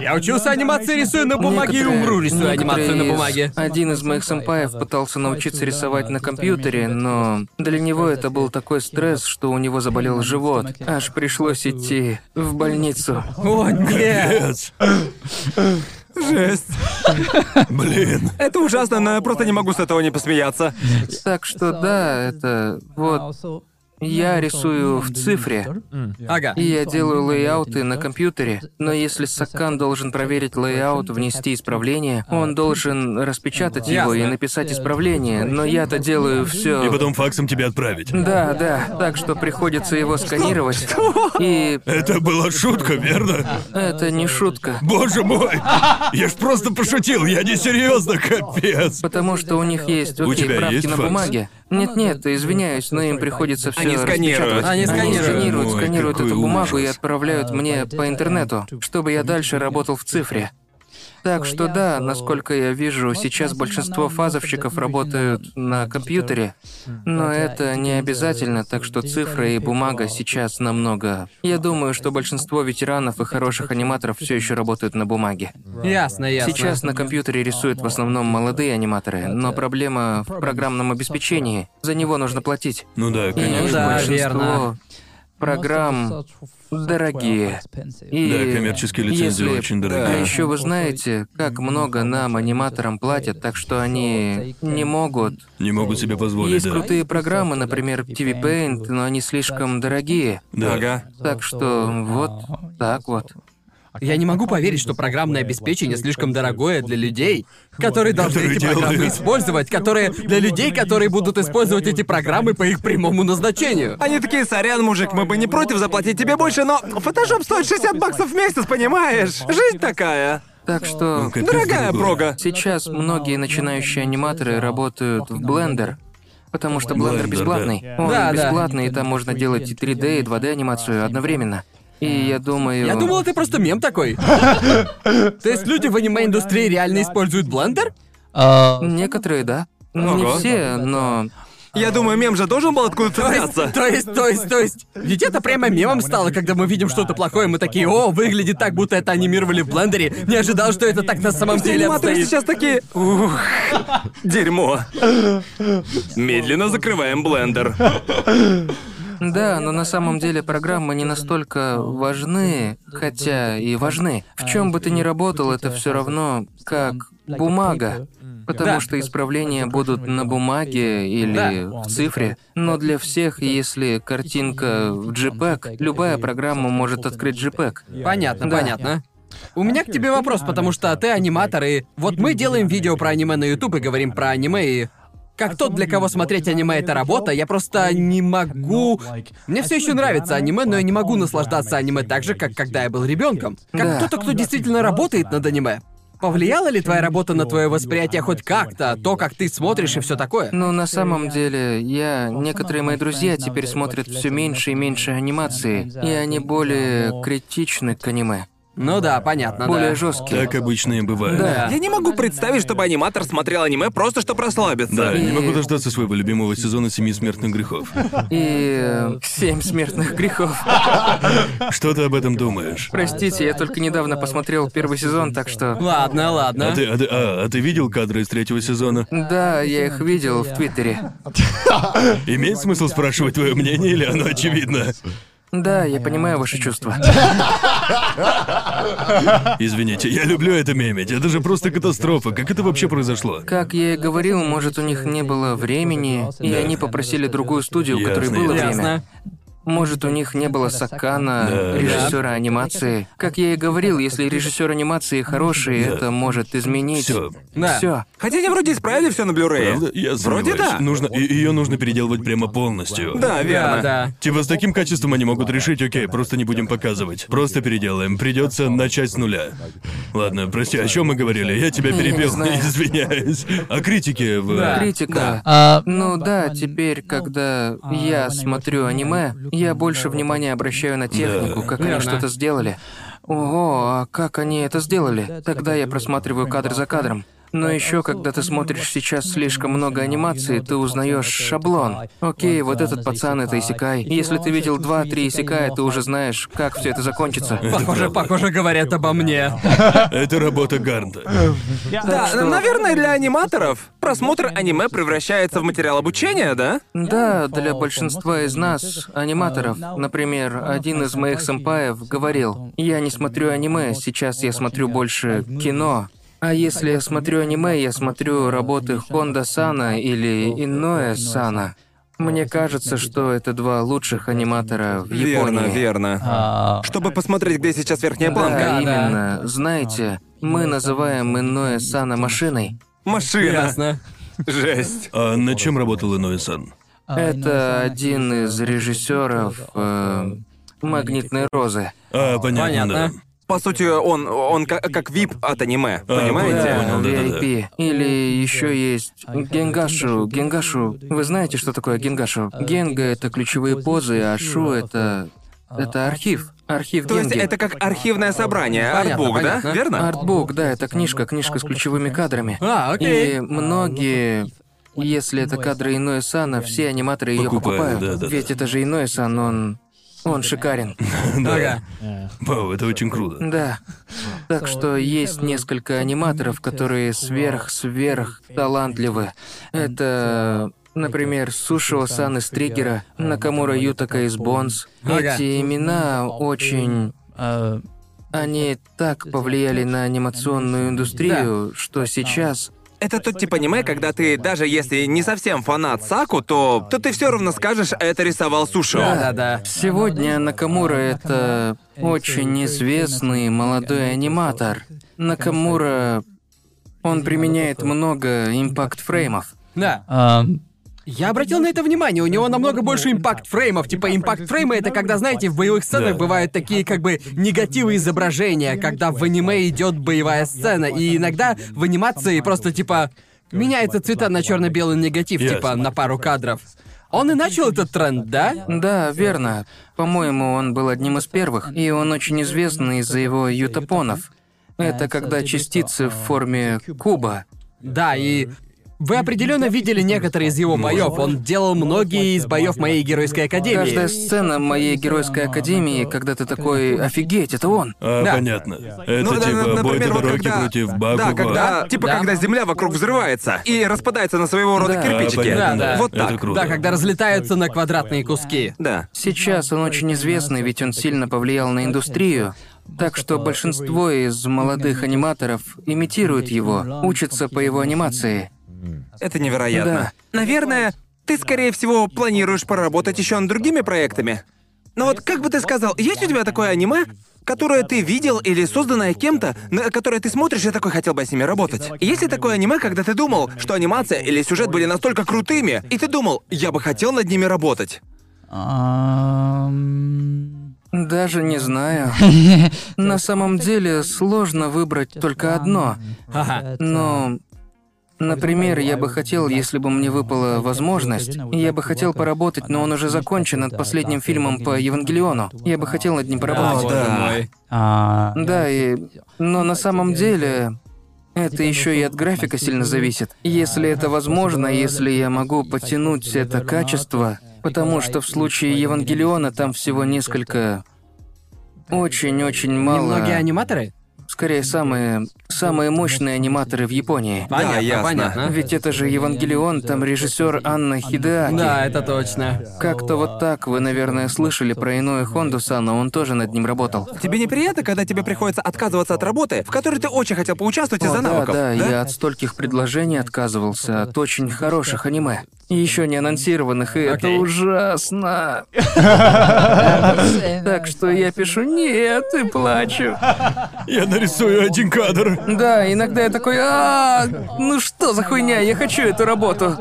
Я учился анимации, рисую на бумаге и
Некоторые-
умру, рисую
некоторые
анимацию на
из-
бумаге.
Один из моих сэмпаев пытался научиться рисовать на компьютере, но для него это был такой стресс, что у него заболел живот. Аж пришлось идти в больницу.
О, нет!
Пиздец. Жесть. Блин.
Это ужасно, но я просто не могу с этого не посмеяться.
Так что да, это вот Я рисую в цифре,
Ага.
и я делаю лейауты на компьютере, но если Сакан должен проверить лейаут, внести исправление, он должен распечатать его и
Ясно.
написать исправление, но я-то делаю все.
И потом факсом тебе отправить.
Да, да, так что приходится его сканировать. И
Это была шутка, верно?
это не шутка.
Боже мой! Я ж просто пошутил, я не серьезно, капец.
Потому что у них есть
У
вот
тебя
правки
есть
на
факс?
бумаге. Нет-нет, извиняюсь, но им приходится все
Они сканируют.
Они сканируют.
сканируют,
Ой,
сканируют
какой
эту бумагу и
ужас.
отправляют мне по интернету, чтобы я дальше работал в цифре. Так что да, насколько я вижу, сейчас большинство фазовщиков работают на компьютере, но это не обязательно, так что цифра и бумага сейчас намного. Я думаю, что большинство ветеранов и хороших аниматоров все еще работают на бумаге.
Ясно, ясно.
Сейчас на компьютере рисуют в основном молодые аниматоры, но проблема в программном обеспечении. За него нужно платить.
Ну да,
И
конечно.
да,
большинство
верно.
программ. дорогие.
дорогие.
И
Да, коммерческие лицензии
если-
очень
А
дорогие.
еще вы знаете, как много нам аниматорам платят, так что они не могут.
Не могут себе позволить,
Есть
да.
крутые программы, например, TV Paint, но они слишком дорогие.
Да.
Ага.
Так что
а,
вот так вот.
Я не могу поверить, что программное обеспечение слишком дорогое для людей, которые должны
Которые
эти программы
делают.
использовать, которые для людей, которые будут использовать эти программы по их прямому назначению.
Они такие, сорян, мужик, мы бы не против заплатить тебе больше, но фотошоп стоит 60 баксов в месяц, понимаешь? Жизнь такая.
Так что
Ну, капец
Дорогая
дорогой.
прога.
сейчас многие начинающие аниматоры работают в Blender, потому что Blender
Blender,
бесплатный.
да.
Он
Да, да.
бесплатный, и там можно делать и 3D, и 2D анимацию одновременно. И я думаю...
Я думал, ты просто мем такой. То есть люди в аниме-индустрии реально используют блендер?
А, Некоторые, да. Не
Ого.
все, но...
Я думаю, мем же должен был откуда-то
То есть,
взяться.
то есть, то есть, то есть. Ведь это прямо мемом стало, когда мы видим что-то плохое, мы такие, о, выглядит так, будто это анимировали в блендере. Не ожидал, что это так на самом
Все
деле
аниматоры
обстоит.
сейчас такие... Ух, дерьмо. Медленно закрываем блендер.
Да, но на самом деле программы не настолько важны, хотя и важны. В чем бы ты ни работал, это все равно как бумага. Потому
Да.
что исправления будут на бумаге или
Да.
в цифре. Но для всех, если картинка в JPEG, любая программа может открыть JPEG.
Понятно,
Да.
понятно. У меня к тебе вопрос, потому что ты аниматор, и вот мы делаем видео про аниме на YouTube и говорим про аниме, и как тот, для кого смотреть аниме это работа, я просто не могу... Мне все еще нравится аниме, но я не могу наслаждаться аниме так же, как когда я был ребенком. Как
Да.
кто-то, кто действительно работает над аниме. Повлияла ли твоя работа на твое восприятие хоть как-то, то, как ты смотришь и все такое?
Но на самом деле, я... Некоторые мои друзья теперь смотрят все меньше и меньше анимации, и они более критичны к аниме.
Ну да, понятно,
Более
да.
жесткие.
Так обычно и бывает.
Да.
Я не могу представить, чтобы аниматор смотрел аниме просто, чтобы расслабиться.
Да, не
И-
могу дождаться своего любимого сезона «Семи смертных грехов».
И э, семь смертных грехов.
Что ты об этом думаешь?
Простите, я только недавно посмотрел первый сезон, так что...
Ладно, ладно.
А ты, а ты- а, а ты видел кадры из третьего сезона?
Да, я их видел в Твиттере.
Имеет смысл спрашивать твое мнение, или оно очевидно?
Да, я понимаю ваши чувства.
Извините, я люблю это мемить. Это же просто катастрофа. Как это вообще произошло?
Как я и говорил, может, у них не было времени, и
Да.
они попросили другую студию, у
Ясно,
которой было
ясно.
время.
Ясно.
Может, у них не было Сакана,
Да.
режиссера анимации. Как я и говорил, если режиссер анимации хороший, это может изменить
Все.
Да.
все.
Хотя они вроде исправили все на
Правда?
Blu-ray.
Я
Вроде
сомневаюсь.
да.
Нужно, и- ее нужно переделывать прямо полностью.
Да, верно.
Да, да.
Типа с таким качеством они могут решить, окей, просто не будем показывать. Просто переделаем. Придется начать с нуля. Ладно, прости, о чем мы говорили? Я тебя перебил,
знаю.
извиняюсь. О критике в.
Да.
Критика. Ну да, теперь, когда я смотрю аниме, я больше внимания обращаю на технику, как они
Верно.
что-то сделали. Ого, а как они это сделали? Тогда я просматриваю кадр за кадром. Но еще, когда ты смотришь сейчас слишком много анимации, ты узнаешь шаблон. Окей, вот этот пацан это Исикай. Если ты видел 2-3 Исикая, ты уже знаешь, как все это закончится.
Похоже, похоже, говорят обо мне.
Это работа Гарнта.
Да, наверное, для аниматоров просмотр аниме превращается в материал обучения, да?
Да, для большинства из э, нас, аниматоров, например, один из моих сэмпаев говорил, «Я не смотрю аниме, сейчас я смотрю больше кино». А если э, я смотрю аниме, я смотрю работы Хонда Сана или Иное Сана. Мне кажется, что это два лучших аниматора в
Верно,
Японии.
верно.
А,
Чтобы посмотреть, где сейчас верхняя
Да,
планка.
Да, да.
именно. Знаете, мы называем Иное Сана машиной.
Машина.
Ясно.
Жесть.
А над чем работал Иноэ-сан?
А, Это один из режиссеров э, Магнитной розы.
А, понятно, да.
Понятно.
По сути, он, он как, как вип от аниме,
А,
понимаете?
понял, да-да-да.
VIP. Или еще есть Генгашу. Генгашу. Вы знаете, что такое Генгашу? Генга это ключевые позы, а Шу это. это архив. Архив
То есть
Генги.
это как архивное собрание,
Понятно,
артбук, да?
понятно.
Верно?
Артбук, да, это книжка, книжка с ключевыми кадрами.
А, окей.
И многие, если это кадры Иное Сана, все аниматоры ее
Покупают,
покупают.
да-да-да.
Ведь это же Иное Сан, он... Он шикарен.
Ага.
Вау, это очень круто.
Да. Так что есть несколько аниматоров, которые сверх-сверх талантливы. Это, например, Сушио Сан из Триггера, Накамура Ютака из Бонс.
Ага.
Эти имена очень... э,
а,
Они так повлияли на анимационную индустрию, что сейчас
Это тот тип типа аниме, когда ты, даже если не совсем фанат Саку, то, то ты все равно скажешь, это рисовал Сушо.
Да, да, да.
Сегодня Накамура — это очень известный молодой аниматор. Накамура... Он применяет много импакт-фреймов.
Да.
э,
а,
Я обратил на это внимание, у него намного больше импакт-фреймов. Типа импакт-фреймы — это когда, знаете, в боевых сценах
Да.
бывают такие как бы негативы изображения, когда в аниме идет боевая сцена, и иногда в анимации просто типа меняются цвета на черно белый негатив,
Ясно.
типа на пару кадров. Он и начал этот тренд, да?
Да, верно. По-моему, он был одним из первых, и он очень известный из-за его ютапонов. Это когда частицы в форме куба.
Да, и вы определенно видели некоторые из его боев. Он делал многие из боев моей геройской
Каждая
академии.
сцена моей геройской академии, когда ты такой «Офигеть, это он!»
А,
Да.
понятно. Это
Ну, да,
типа
на-
бой
например, вот
Тодороки
когда-
против Бакуга.
Да, когда, типа,
А, Да.
когда земля вокруг взрывается и распадается на своего рода
Да.
А,
кирпичики.
понятно,
Да, да.
Вот
Это
так.
круто.
Да, когда разлетаются на квадратные куски.
Да.
Сейчас он очень известный, ведь он сильно повлиял на индустрию. Так что большинство из молодых аниматоров имитируют его, учатся по его анимации.
Это невероятно. Наверное, ты, скорее всего, планируешь поработать еще над другими проектами. Но вот как бы ты сказал, есть у тебя такое аниме, которое ты видел или созданное кем-то, на которое ты смотришь и такой хотел бы с ними работать? Есть ли такое аниме, когда ты думал, что анимация или сюжет были настолько крутыми, и ты думал, я бы хотел над ними работать?
ам,
Даже не знаю. На самом деле сложно выбрать только одно.
Ага.
Но, например, я бы хотел, если бы мне выпала возможность, я бы хотел поработать, но он уже закончен над последним фильмом по Евангелиону. Я бы хотел над ним поработать.
О,
да.
боже мой.
а,
Да, и... Но на самом деле... Это еще и от графика сильно зависит. Если это возможно, если я могу потянуть это качество, потому что в случае Евангелиона там всего несколько... Очень-очень мало...
Немногие аниматоры?
Скорее, самые... самые мощные аниматоры в Японии.
Да, ясно.
понятно.
Ведь это же Евангелион, там режиссер Анна Хидеаки.
Да, это точно.
Как-то вот так вы, наверное, слышали про иную Хонду Сана, он тоже над ним работал.
Тебе неприятно, когда тебе приходится отказываться от работы, в которой ты очень хотел поучаствовать
О,
из-за
да,
навыков?
да, я от стольких предложений отказывался от очень хороших аниме. И еще не анонсированных, и это
Окей.
ужасно. Так что я пишу «нет» и плачу.
Я нарисую один кадр.
Да, иногда я такой «а, ну что за хуйня, я хочу эту работу».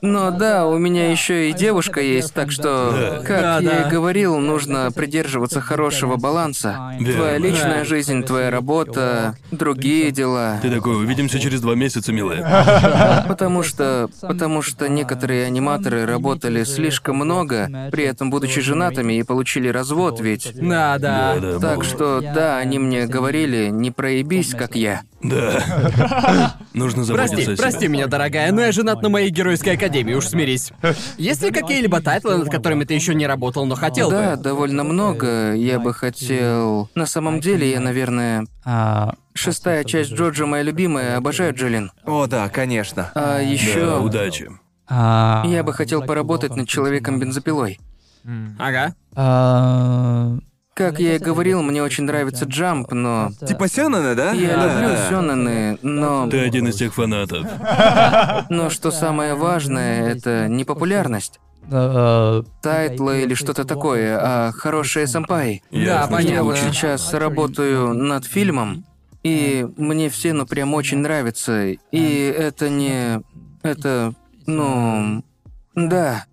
Но да, у меня еще и девушка есть, так что, как
Да,
я
да.
и говорил, нужно придерживаться хорошего баланса.
Да.
Твоя личная
Да.
жизнь, твоя работа, другие дела.
Ты такой, увидимся через два месяца, милая.
Потому что, потому что некоторые аниматоры работали слишком много, при этом будучи женатыми и получили развод, ведь.
Да, да.
Да,
Так
было.
что, да, они мне говорили, не проебись, как я.
Да. Нужно заботиться о
Прости,
себе.
прости меня, дорогая, но я женат на моей геройской академии, уж смирись. Есть ли какие-либо тайтлы, над которыми ты еще не работал, но хотел
Да,
бы?
довольно много. Я бы хотел... На самом деле, я, наверное...
а,
Шестая часть Джорджа моя любимая, обожаю Джолин.
О, да, конечно.
А
Да,
еще...
удачи.
а,
Я бы хотел поработать над Человеком-бензопилой.
Ага.
а,
Как я и говорил, мне очень нравится Джамп, но...
Типа Сёнэна, да?
Я
Да.
люблю Сёнэны, но...
Ты один из тех фанатов.
Но что самое важное, это непопулярность.
э,
тайтла или что-то такое, а хорошая сэмпай.
Ясно,
Да,
Я
что
вот
лучше.
сейчас работаю над фильмом, и мне все, ну, прям очень нравится. И это не... Это... Ну... Да.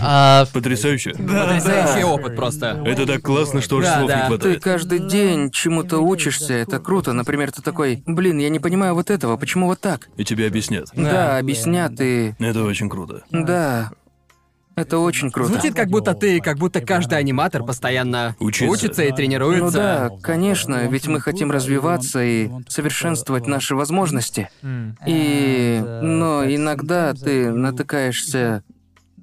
а,
Потрясающе.
Потрясающий
Да.
опыт просто.
Это так классно, что аж
Да,
слов
да.
не
Ты
хватает.
каждый день чему-то учишься, это круто. Например, ты такой, блин, я не понимаю вот этого, почему вот так?
И тебе объяснят.
Да, объяснят и...
Это очень круто.
Да. Это очень круто.
Звучит как будто ты, как будто каждый аниматор постоянно
Учится.
и тренируется.
Ну да, конечно, ведь мы хотим развиваться и совершенствовать наши возможности.
А,
И... Но иногда ты натыкаешься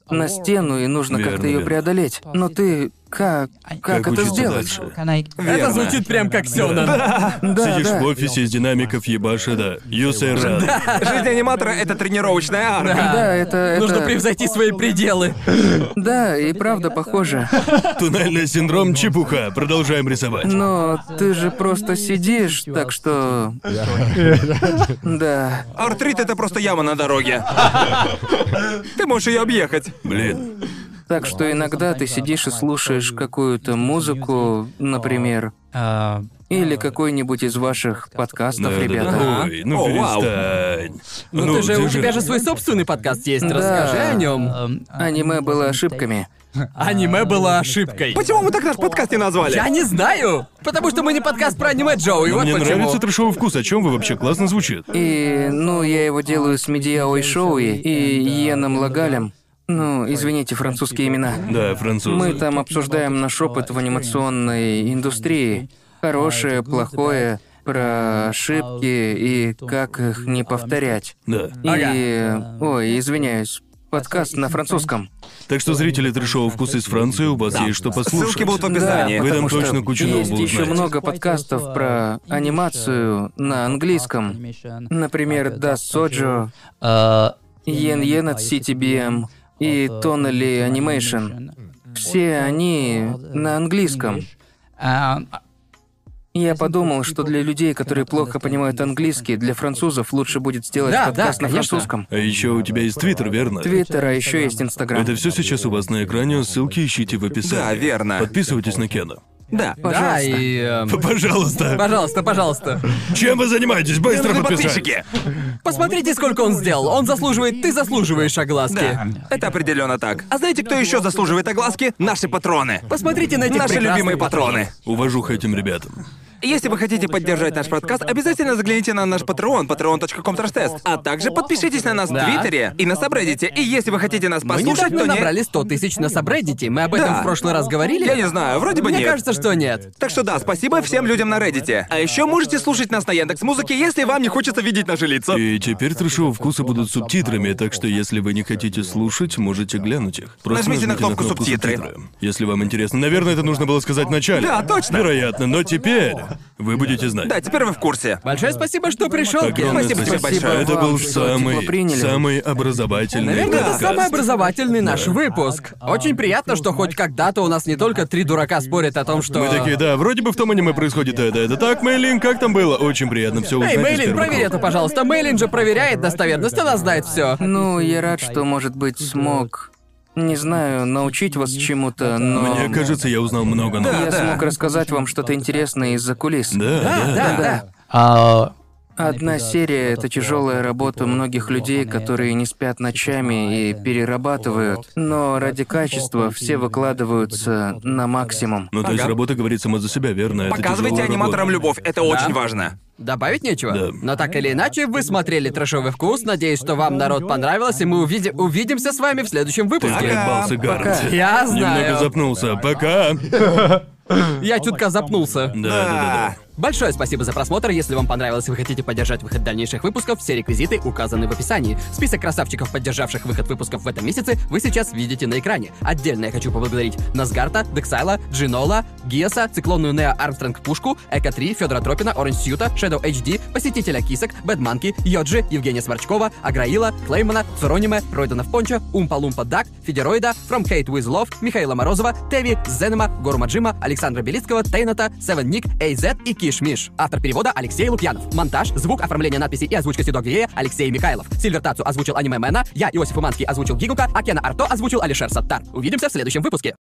на стену, и нужно
Верно,
как-то ее
верно.
преодолеть. Но ты как... Как,
Как
это
учиться
сделать?
дальше?
а, can I-
Это звучит прям как Сёнэн.
Да,
Сидишь
да.
в офисе из динамиков, ебаши, да. Юсей рад.
Жизнь аниматора — это тренировочная армия.
Да, это...
Нужно
это-
превзойти свои пределы.
Да, и правда похоже.
Туннельный синдром чепуха. Продолжаем рисовать.
Но ты же просто сидишь, так что... Да.
Артрит — это просто яма на дороге. Ты можешь ее объехать.
Блин.
Так что иногда ты сидишь и слушаешь какую-то музыку, например,
а,
или какой-нибудь из ваших подкастов,
Да, да,
ребята.
да. Ой, ну
О, вау.
перестань.
а? Ну, ты же, у тебя же свой собственный подкаст есть,
Да.
расскажи о нем.
эм, а,
ну,
Аниме было ошибками.
Аниме было ошибкой.
Почему вы так наш подкаст не назвали?
Я не знаю, потому что мы не подкаст про аниме Джоуи,
Но
вот
мне
почему.
нравится трешовый вкус, о чем вы вообще классно звучит.
И, ну, я его делаю с Медиао и Шоуи и Йеном Лагалем. Ну, извините, французские имена.
Да, француз.
Мы там обсуждаем наш опыт в анимационной индустрии. Хорошее, плохое, про ошибки и как их не повторять.
Да.
И... Ой, извиняюсь. Подкаст на французском.
Так что зрители трешового вкуса из Франции, у вас есть что послушать.
Ссылки будут в
Да,
описании.
Вы там
потому что
точно кучу нового
есть еще
узнаете.
много подкастов про
э,
анимацию на английском. Например, Das Sojo,
а,
Yen Yen от CTBM и
э,
Tonally Animation. Все они на английском.
э, а,
Я подумал, что для людей, которые плохо понимают английский, для французов лучше будет сделать
Да,
подкаст
да,
на
конечно.
французском.
А еще у тебя есть Твиттер, верно?
Твиттер, а еще есть Инстаграм.
Это все сейчас у вас на экране, ссылки ищите в описании.
Да, верно.
Подписывайтесь на Кена.
Да.
Да,
Пожалуйста.
и... эм,
Пожалуйста.
Пожалуйста, пожалуйста.
Чем вы занимаетесь?
Мне
Быстро
нужны
подписать.
подписчики.
Посмотрите, сколько он сделал. Он заслуживает, ты заслуживаешь огласки.
Да, это определенно так. А знаете, кто еще заслуживает огласки? Наши патроны.
Посмотрите на эти
Наши
прекрасные
любимые патроны.
Уважуха этим ребятам.
Если вы хотите поддержать наш подкаст, обязательно загляните на наш Patreon, patreon.com test А также подпишитесь на нас в
Да.
Твиттере и на Сабреддите. И если вы хотите нас
Мы
послушать,
недавно
то не...
набрали 100 тысяч на Сабреддите. Мы об этом
Да.
в прошлый раз говорили.
Я не знаю, вроде бы
Мне
нет.
кажется, что нет.
Так что да, спасибо всем людям на Reddit. А еще можете слушать нас на Яндекс Музыке, если вам не хочется видеть наши лица.
И теперь трешового вкуса будут субтитрами, так что если вы не хотите слушать, можете глянуть их. Просто
Нажмите на кнопку «Субтитры».
Если вам интересно. Наверное, это нужно было сказать вначале.
Да, точно. Ну.
Вероятно, но теперь вы будете знать.
Да, теперь вы в курсе.
Большое спасибо, что пришел, Кен.
Огромное
Спасибо тебе большое.
Это
Спасибо вам,
был
что тепло
самый,
приняли.
самый образовательный
Наверное, это
подкаст.
самый образовательный наш выпуск. Очень приятно, что хоть когда-то у нас не только три дурака спорят о том, что...
Мы такие, да, вроде бы в том аниме происходит это, это так, Мейлин, как там было? Очень приятно все узнать.
Эй,
из
Мейлин,
первых
проверь
рук.
это, пожалуйста. Мейлин же проверяет достоверность, она знает все.
Ну, я рад, что, может быть, смог... Не знаю, научить вас чему-то, но...
Мне кажется, я узнал много
я
нового.
смог рассказать вам что-то интересное из-за кулис.
Да, да.
Да, да.
а,
Одна серия — это тяжелая работа многих людей, которые не
Типа
спят ночами и перерабатывают, но ради качества все выкладываются на максимум.
Ну, то есть
Ага.
работа говорит сама за себя, верно? Это
Показывайте
тяжелая
аниматорам
работа.
любовь, это очень важно.
Добавить нечего.
Да.
Но так или иначе, вы смотрели трешовый вкус. Надеюсь, что вам народ понравилось, и мы увиди- увидимся с вами в следующем
Ты
выпуске.
заебался, Гарнт.
Я знаю.
Немного запнулся. Пока.
Я чутка запнулся.
Да, да, да.
Большое спасибо за просмотр. Если вам понравилось и вы хотите поддержать выход дальнейших выпусков, все реквизиты указаны в описании. Список красавчиков, поддержавших выход выпусков в этом месяце, вы сейчас видите на экране. Отдельно я хочу поблагодарить Назгарта, Дексайла, Джинола, Гиаса, Циклонную Нео Армстронг Пушку, Эко 3, Федора Тропина, Оранж Сьюта, Shadow HD, Посетителя Кисок, Бэдманки, Йоджи, Евгения Сморчкова, Аграила, Клеймана, Цурониме, Ройданов Пончо, Умпа-Лумпа Дак, Федероида, From Hate With Love, Михаила Морозова, Теви, Зенема, Гору Маджима, Александра Белицкого, Тейната, Севен Ник, Эйзет и Кира Киш-Миш. Автор перевода Алексей Лукьянов. Монтаж, звук, оформление надписи и озвучка Седок Гирея Алексей Михайлов. Сильвер Тацу озвучил аниме Мэна, я, Иосиф Уманский, озвучил Гигука, а Кена Арто озвучил Алишер Саттар. Увидимся в следующем выпуске.